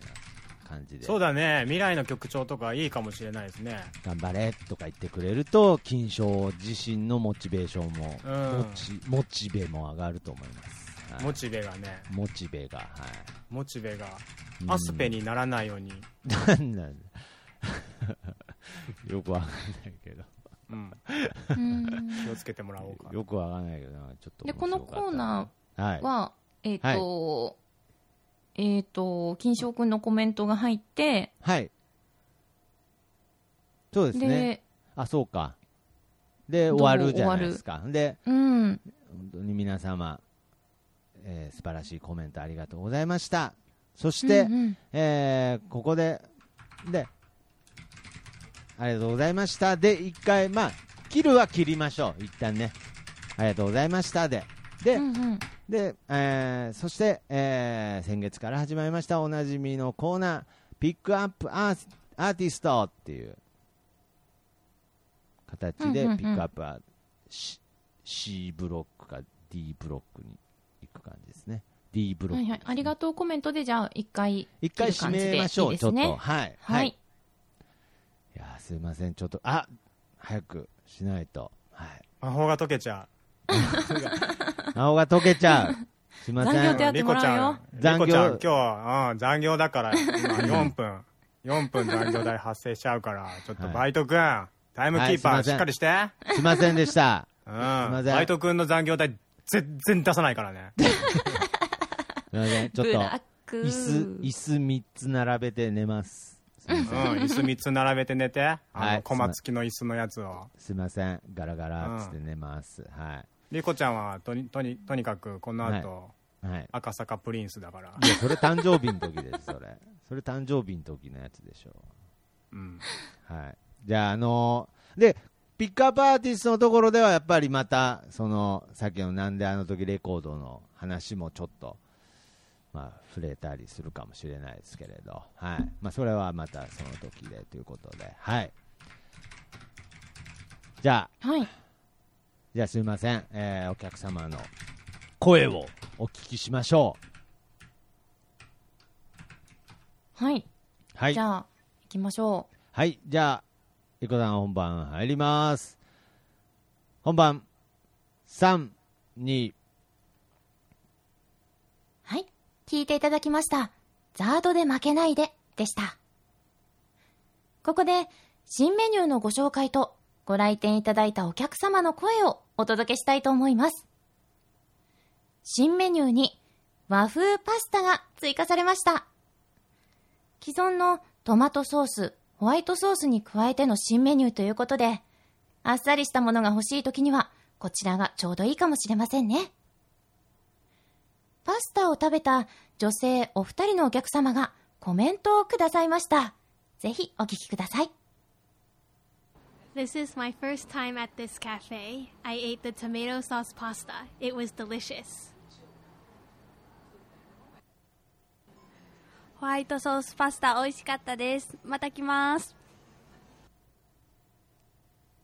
S2: な感じで
S4: そうだね未来の局長とかいいかもしれないですね
S2: 頑張れとか言ってくれると金賞自身のモチベーションも、
S4: うん
S2: モチモチベも上がると思います、はい
S4: モチベがね
S2: モチベがはい
S4: モチベが
S2: うん
S4: アスペにならないように
S2: なんなんだ よくわかんないけど
S4: うん
S3: ん
S4: 気をつけてもらおうか
S2: よくわかんないけどなちょっと
S3: で、このコーナ
S2: は
S3: ーは、えっ、
S2: はい
S3: と、えっ、と、金賞くんのコメントが入って、
S2: はいそうですね
S3: で
S2: あそうかで
S3: どう
S2: 終わるじゃないですかで
S3: うん。
S2: 本当に皆様、えー素晴らしいコメントありがとうございましたそして、
S3: うんうん
S2: えーここででありがとうございましたで一回まあ切るは切りましょう一旦ねありがとうございましたでで、で、えーそして、えー先月から始まりましたおなじみのコーナー「ピックアップアースアーティスト」っていう形で
S7: うんうんうん
S2: ピックアップは C, C ブロックか D ブロックに行く感じですね D ブロッ
S3: は
S2: ク、
S3: いはい。ありがとうコメントで、じゃあ、一回、
S2: 一回
S3: 切
S2: 締
S3: る感じで
S2: めましょう
S3: いいで
S2: ちょ
S3: す
S2: っ
S3: ね
S2: とはい
S3: はい。
S2: いやーすいませんちょっとあ早くしないとはい
S4: 魔法が解けちゃ
S2: 青が溶けちゃうすいません
S4: 残業手当もらうようリ
S2: 残
S4: コちゃ
S2: 業
S4: ん今日、うん、残業だから今4分4分残業代発生しちゃうからちょっとバイト君、タイムキーパー、
S2: はいすいません
S4: しっかりして
S2: すいませんでした
S4: うん
S2: ません
S4: バイト君の残業代全然出さないか らね
S2: すいませんちょっ
S4: ブ
S2: と
S4: ラック
S2: 椅子椅子3つ並べて寝ますすい
S4: うん
S2: ません、
S4: 椅子3つ並べて寝てあ
S2: は
S4: の
S2: い
S4: 小松木の椅子のやつを
S2: すいませんガラガラっつって寝ます、はい
S4: リコちゃんはとにとにとにかくこの後、
S2: はい
S4: 赤坂プリンスだから
S2: いやそれ誕生日の時ですそれそれ誕生日の時のやつでしょ
S4: うん
S2: はいじゃああのーでピックアップアーティストのところではやっぱりまたそのさっきの「なんであの時レコード」の話もちょっとまあ触れたりするかもしれないですけれどはいまあそれはまたその時でということではいじゃあ
S3: はい。
S2: じゃあすいません、えーお客様の声をお聞きしましょう。
S3: はい。
S2: はい。
S3: じゃあ、行きましょう。
S2: はい。じゃあ、リコさん本番入ります。本番、3、2、
S5: はい、聞いていただきました。ザードで負けないででした。ここで新メニューのご紹介とご来店いただいたお客様の声をお届けしたいと思います。新メニューに和風パスタが追加されました。既存のトマトソース、ホワイトソースに加えての新メニューということで、あっさりしたものが欲しい時には、こちらがちょうどいいかもしれませんね。パスタを食べた女性お二人のお客様がコメントをくださいました。ぜひお聞きください。
S12: This is my first time at this cafe. I ate the tomato sauce pasta. It was delicious.
S13: ホワイトソースパスタ美味しかったです。また来ます。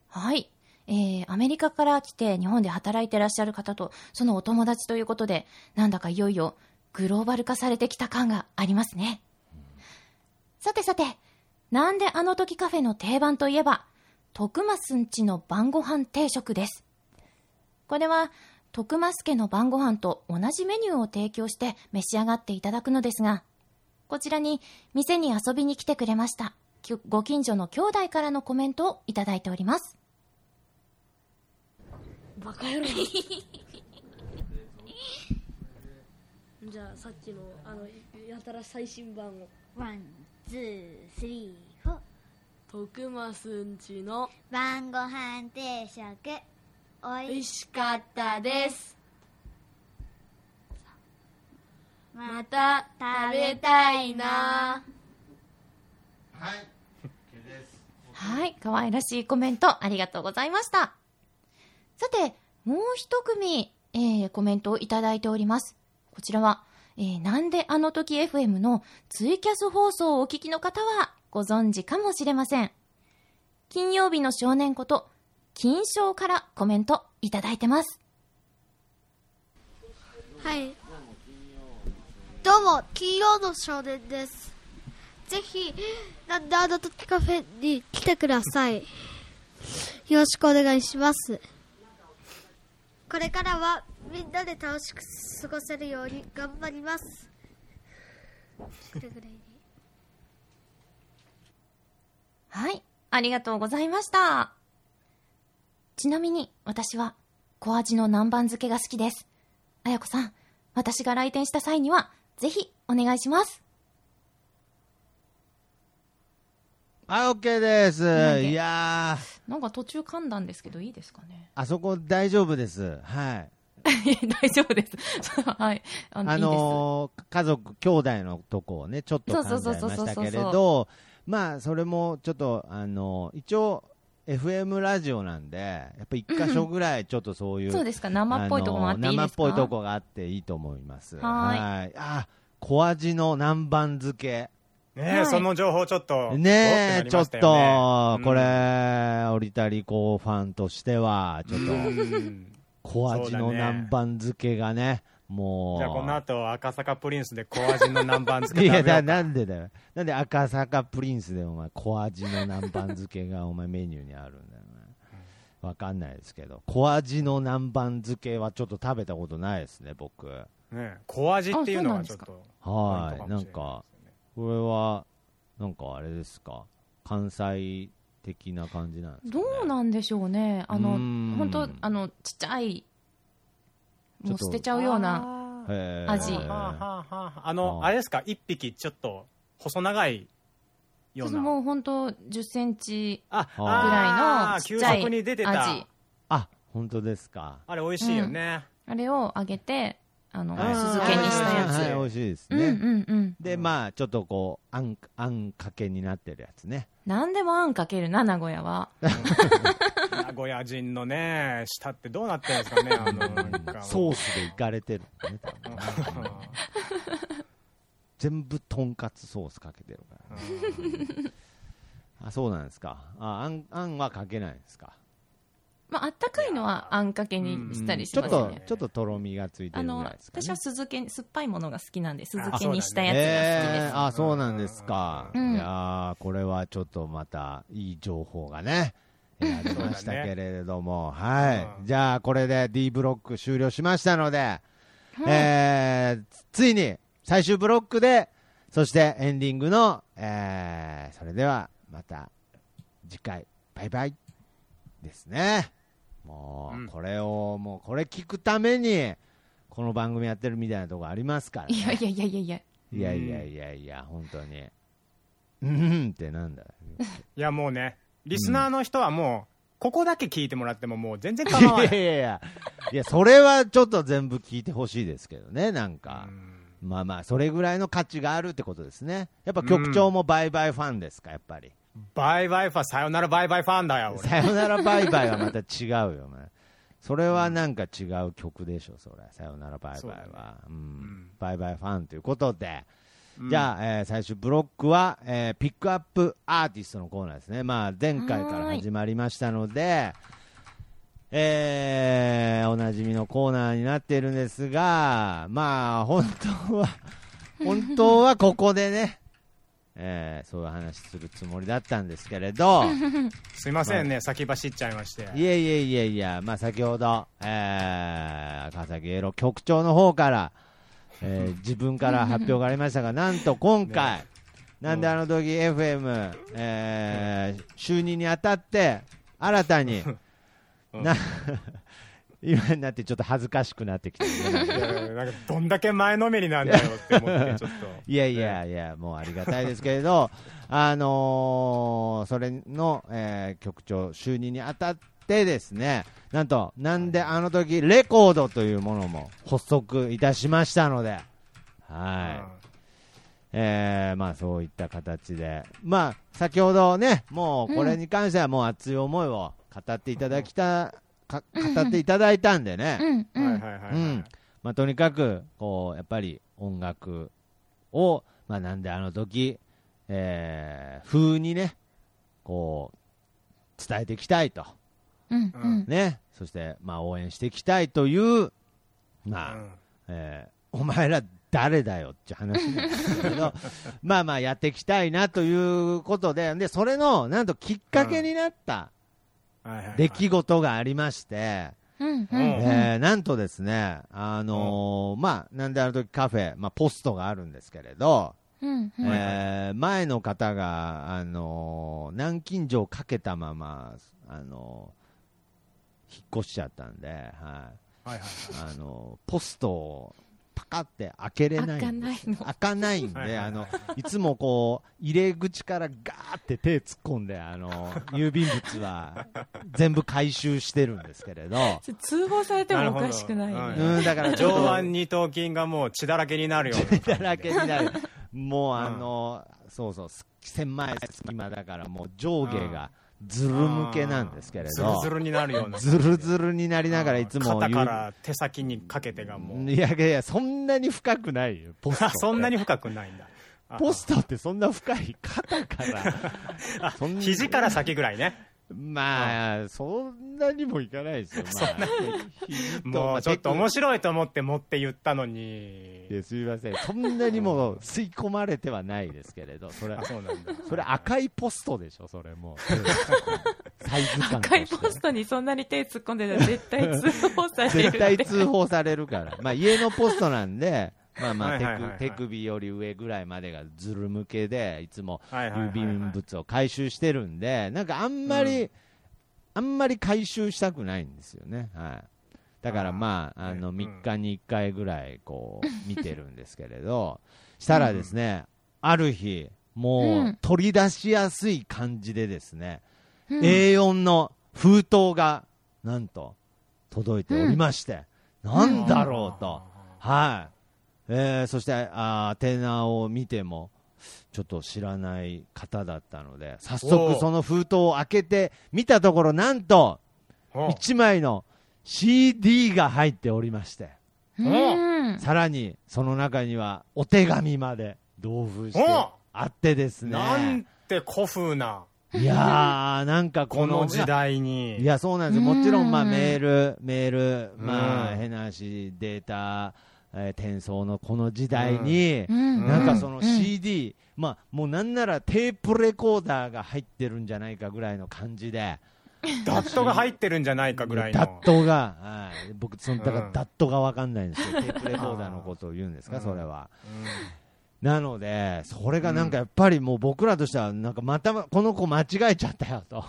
S5: はい。えー、アメリカから来て日本で働いてらっしゃる方と、そのお友達ということで、なんだかいよいよグローバル化されてきた感がありますね。さてさて、なんであの時カフェの定番といえば、徳増んちの晩ご飯定食です。これは、徳増家の晩ご飯と同じメニューを提供して召し上がっていただくのですが、こちらに店に遊びに来てくれました。きゅご近所の兄弟からのコメントをいただいております。
S8: バカ野郎 じゃあさっきのあのやたら最新版を
S14: ワンツースリーフォー
S8: 徳増んちの
S14: 晩ご飯定食おいし
S8: かったです
S14: ま
S8: ま
S14: た
S8: た
S14: 食べたいな
S5: はい、可愛らしいコメントありがとうございました。さて、もう一組、えー、コメントをいただいております。こちらは、えー、なんであの時 FM のツイキャス放送をお聞きの方はご存知かもしれません。金曜日の少年こと、金賞からコメントいただいてます。
S11: はい。どうも、金曜の少年です。ぜひ、ランダードとカフェに来てください。よろしくお願いします。これからは、みんなで楽しく過ごせるように頑張ります。くれぐれに
S5: はい、ありがとうございました。ちなみに私は小味の南蛮漬けが好きです。あやこさん、私が来店した際にはぜひお願いします。
S2: はい、OK です。
S3: なんで
S2: いやー、
S3: なんか途中噛んだんですけど、いいですか ね。
S2: あそこ大丈夫です。はい。
S3: 大丈夫です。 はい。あの、
S2: あのー家族、兄弟のとこをね、ちょっと考えましたけれ
S3: そうそうそうそうそ
S2: ど、まあ、それもちょっと、あのー一応、FM ラジオなんで、やっぱ一箇所ぐらい、ちょっとそういう、
S3: そうですか生っぽいとこもあっていいですか
S2: のー生っぽいとこがあっていいと思います。
S3: はーい
S2: あ、小味の南蛮漬け。
S4: ねえ、その情報ちょっと、
S2: ねえ、ち
S4: ど
S2: ょ
S4: う
S2: って
S4: なりましたよね
S2: と、これ、オリタリコファンとしては、ちょっと、小味の南蛮漬けがね、もう。
S4: じゃあこの後赤坂プリンスで小味の南蛮漬け
S2: い
S4: 食べ
S2: や
S4: ようか
S2: だなんでだよなんで赤坂プリンスでお前小味の南蛮漬けがお前メニューにあるんだよねわかんないですけど小味の南蛮漬けはちょっと食べたことないですね僕は
S4: ねえ小味っていうのはちょっ
S3: あそ
S4: と
S2: いなんかこれはなんかあれですか関西的な感じなんですか
S3: どうなんでしょうね。あの、
S2: うーん
S3: 本当あの、ちっちゃい、もう捨てちゃうような。
S2: へー
S3: 味
S4: はあはあはああのあれですか一匹ちょっと細長いよ
S3: そう
S4: う
S3: そう
S4: な
S3: もう本当10センチぐらいの
S4: あー
S3: ちっちゃい
S4: 給食に出てた
S3: アジ
S2: あ本当ですか
S4: あれ美味しいよね、
S3: あれを揚げてあの
S2: はい
S3: 酢漬けにしたやつ、
S2: はいはい美味しいです
S3: うん
S2: ね、
S3: うんうん
S2: でまあちょっとこうあんあんかけになってるやつね
S3: 何でもあんかけるな名古屋は
S4: 名古屋人のね舌ってどうなってるんですかねあのなんか
S2: ソースでいかれてるのね、多分ね全部とんかつソースかけてるから、あそうなんですかああんあんはかけないんですか
S3: まああったかいのはあんかけにしたりし
S2: ちょ
S3: ま
S2: っ
S3: すよ
S2: と
S3: ね
S2: ちょっととろみがついて
S3: あ
S2: るぐ
S3: の
S2: らいですか、ね、
S3: 私は酢漬け酸っぱいものが好きなんで
S2: あ
S3: 酢漬けにしたやつが好きです、
S2: えーあそうなんですか、
S3: うん
S2: いやーこれはちょっとまたいい情報がね得られましたけれども、はい、じゃあこれで D ブロック終了しましたので、えーついに最終ブロックでそしてエンディングの、えーそれではまた次回バイバイですねもうこれをもうこれ聞くためにこの番組やってるみたいなとこありますから、ね、
S3: いやいやいやいやいや
S2: いやいやいやいや、本当に。うんってなんだ。
S4: いやもうねリスナーの人はもうここだけ聞いてもらってももう全 然
S2: い
S4: 構わな
S2: やい
S4: い
S2: やいや、いや、それはちょっと全部聞いてほしいですけどね、なんか。まあまあ、それぐらいの価値があるってことですね。やっぱ局長もバイバイファンですか、やっぱり。
S4: バイバイファン、さよならバイバイファンだよ、俺
S2: さよならバイバイはまた違うよ、お前それはなんか違う曲でしょ、それ。さよならバイバイは。うんバイバイファンということで、じゃあ、えー最終ブロックは、えーピックアップアーティストのコーナーですね、まあ、前回から始まりましたので、えーおなじみのコーナーになっているんですが、まあ、本当 は、本当はここでね、えーそういう話するつもりだったんですけれど、
S4: すいませんね、先走っちゃいまして。
S2: いえいえいえいや、まあ、先ほど、えー、川崎エロ局長の方から、えー自分から発表がありましたが、なんと今回、なんであの時 FM、えー就任にあたって、新たに、な 今になってちょっと恥ずかしくなってきてる
S4: いやなんかどんだけ前のめりなんだよって思って、ちょっと。
S2: いやいやいや、もうありがたいですけれ ど、あのーそれの、えー局長就任にあたってですね、なんと、なんであの時レコードというものも発足いたしましたので、はい。えーまあそういった形で、まあ先ほどね、もうこれに関してはもう熱い思いを語っていただきた、か語っていただいたんでね、
S4: うんうんはいはいはいはい
S2: うんまあ、とにかくこうやっぱり音楽を、まあ、なんであの時、えー風にねこう伝えていきたいと、
S5: うんうん
S2: ね、そして、まあ、応援していきたいという、まあえーお前ら誰だよって話なんですけ どまあまあやっていきたいなということででそれのなんときっかけになった出来事がありまして。
S5: うんうん
S2: えーなんとですね、あのーまあ、なんであの時カフェ、まあ、ポストがあるんですけれど、
S5: うんうん
S2: えー前の方が、あのー南京錠をかけたまま、あのー引っ越しちゃったんで、はい
S4: はいはい
S2: あのーポストをパカって開けれないんです開かないんで、あのいつもこう入れ口からガーって手突っ込んで、あのー郵便物は全部回収してるんですけれど。
S3: 通報されて
S4: なる
S3: もお
S4: ほど
S3: かしくないね
S2: うんだからちょっと
S4: 上腕二頭筋がもう血だらけになるような。
S2: だ らけになる、もうあの、そうそう、す狭い隙間だから、もう上下がずる向けなんですけれど、
S4: ずるずるになるような
S2: ずるずるになりながら、いつも
S4: 肩
S2: 言
S4: か
S2: う
S4: ら手先にかけてがも
S2: いやいやいや、そんなに深くないよ、ポストっ
S4: う。
S2: て
S4: そんなに深くないんだ。あ
S2: ポストってそんな深い、肩から、
S4: あ肘から先ぐらいね。
S2: まあ、そんなにもいかないですよ、まあ、
S4: もうちょっと面白いと思って持って言ったのに。
S2: いやすみません、そんなにもう吸い込まれてはないですけれど、それ
S4: あそうなんだ
S2: それ赤いポストでしょ、それもう、サイズ感と
S3: 赤い
S2: して
S3: ポストにそんなに手突っ込んでたら絶対通報されるって
S2: 絶対通報されるから、まあ、家のポストなんで、まあま
S4: は
S2: あ
S4: いはいはいはい
S2: 手首手首より上ぐらいまでがずる向けで、いつも
S4: はいはいはいは
S2: 郵
S4: い
S2: 便物を回収してるんで、なんかあんまり、あんまり回収したくないんですよね。はいだからまあ、あの3日に1回ぐらいこう見てるんですけれ ど、したらですね、ある日、も
S5: う
S2: うん取り出しやすい感じでですね、
S5: うん
S2: A4 の封筒がなんと届いておりまして、なんだろうと、はいえーそして、あー宛名を見ても、ちょっと知らない方だったので、早
S1: お
S2: 速
S1: う
S2: その封筒を開けてみたところ、なんと
S4: おう
S2: 1枚の CD が入っておりまして、
S5: うん
S2: さらにその中にはお手紙まで同封して
S4: おう
S2: あってですね。
S4: なんて古風な。
S2: いやー、なんかこ
S4: こ
S2: の
S4: の時代に。
S2: いや、そうなんですよ。もちろん、まあ、メール、メール、ま
S4: う
S2: あ、
S4: ん
S2: 変な話、データ、えー転送のこの時代に、
S5: うん
S2: なんかその
S5: うん
S2: CD、まあ、もうなんならテープレコーダーが入ってるんじゃないかぐらいの感じで、
S4: ダットが入ってるんじゃないかぐらい
S2: ダ
S4: の
S2: ッ。トが、はい、僕、その、だか
S4: う
S2: ら
S4: ん
S2: ダットがわかんないん ですよ。テープレコーダーのことを言うんですか、それは。なので、それがなんかやっぱりもう僕らとしては、なんかまたこの子間違えちゃったよと、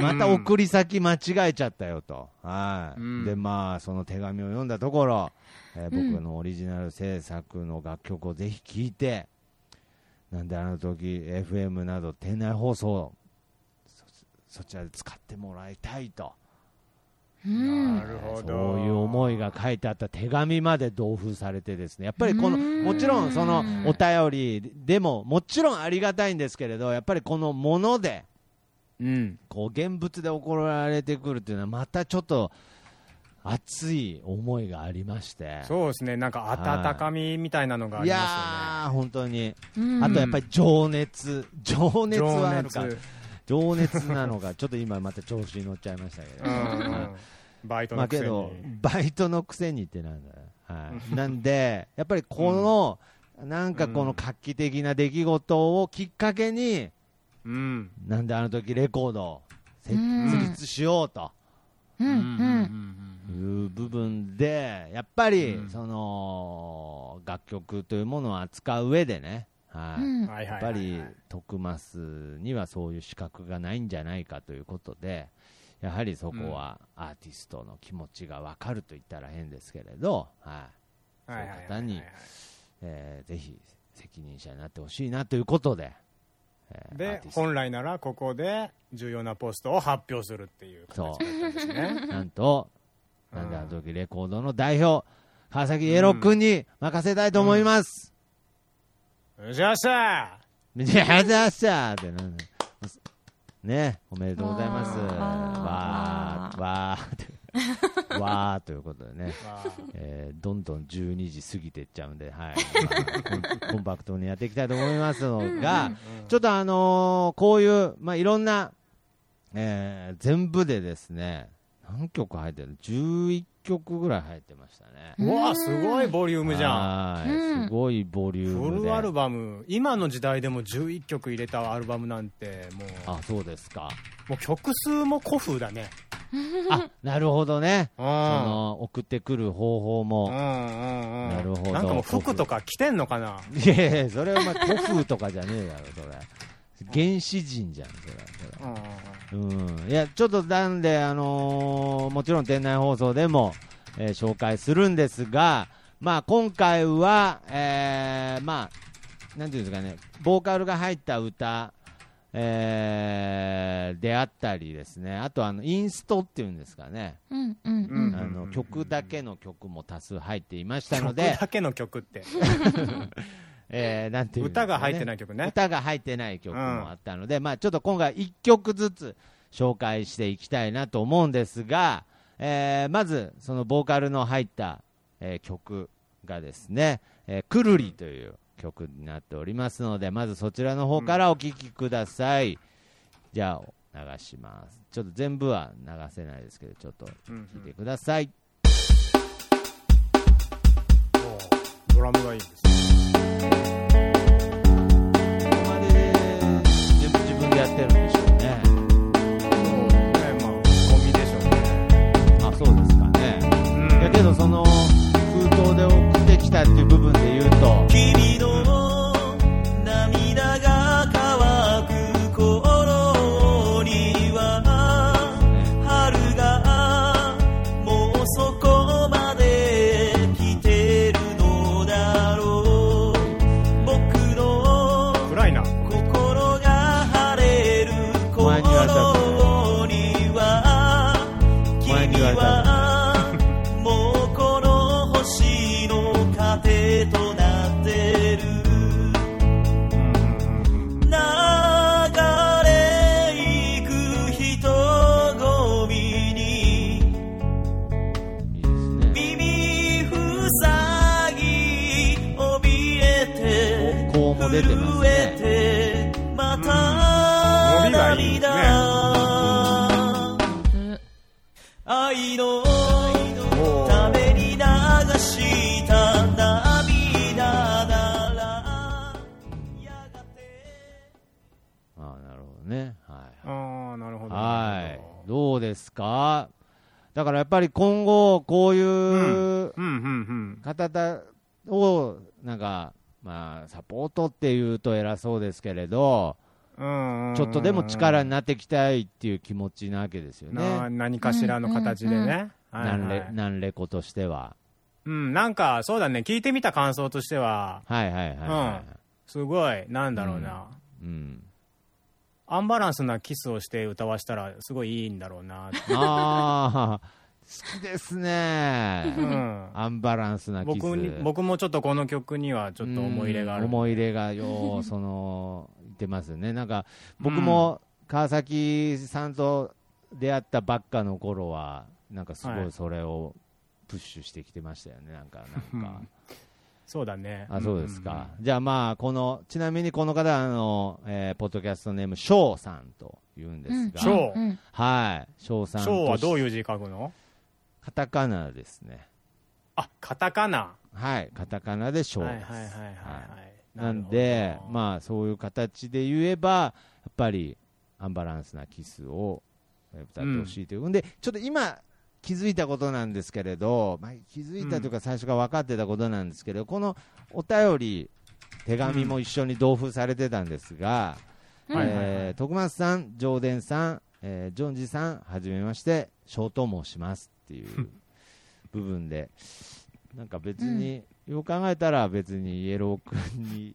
S2: また送り先間違えちゃったよと、はいでまあ、その手紙を読んだところ、えー
S1: うん
S2: 僕のオリジナル制作の楽曲をぜひ聴いて、なんであの時 FM など店内放送をそそちらで使ってもらいたいと。
S5: うん
S4: なるほ
S2: そういう思いが書いてあった手紙まで同封されてですねやっぱりこのもちろんそのお便りでももちろんありがたいんですけれどやっぱりこのもので、こう現物で怒られてくるっていうのはまたちょっと熱い思いがありまして。
S4: そうですね、なんか温かみみたいなのがあ
S2: い
S4: り
S2: や
S4: ま
S2: ー、本当に、
S4: うん
S2: あとやっぱり情熱、情熱はあるか
S4: 情熱
S2: 情熱なのが、ちょっと今また調子に乗っちゃいましたけど、
S4: うん
S2: はい
S4: バイト
S2: ま
S4: の
S2: あ
S4: く
S2: け
S4: せに
S2: ど、バイトのくせにってなんだよ、は
S4: う
S2: い、
S4: ん
S2: なんで、やっぱりこの、なんかこの画期的な出来事をきっかけに、
S4: すね。うん。
S2: なんであの時レコードを設
S4: うん
S2: 立しようと。
S4: うん
S2: いう部分で、やっぱり、その楽曲というものを扱う上でね、はい
S4: うんはいはいはいはい
S2: やっぱり徳マスにはそういう資格がないんじゃないかということで、やはりそこはアーティストの気持ちが分かると言ったら変ですけれど、はいそう
S4: はいいはいは
S2: う
S4: い
S2: 方に、えーぜひ責任者になってほしいなということで、えー
S4: で、本来ならここで重要なポストを発表するっていう。
S2: そう、
S4: ね
S2: なんと、なんであの時レコードの代表、川崎イエロー君に任せたいと思います。
S4: じゃあさ
S2: じゃあさあさあってなんだ ね、おめでとうございます。わ
S4: わ
S2: ー、わー って、わーということでね、えーどんどん12時過ぎていっちゃうんで、 はい、まあコンコンパクトにやっていきたいと思いますのが、ちょっとあのーこういう、まあ、いろんな、えー全部でですね、何曲入ってるの ?11 曲ぐらい入ってましたね。
S4: うわすごいボリュームじゃん。
S2: はーい、すごいボリュー
S4: フ
S2: ムで。
S4: ルアルバム、今の時代でも11曲入れたアルバムなんて、もう、
S2: あ、そうですか。
S4: もう曲数も古風だね。
S2: あなるほどね、その送ってくる方法も、なるほど、
S4: なんかもう服とか着てんのかな。
S2: 古風いやいや、それはお前、古風とかじゃねえだろ、それ、原始人じゃん、それ、それうん、いや、ちょっとなんで、あのーもちろん店内放送でも、えー紹介するんですが、まあ、今回は、えーまあ、なんていうんですかね、ボーカルが入った歌、えーであったりですね、あとあのインストっていうんですかね、
S3: うんうんうん
S2: あの曲だけの曲も多数入っていましたので、
S4: 曲だけの曲って。
S2: えーなんていうんですかね
S4: 歌が入ってない曲ね
S2: 歌が入ってない曲もあったので、まあ、ちょっと今回1曲ずつ紹介していきたいなと思うんですが、えーまずそのボーカルの入った、えー曲がですね「えーくるり」という曲になっておりますのでまずそちらの方からお聴きください、じゃあ流しますちょっと全部は流せないですけどちょっと聴いてください、
S4: ドラムがいいです
S2: 全部自分でやってるんでしょうね
S4: まあ込みでしょう
S2: ねあそうですかね、いやけどその封筒で送ってきたっていう部分で言うと
S15: 君の涙が乾く頃には春がもうそこまで来てるのだろう僕の
S4: 暗いな
S15: 心が晴れる
S2: 前に言われた
S15: 頃には
S2: 前に言われた
S15: もうこの星の糧となってる流れいく人混みに耳塞ぎ怯えて
S2: こうも出てます
S15: 震えてまた涙愛のために流した涙なら
S2: ああなるほどねはい
S4: ああなるほど
S2: はいどうですかだからやっぱり今後こういう方々をなんかまあサポートっていうと偉そうですけれどちょっとでも力になっていきたいっていう気持ちなわけですよ
S4: な
S2: ね
S4: 何かしらの形でねうんうんうん
S2: 何
S4: はい
S2: レ
S4: はい
S2: 何レコとしては
S4: うんなんかそうだね聞いてみた感想としては
S2: はいはいはいは
S4: うんすごいなんだろうなアンバランスなキスをして歌わしたらすごいいいんだろうな って
S2: いああ好きですね
S4: うん
S2: アンバランスなキス
S4: 僕に僕もちょっとこの曲にはちょっと思い入れがあ
S2: う
S4: る
S2: ん思い入れがようその出ます よねなんか僕も川崎さんと出会ったばっかの頃はなんかすごいそれをプッシュしてきてましたよね、なんか、なんか。
S4: そうだね。
S2: あそうですか、じゃあまあこのちなみにこの方はあの、えーポッドキャストネーム翔さんと言うんですが、
S4: うん翔うん
S2: はい翔さんと
S4: 章はどういう字書くの
S2: カタカナですね
S4: あカタカナ
S2: はいカタカナで翔です、
S4: はいはいはいはいはい
S2: なんでまあそういう形で言えばやっぱりアンバランスなキスをえー歌ってほしいというんで、ちょっと今気づいたことなんですけれど、まあ、気づいたというか最初から分かってたことなんですけど、このお便り手紙も一緒に同封されてたんですが、
S1: うんはいはい
S2: えー徳松さん、上田さん、えージョンジさん、はじめまして、ショート申しますっていう部分で、 なんか別に、よく考えたら別にイエロー君に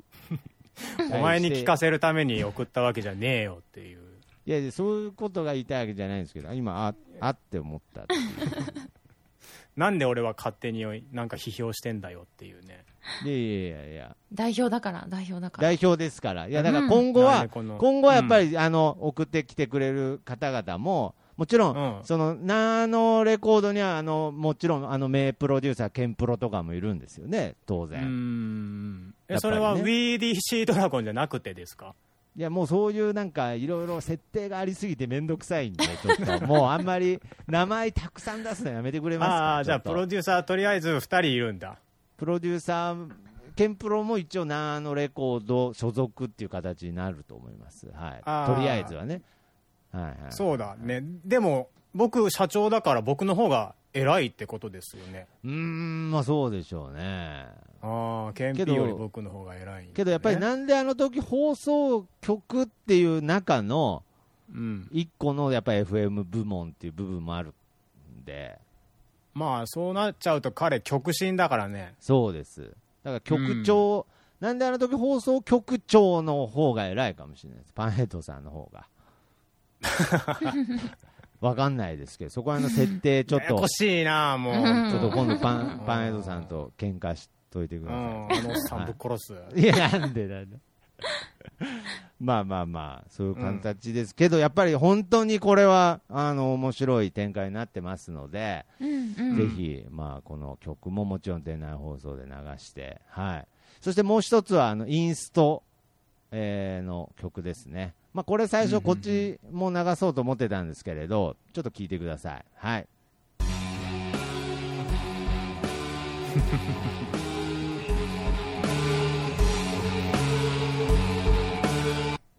S4: お前に聞かせるために送ったわけじゃねえよっていう
S2: いやいや、そういうことが言いたいわけじゃないんですけど、今、ああって思ったっていう
S4: なんで俺は勝手になんか批評してんだよっていうね
S2: いやいやいやいや。
S3: 代表だから、代表だから。
S2: 代表ですから、いや
S3: うん
S2: だから今後
S4: な
S2: は、
S4: んでこの
S2: 今後はやっぱり、あの送ってきてくれる方々も、もちろん、そのナノレコードにはあの、もちろんあの名プロデューサー、ケンプロとかもいるんですよね、当然。
S4: え
S2: やっぱ
S4: そ
S2: りね
S4: れは WEDC ドラゴンじゃなくてですか
S2: いやもうそういうなんか、いろいろ設定がありすぎて、面倒くさいんで、ちょ っともうあんまり名前たくさん出すのやめてくれますか、
S4: ああーじゃあ
S2: ちょ
S4: プ
S2: っと
S4: ロデューサーとりあえず2人いるんだ
S2: プロデューサー、ケンプロも一応、ナノレコード所属っていう形になると思います、
S4: あ
S2: はい、
S4: ー
S2: とりあえずはね。はいはい
S4: そうだねでも僕社長だから僕の方が偉いってことですよね
S2: うーん、まあそうでしょうね。
S4: ああ憲
S2: け
S4: 兵より
S2: ど、
S4: 僕の方が偉いんだね
S2: けどやっぱりなんであの時放送局っていう中の
S4: うん
S2: 一個のやっぱり FM 部門っていう部分もあるんで、
S4: まあそうなっちゃうと彼極真だからね
S2: そうです。だから局長、なんであの時放送局長の方が偉いかもしれないです。パンヘッドさんの方 が。わかんないですけど、そこら辺の設定ちょっ
S4: や
S2: と。
S4: やこしいなもう
S2: ちょっと今度パン、パンヘッドさんと喧嘩しといてください。
S4: うんあのおっさんぶっ殺
S2: は
S4: す
S2: いいや、なんでなんで。まあまあまあ、そういう形ですけど、やっぱり本当にこれは、あの、面白い展開になってますので、
S3: うんうん
S2: ぜひ、まあ、この曲ももちろん店内放送で流して、はい。そしてもう一つは、あの、インスト、えーの曲ですね。まあ、これ最初、こっちも流そうと思ってたんですけれど、ちょっと聞いてください。はい。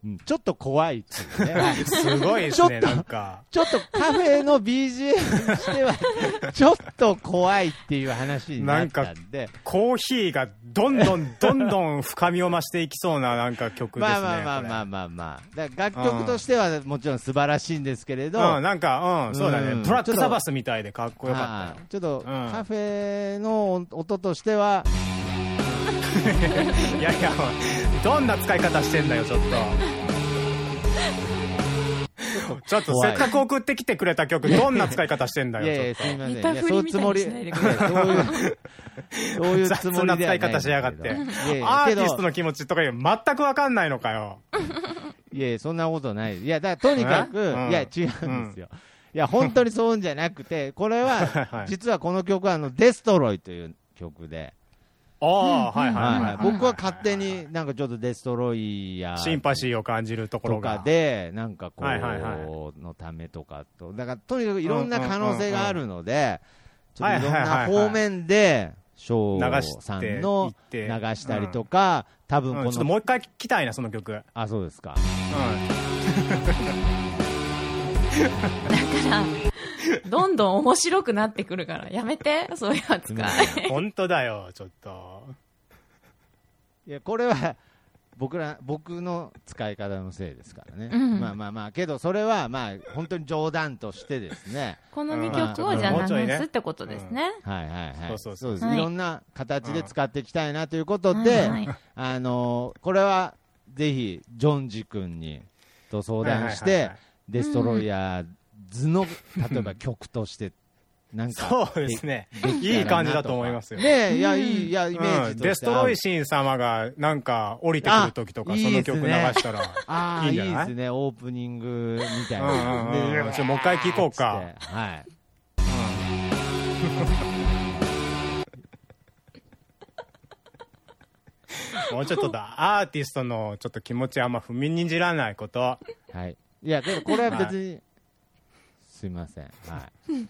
S2: うんちょっと怖いっつうね
S4: すごいですね
S2: ちょっと
S4: なんか
S2: ちょっとカフェの BGM にして は、ちょっと怖いっていう話になったんで、
S4: コーヒーがどんどんどんどん深みを増していきそうななんか曲ですね
S2: まあまあまあまあまあまあ、だから楽曲としてはもちろん素晴らしいんですけれど、
S4: うんなんかうんそうだね
S2: ん
S4: ブラックサバス
S2: ちょっ
S4: みたいでかっこよかった
S2: とちょっとカフェの音としては、
S4: いやいやどんな使い方してんだよちょっとちょっとせっかく送ってきてくれた曲どんな使い方してんだよ
S2: いやい
S4: ちょ
S2: や
S4: っ
S2: すみ
S4: と
S2: ませんネタ振りみたいにしないでくださいいやそういうつもりそう いうつもりではない
S4: 雑な使い方しやがっ
S2: い
S4: て
S2: やいや
S4: ア
S2: け
S4: ー
S2: ど
S4: ティストの気持ちとかより全くわかんないのかよ
S2: いやいやそんなことない、いや、だからとにかく、
S4: えうん
S2: いや、違うんですよ。いや本当にそうじゃなくて、これは実はこの曲はあのデストロイという曲で、
S4: ああはいはいはいはい
S2: 僕は勝手になんかちょっとデストロイヤ
S4: シン
S2: ー
S4: パシーを感じるとことろ
S2: か
S4: が
S2: で、なんかこ
S4: はいはいは
S2: う、のためとかと、だからとにかくいろんな可能性があるので、ちょ
S4: うん
S2: っ
S4: うん
S2: と
S4: うん
S2: い
S4: う
S2: ろん
S4: ん
S2: な方面で、翔さんの
S4: 流
S2: 流
S4: していって
S2: したりとか、多分
S4: うんちょ
S2: こ
S4: っともう
S2: の、
S4: 一回聞きたいなその 曲
S2: あ、そうですか。
S3: どんどん面白くなってくるから、やめて、そういう扱い。
S4: 本当だよちょっと
S2: いやこれは僕ら僕の使い方のせいですからね、
S3: うん
S2: まあまあまあけどそれはまあ本当に冗談としてですね
S3: この2曲をじゃ
S2: ま
S3: あ
S2: ちょっと
S3: 流すってことですね。
S2: はいはいはい
S4: そうそう
S2: そうです、
S3: はい
S2: い、ろんな形で使っていきたいなということで、
S3: うんはい
S2: あのーこれはぜひジョンジ君にと相談して、
S4: はいはいはいはい
S2: デストロイヤーズの、例えば曲としてなんか
S4: そうですねいい感じだと思いますよ
S2: ねえいやいいいやイメージとして合う、
S4: うんデストロイシン様がなんか降りてくる時とか
S2: あ
S4: その曲流したら
S2: ああ、
S4: いい
S2: いい
S4: んじゃない
S2: ですね、オープニングみたい
S4: うんうんうん
S2: な。
S4: ちょもう一回聞こうか
S2: つってはい。
S4: もうちょっとだ、アーティストのちょっと気持ちあんま踏みにじらないこと。
S2: はい。いや、でもこれは別に、すいません。はい。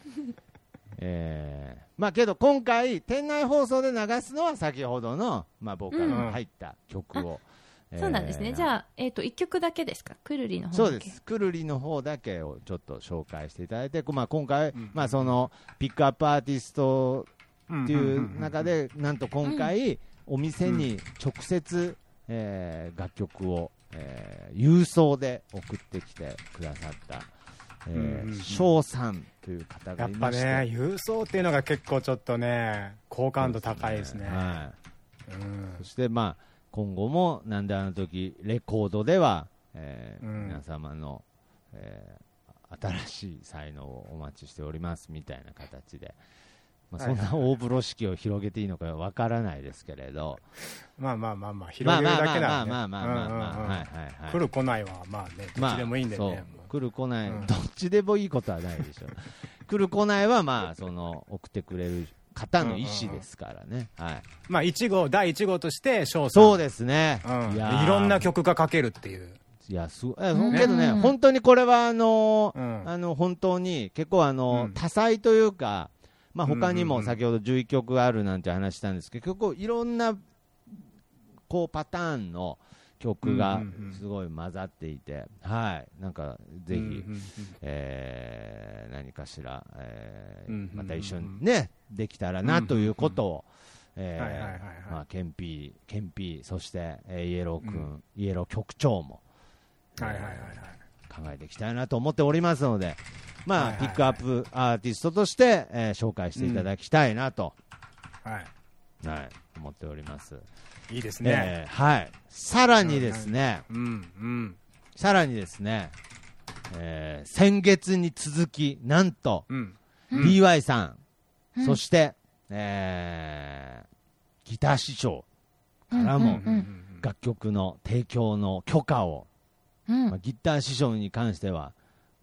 S2: えーまあけど今回、店内放送で流すのは先ほどの、まあ、ボーカルが入った曲を。
S3: そうなんですね。じ
S2: あ
S3: ゃあ、えっ、と、一曲だけですかくるりの方だけ。
S2: そうです、くるりの方だけをちょっと紹介していただいて、こまあ、今回、まあ、そのピックアップアーティストっていう中で、なんと今回、お店に直接、えー楽曲を、えー郵送で送ってきてくださった、え
S4: うんうんうん
S2: ー、翔、さんという方
S4: や
S2: が
S4: っ
S2: い
S4: ぱ
S2: ま
S4: ね
S2: して、、
S4: 郵送っていうのが結構ちょっとね、好感度高いですね。
S2: はいそして、まあ、今後も「なんであの時レコード」では、えー
S4: うん
S2: 皆様の、えー新しい才能をお待ちしておりますみたいな形で、まあ、
S4: はい
S2: そん
S4: はい
S2: な大風呂敷を広げていいのかわからないですけれど、
S4: まあまあまあまあ、広げるだけならね。
S2: まあまあまあまあまあまあ
S4: うんうんうん
S2: はいはいはい
S4: 来る来ないは、まあね、どっちでもいいんで
S2: まあ
S4: ね。
S2: そう来る来ない、どっちでもいいことはないでしょ う来る来ないはまあその送ってくれる方の意思ですからね、はい
S4: まあ、1号、第1号として、翔さん。
S2: そうですね、
S4: うん
S2: いやー
S4: いろんな曲が書けるっていう。
S2: いや、すごい。えそけどね、本当にこれはあのーあの本当に結構あのー多彩というか、まあ他にも先ほど11曲あるなんて話したんですけど、結構いろんなこうパターンの曲がすごい混ざっていて、はい、なんかぜひ、
S4: うんうんうん
S2: えー何かしら、えー
S4: うんうんうんうん
S2: また一緒にねできたらなということを。
S4: はいはいはいは
S2: え
S4: い
S2: ーまあケンピー、ケンピー、そして、えーイエロー君、イエロー局長も、
S4: はいはいはいはい
S2: 考えていきたいなと思っておりますので、まあ、
S4: はいはいはい
S2: ピックアップアーティストとして、えー紹介していただきたいなと、
S4: は
S2: はい、思っております。
S4: い。いいですね
S2: えー。はい。さらにですね、
S4: うんうん。
S2: さらにですね、えー先月に続き、なんと、
S4: うん
S2: DY さん、
S4: うん
S2: そして、えーギター師匠からも
S3: うんうんう
S2: 楽曲の提供の許可を、
S3: うん
S2: まあ、ギター師匠に関しては、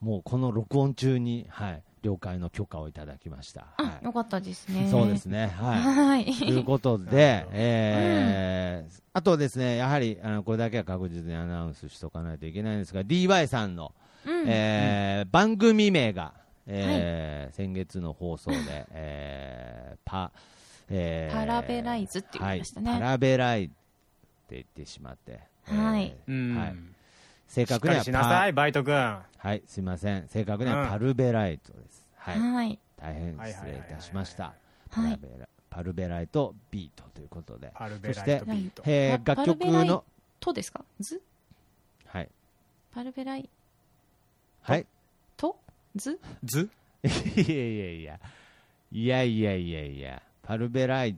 S2: もうこの録音中に、はい、了解の許可をいただきました。
S3: あ、よかったですね。
S2: そうですね。はい。
S3: はい
S2: ということで、 えーあとですね、やはりあのこれだけは確実にアナウンスしておかないといけないんですが、DY さんの、
S3: うん
S2: えー番組名が、えー先月の放 送で、えーパ、えー
S3: パラベライズって言いましたね
S2: はい、パラベライって言ってしまって、
S3: はい
S2: えー
S4: うん
S2: はい、正
S4: しっ
S2: 確
S4: か
S2: に
S4: り
S2: は
S4: しなさい、
S2: パ
S4: バイト君。は
S2: はい、すいません、正確には
S4: うん
S2: パルベライトです。はい、
S4: はい
S2: 大変
S4: はい
S2: 失
S4: はい
S2: 礼
S4: はいい
S2: たしました。パ
S4: は
S2: ル
S4: い
S2: ベラパルベライトビートということで、
S4: パルベ
S2: そ
S4: ラ
S2: し
S4: イ
S2: て
S4: トビート、
S2: えー
S3: パ
S2: 楽曲
S3: パルベライ
S2: の、
S3: とですかず
S2: はい、
S3: パルベライ
S2: はい、
S3: とず
S4: ず
S2: いやいやいや、いやいやいやいや、パルベライ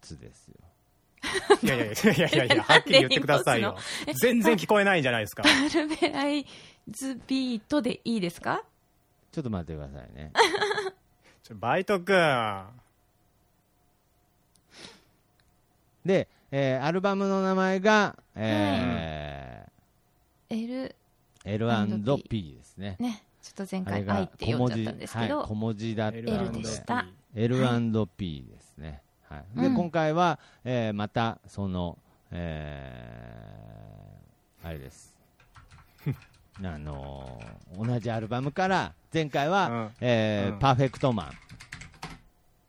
S2: ツですよ。
S4: いやいやいやいやいや、はっきり言ってくださいよ
S3: レインボー。ズの
S4: 全然聞こえないんじゃないです か
S3: パ。ルベライズビートでいいですか
S2: ちょっと待ってください ね。
S4: ちょバイト君。
S2: で、えーアルバムの名前が、え
S3: ?L、
S2: ー L&P ですね。
S3: ね。ちょっと前
S2: あれ
S3: 回、
S2: が
S3: 愛って呼んじゃったんですけど。
S2: 小文字はい小文字だったの
S3: L でした。
S2: L&P ですね、はいで
S3: うん
S2: 今回は、えーまたその、えーあれです あのー同じアルバムから前回は、えー
S4: うん
S2: パーフェクトマン」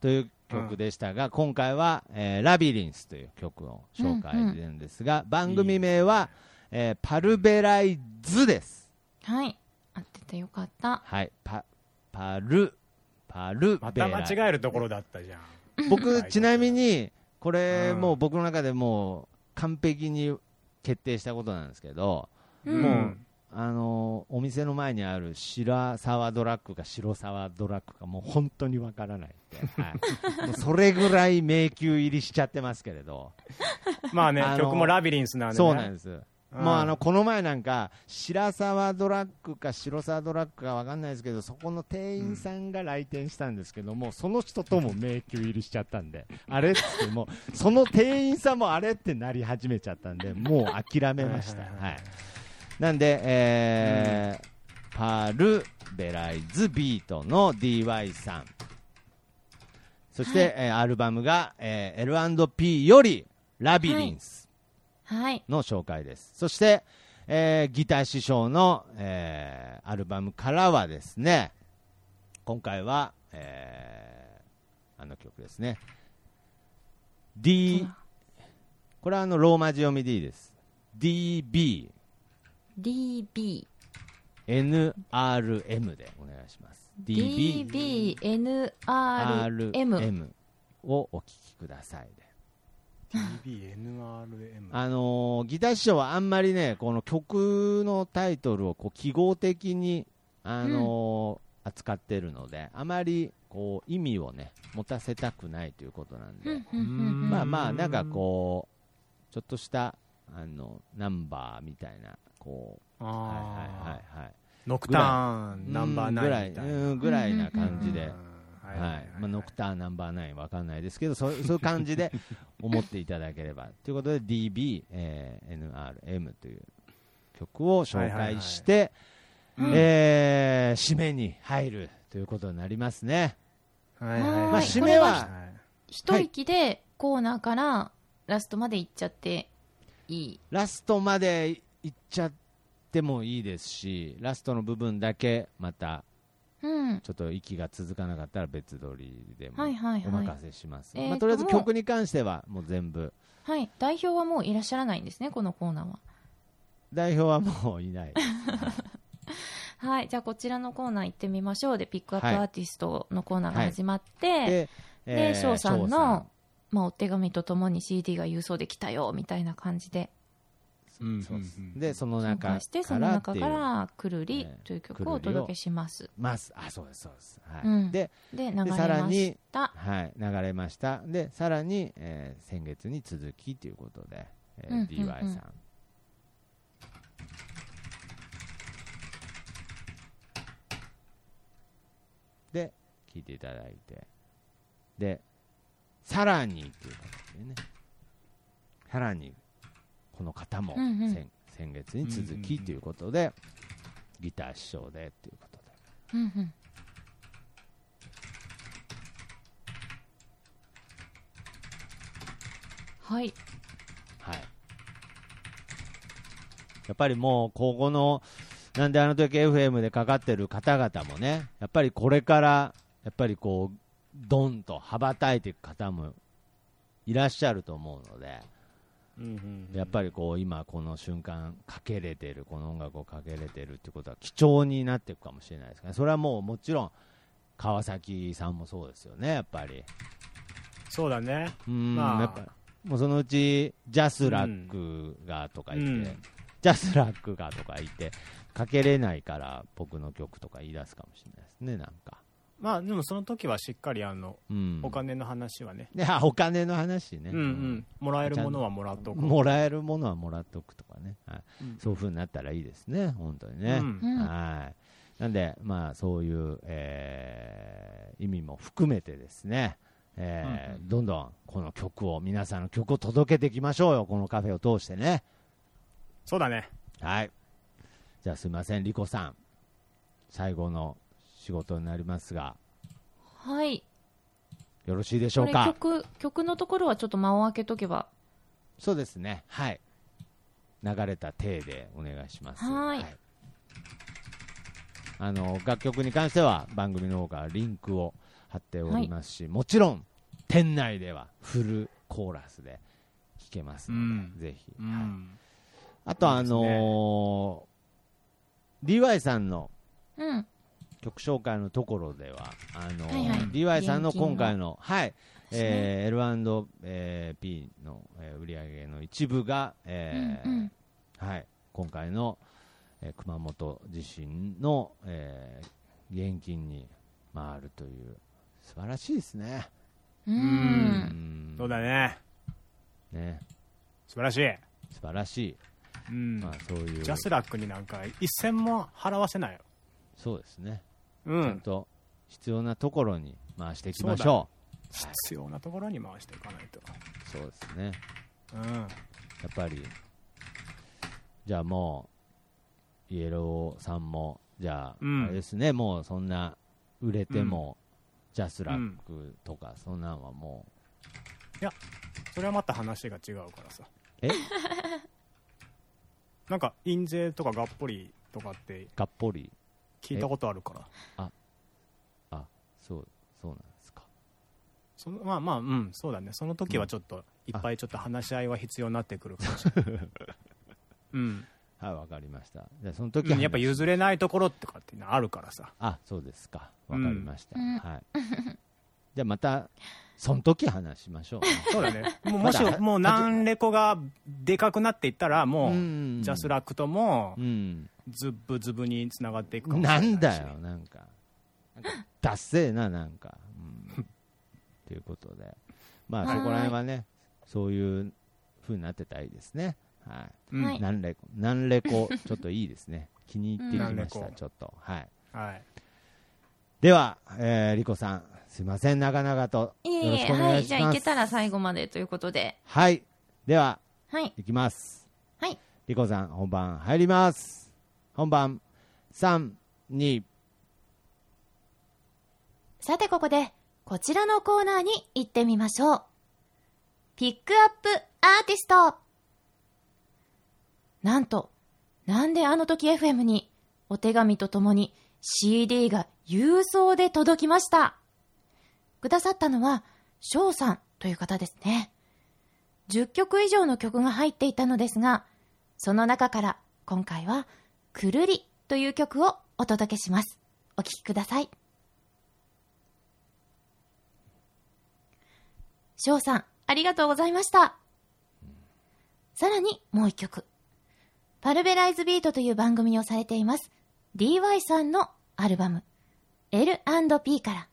S2: という曲でしたが、今回は、えーラビリンス」という曲を紹介するんですが、番組名は、えーパルベライズ」です
S3: はい。合っててよかった。
S2: はい、パ、パル、パル
S4: ま
S2: ベ
S4: た
S2: ラ。
S4: 間違えるところだったじゃん。
S2: 僕、ちなみに、これ、もう僕の中でもう完璧に決定したことなんですけど、
S4: うん
S2: もう、あの、お店の前にある白沢ドラッグか白沢ドラッグか、もう本当にわからないって。はい、もうそれぐらい迷宮入りしちゃってますけれど。
S4: まあね
S2: の
S4: 曲もラビリンスなんでね
S2: そうなんです。
S4: うん
S2: もうあのこの前なんか白沢ドラッグか白沢ドラッグかわかんないですけどそこの店員さんが来店したんですけども、その人とも迷宮入りしちゃったんであれっつって もうその店員さんもあれってなり始めちゃったんでもう諦めましたはいなんで、えーパルベライズビートの DY さんそして、えーアルバムが、えー L&P よりラビリンス
S3: はい。
S2: の紹介です、そして、えーギター師匠の、えーアルバムからはですね今回は、えーあの曲ですね D これはあのローマ字読み D です DBNRM
S16: DB。
S2: でお願いします DB
S16: DBNRM。
S2: RM をお聴きください
S4: DBNRM
S2: あのーギター師匠はあんまりねこの曲のタイトルをこう記号的に、あのー扱ってるのであまりこう意味をね持たせたくないということなんでまあまあなんかこうちょっとしたあのナンバーみたいなこうはいはいはいはい
S4: ノクターン
S2: ぐらい
S4: ナンバーナインみたいな
S2: うんぐらいうんぐらいな感じ
S4: うん
S2: で。はいまあ、ノクターンナンバーナインわかんないですけどそう そういう感じで思っていただければということで DBNRM、えー NRM という曲を紹介して、
S4: はいはいはい
S2: えー締めに入るということになりますね。
S4: はい
S3: はいはい
S2: まあ、締めは
S3: こ一息でコーナーからラストまで行っちゃっていい。
S2: ラストまでいっちゃってもいいですしラストの部分だけまた
S3: うん。
S2: ちょっと息が続かなかったら別撮りでも
S3: はいはいはい
S2: お任せします、
S3: えーと
S2: まあ、とりあえず
S3: もう
S2: 曲に関してはもう全部
S3: はい。代表はもういらっしゃらないんですね、このコーナーは。
S2: 代表はもういないです
S3: はい。じゃあ、こちらのコーナー行ってみましょう。で、ピックアップ
S2: はい
S3: アーティストのコーナーが始まって、
S2: でえ
S3: で、
S2: ー
S3: 翔、さん
S2: 翔さ
S3: の、まあ、お手紙とともに CD が郵送できたよ、みたいな感じで
S2: そうですでその
S3: 紹
S2: 中
S3: 介して、そ
S2: か
S3: の
S2: ら
S3: 中
S2: ってい
S3: か
S2: う
S3: ら、くるりという曲をお届けします。
S2: ますあそうですそうです、はい
S3: うん
S2: で
S3: で流れ
S2: さらに
S3: ました
S2: はい流れましたでさらに、えー先月に続きということで、えー
S3: うんうんうん
S2: DY さんで聞いていただいてでさらにという形でねさらにこの方も
S3: う
S2: 先,、
S3: んうん
S2: 先月に続きということで、ギター師匠でっていうことで
S3: うんうんはい。
S2: はい、やっぱりもう、ここの、なんであの時 FM でかかってる方々もね、やっぱりこれから、やっぱりこう、ドンと羽ばたいていく方もいらっしゃると思うので、やっぱりこう今、この瞬間、かけれてる、この音楽をかけれてるってことは、貴重になっていくかもしれないですね、それはもうもちろん、川崎さんもそうですよね、やっぱり。
S4: そうだね
S2: うん、
S4: まあ
S2: やっぱもうそのうちジャスラックがとか言って、
S4: うん
S2: ジャスラックがとか言ってかけれないから僕の曲とか言い出すかもしれないですねなんか
S4: まあでもその時はしっかりあの、
S2: うん
S4: お金の話はね
S2: であお金の話ね、
S4: うんうんもらえるものはもらっとこう
S2: もらえるものはもらっとくとかね、はい
S4: うん
S2: そういうふうになったらいいですね本当にね、
S4: うん
S2: はいなんでまあそういう、えー意味も含めてですねえーどんどんこの曲を皆さんの曲を届けていきましょうよこのカフェを通してね
S4: そうだね
S2: はいじゃあすいませんリコさん最後の仕事になりますが
S3: はい。
S2: よろしいでしょう
S3: こ
S2: か
S3: れ曲、曲のところはちょっと間を空けとけば。
S2: そうですねはい流れた体でお願いします
S3: はーい。
S2: あの楽曲に関しては番組の方からリンクを貼っておりますし、もちろん店内ではフルコーラスで聴けますので、ぜひ、はいあとあのー DY さんの
S3: うん。
S2: 曲紹介のところではあの
S3: はいはい
S2: DY さんの今回の、
S3: 現
S2: はい
S3: ですね
S2: えー L&P の、えー売り上げの一部が、えー
S3: うんうん
S2: はい、今回の、えー熊本地震の、えー現金に回るという素晴らしいですね。
S3: うん
S2: ん
S4: そうだね
S2: ね
S4: 素晴らしい
S2: 素晴らしい、
S4: うん
S2: まあ、そういう
S4: ジャスラックになんか一銭も払わせないよ
S2: そうですね、
S4: うん
S2: ちゃんと必要なところに回していきましょ
S4: そうだ必要なところに回していかないと
S2: うそうですね
S4: うん
S2: やっぱり、じゃあもう、イエローさんも、じゃあ、
S4: うん
S2: あれですね、もうそんな、売れても、ジャスラックとか、そんなんはも
S4: いやそれはまた話が違うからさ
S2: え
S4: なんか印税とかがっぽりとかって
S2: う、がっぽり。
S4: 聞いたことあるから
S2: あ、あ、そう、そうなんですか。
S4: そのまあまあうんそうだねその時はちょっといっぱいちょっと話し合いは必要になってくるかもしれないうん
S2: はい、わかりました。じゃあ、その 時
S4: うんやっぱ
S2: 話
S4: 譲れないところとかっていうのはあるからさ
S2: あ、そうですか。わかりました。
S4: うん
S2: はい。じゃあまた、その時話しましょう。
S4: そうだねもうもし
S2: まだ
S4: もう何レコがでかくなっていったら もうジャスラックともズブズブにつながっていくかもしれ
S2: な
S4: ない
S2: んだよ、なんか。ダッセーな、なんか。うん。ということで。まあ、
S17: はい
S2: そこら辺はね、そういう風になってたらいいですね。はい。
S17: うんはい
S2: 何レコ、何レコ、ちょっといいですね。気に入ってき
S17: うん
S2: まし
S17: 何
S2: た、
S17: レコ
S2: ちょっと。はい。
S4: はい
S2: では、えー、リコさん、すいません、長々と。
S18: いえ
S2: よろ
S18: い
S2: し
S18: え、
S2: くお
S18: は
S2: 願い
S18: い。
S2: し
S18: じゃ
S2: ます。
S18: あ、いけたら最後までということで。
S2: はい。では、
S18: はい。
S2: いきます。
S18: はい。
S2: リコさん、本番入ります。本番、3、2、
S3: さてここで、こちらのコーナーに行ってみましょう。ピックアップアーティストなんと、なんであの時 FM にお手紙とともに CD が郵送で届きました。くださったのは、翔さんという方ですね。10曲以上の曲が入っていたのですが、その中から今回は、くるりという曲をお届けします。お聴きください。翔さん、ありがとうございました。さらにもう一曲。パルベライズビートという番組をされています。DY さんのアルバム、L&P から。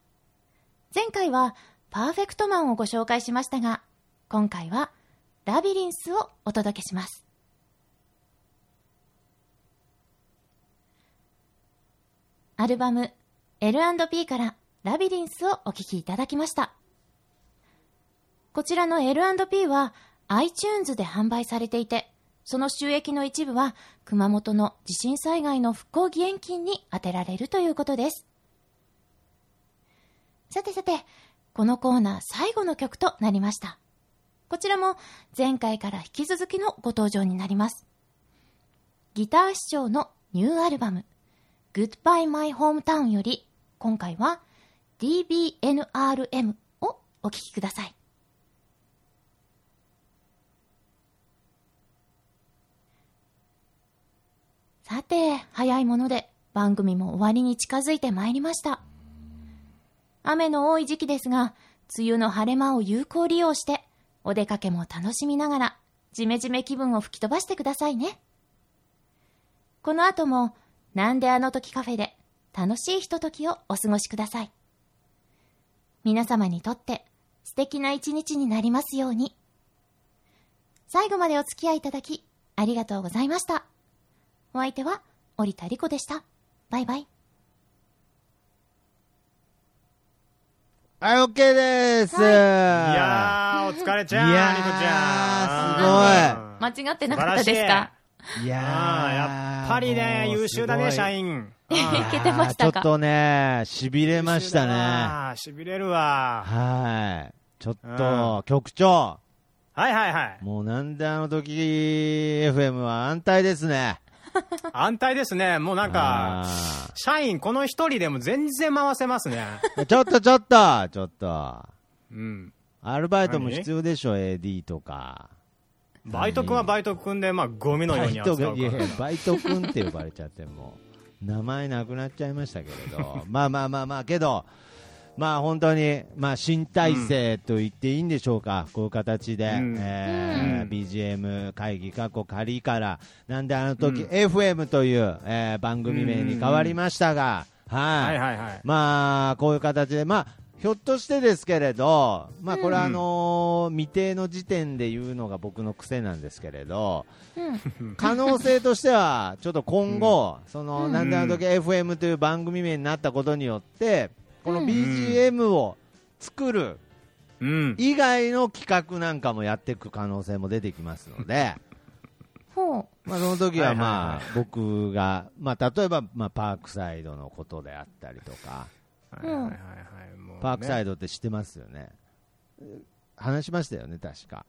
S3: 前回は、パーフェクトマンをご紹介しましたが、今回は、ラビリンスをお届けします。アルバム、L&P から、ラビリンスをお聴きいただきました。こちらの L&P は iTunes で販売されていて、その収益の一部は熊本の地震災害の復興義援金に充てられるということです。さてさて、このコーナー最後の曲となりました。こちらも前回から引き続きのご登場になります。ギター師匠のニューアルバム、Goodbye My Hometown より、今回は DBNRM をお聴きください。さて、早いもので番組も終わりに近づいてまいりました。雨の多い時期ですが、梅雨の晴れ間を有効利用して、お出かけも楽しみながら、ジメジメ気分を吹き飛ばしてくださいね。この後も、なんであの時カフェで、楽しいひとときをお過ごしください。皆様にとって、素敵な一日になりますように。最後までお付き合いいただき、ありがとうございました。お相手は、織田理子でした。バイバイ。
S2: はい、OK です。い
S4: やーお疲れちゃん
S2: いやー
S4: リコちゃ
S18: 間違ってなかったですか
S2: い
S4: あーやっぱりね
S2: もう
S4: 優秀だね
S2: すごい
S4: 社員
S18: いけてましたか
S2: ちょっとね、痺れましたね。
S4: ああしびれるわ
S2: はい。ちょっ
S4: うん
S2: と、局長。
S4: はいはいはい
S2: もうなんであの時、FM は安泰ですね。
S4: 安泰ですねもうなんか社員この一人でも全然回せますね
S2: ちょっとちょっと、ちょっと。
S4: うん
S2: アルバイトも
S4: 何
S2: 必要でしょ、AD とか。
S4: バイト君はバイト君でまあゴミのように扱うから
S2: いやいやバイト君って呼ばれちゃってもう名前なくなっちゃいましたけれ どまあまあまあまあけどまあ本当にまあ新体制と言っていいんでしょうか、こういう形で、えー BGM 会議過去仮からなんであの時、
S17: うん
S2: FM という、えー番組名に変わりましたが、
S17: は
S2: はい
S17: いはいはい
S2: まあこういう形でまあひょっとしてですけれど、まあ、これはあのー未定の時点で言うのが僕の癖なんですけれど、可能性としては、ちょっと今後、その、
S17: うん
S2: なんであの時 FM という番組名になったことによって、この BGM を作る 以外の企画なんかもやっていく可能性も出てきますので、
S3: ほう。
S2: まあ、その時はまあ、僕が、まあ、例えば、まあ、パークサイドのことであったりとか、
S4: うん
S2: パークサイドって知ってますよね。話しましたよね、確か。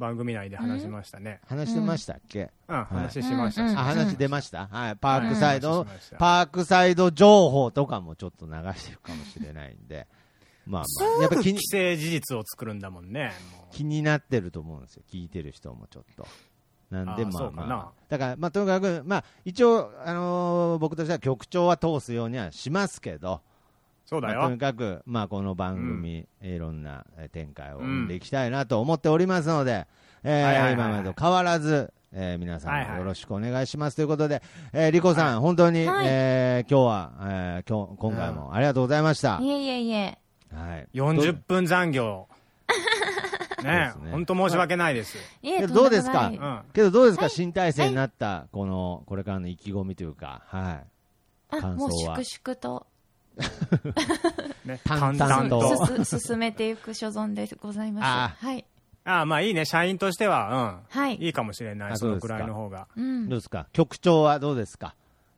S4: 番組内で話しましたね。
S2: 話してましたっけ、
S4: うん
S2: はい
S4: 話しました
S2: あ
S4: うん
S2: 話出ました、はい、パークサイド、
S4: うん話しました
S2: パークサイド情報とかもちょっと流してるかもしれないんで、まあまあ、やっぱ気に
S4: 既成事実を作るんだもんね。も
S2: 気になってると思うんですよ、聞いてる人もちょっと。なんで、
S4: あー
S2: ま
S4: そ
S2: あ
S4: うかな
S2: まあ、だから、まあ、とにかく、まあ、一応、あのー僕としては局長は通すようにはしますけど、
S4: そうだよ
S2: まあとにかく、まあ、この番組、いろんなえー展開を生んでいきたいなと思っておりますので、えー
S4: はいはいはい
S2: 今までと変わらず、えー皆さんもよろしくお願いしますということで、えーリコさん、本当に、
S3: はい
S2: えー今日は、えー今日、今回もありがとうございました。
S3: いえいえいえ。
S2: はい、
S4: 40分 残業。ね
S2: ですね
S4: 本当申し訳ないです。
S3: いえ
S2: けど
S3: とんでも
S2: どうですか、
S3: ないうん
S2: けどどうですか、新体制になったこのこれからの意気込みというか、はい、
S3: あ、
S2: 感
S3: もう
S2: 想は
S3: 粛々と。
S2: 淡々と
S3: すす進めていく所存でございま
S4: あ
S3: す。はい。
S4: ああ、まあいいね。社員としては、うん。
S3: はい。
S4: いいかもしれな
S2: あ
S4: い。
S2: そ
S4: そ
S2: う
S4: の
S2: です
S4: く
S2: から
S4: いの方が。
S3: うん
S2: どうですか局長はどうですか、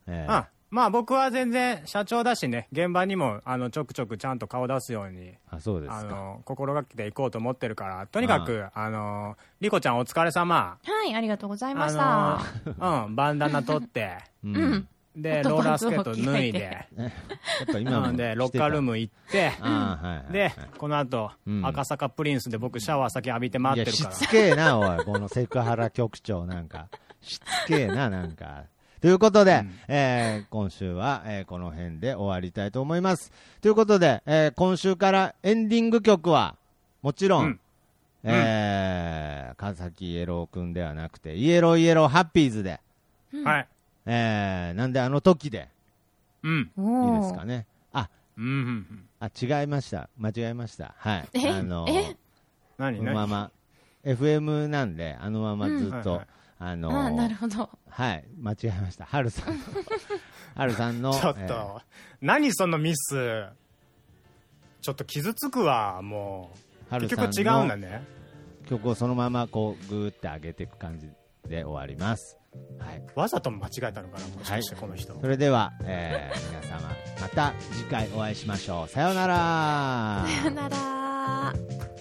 S2: えー
S4: あまあ僕は全然社長だしね、現場にもあのちょくちょくちゃんと顔出すように、
S2: あそうです
S4: あ
S2: か
S4: の心がけていこうと思ってるから、とにかく、あの、リコちゃんお疲れ様。
S3: はい、ありがとうございました
S4: あ。の、うん、バンダナ取って、
S3: うん。
S4: で、
S3: ホットパ
S4: ロー
S3: ン
S4: ラー
S3: ツ
S4: ス
S3: を
S4: ケート脱い
S3: 着替
S4: で、
S2: やっぱ今も
S4: うんで、ロッカールーム行って
S2: あーはいはいは、い
S4: で、この後
S2: う、ん
S4: 赤坂プリンスで僕シャワー先浴びて待
S2: い
S4: っ
S2: や
S4: てる
S2: し
S4: から。
S2: つけえな、おい、このセクハラ局長なんか、しつけえな、なんか。ということで、えー今週は、えーこの辺で終わりたいと思います。ということで、えー今週からエンディング曲は、もちろん、えー川崎イエローくんではなくて、イエローイエローハッピーズで、
S4: はい。
S2: えーなんであの時で、
S4: うん。
S2: いいですかね。あ、
S4: うん。
S2: あ、違いました。間違えました。はい。
S4: え
S2: あの
S4: え何
S2: このまま、FM なんで、あのままずっと、
S4: うん
S2: あの
S3: あ、なるほど。
S2: はい、間違えました。はるさ んの、はるさんの、
S4: ちょっと、
S2: えー
S4: 何そのミスちょっと傷つくわもう
S2: 春
S4: 結
S2: さんの
S4: 局違うんだね
S2: 曲をそのままこう、ぐーって上げていく感じで終わります。はい。
S4: わざと間違えたのかなもしかしてこの人、
S2: それでは、えー皆様、また次回お会いしましょう。さようなら。
S3: さよなら。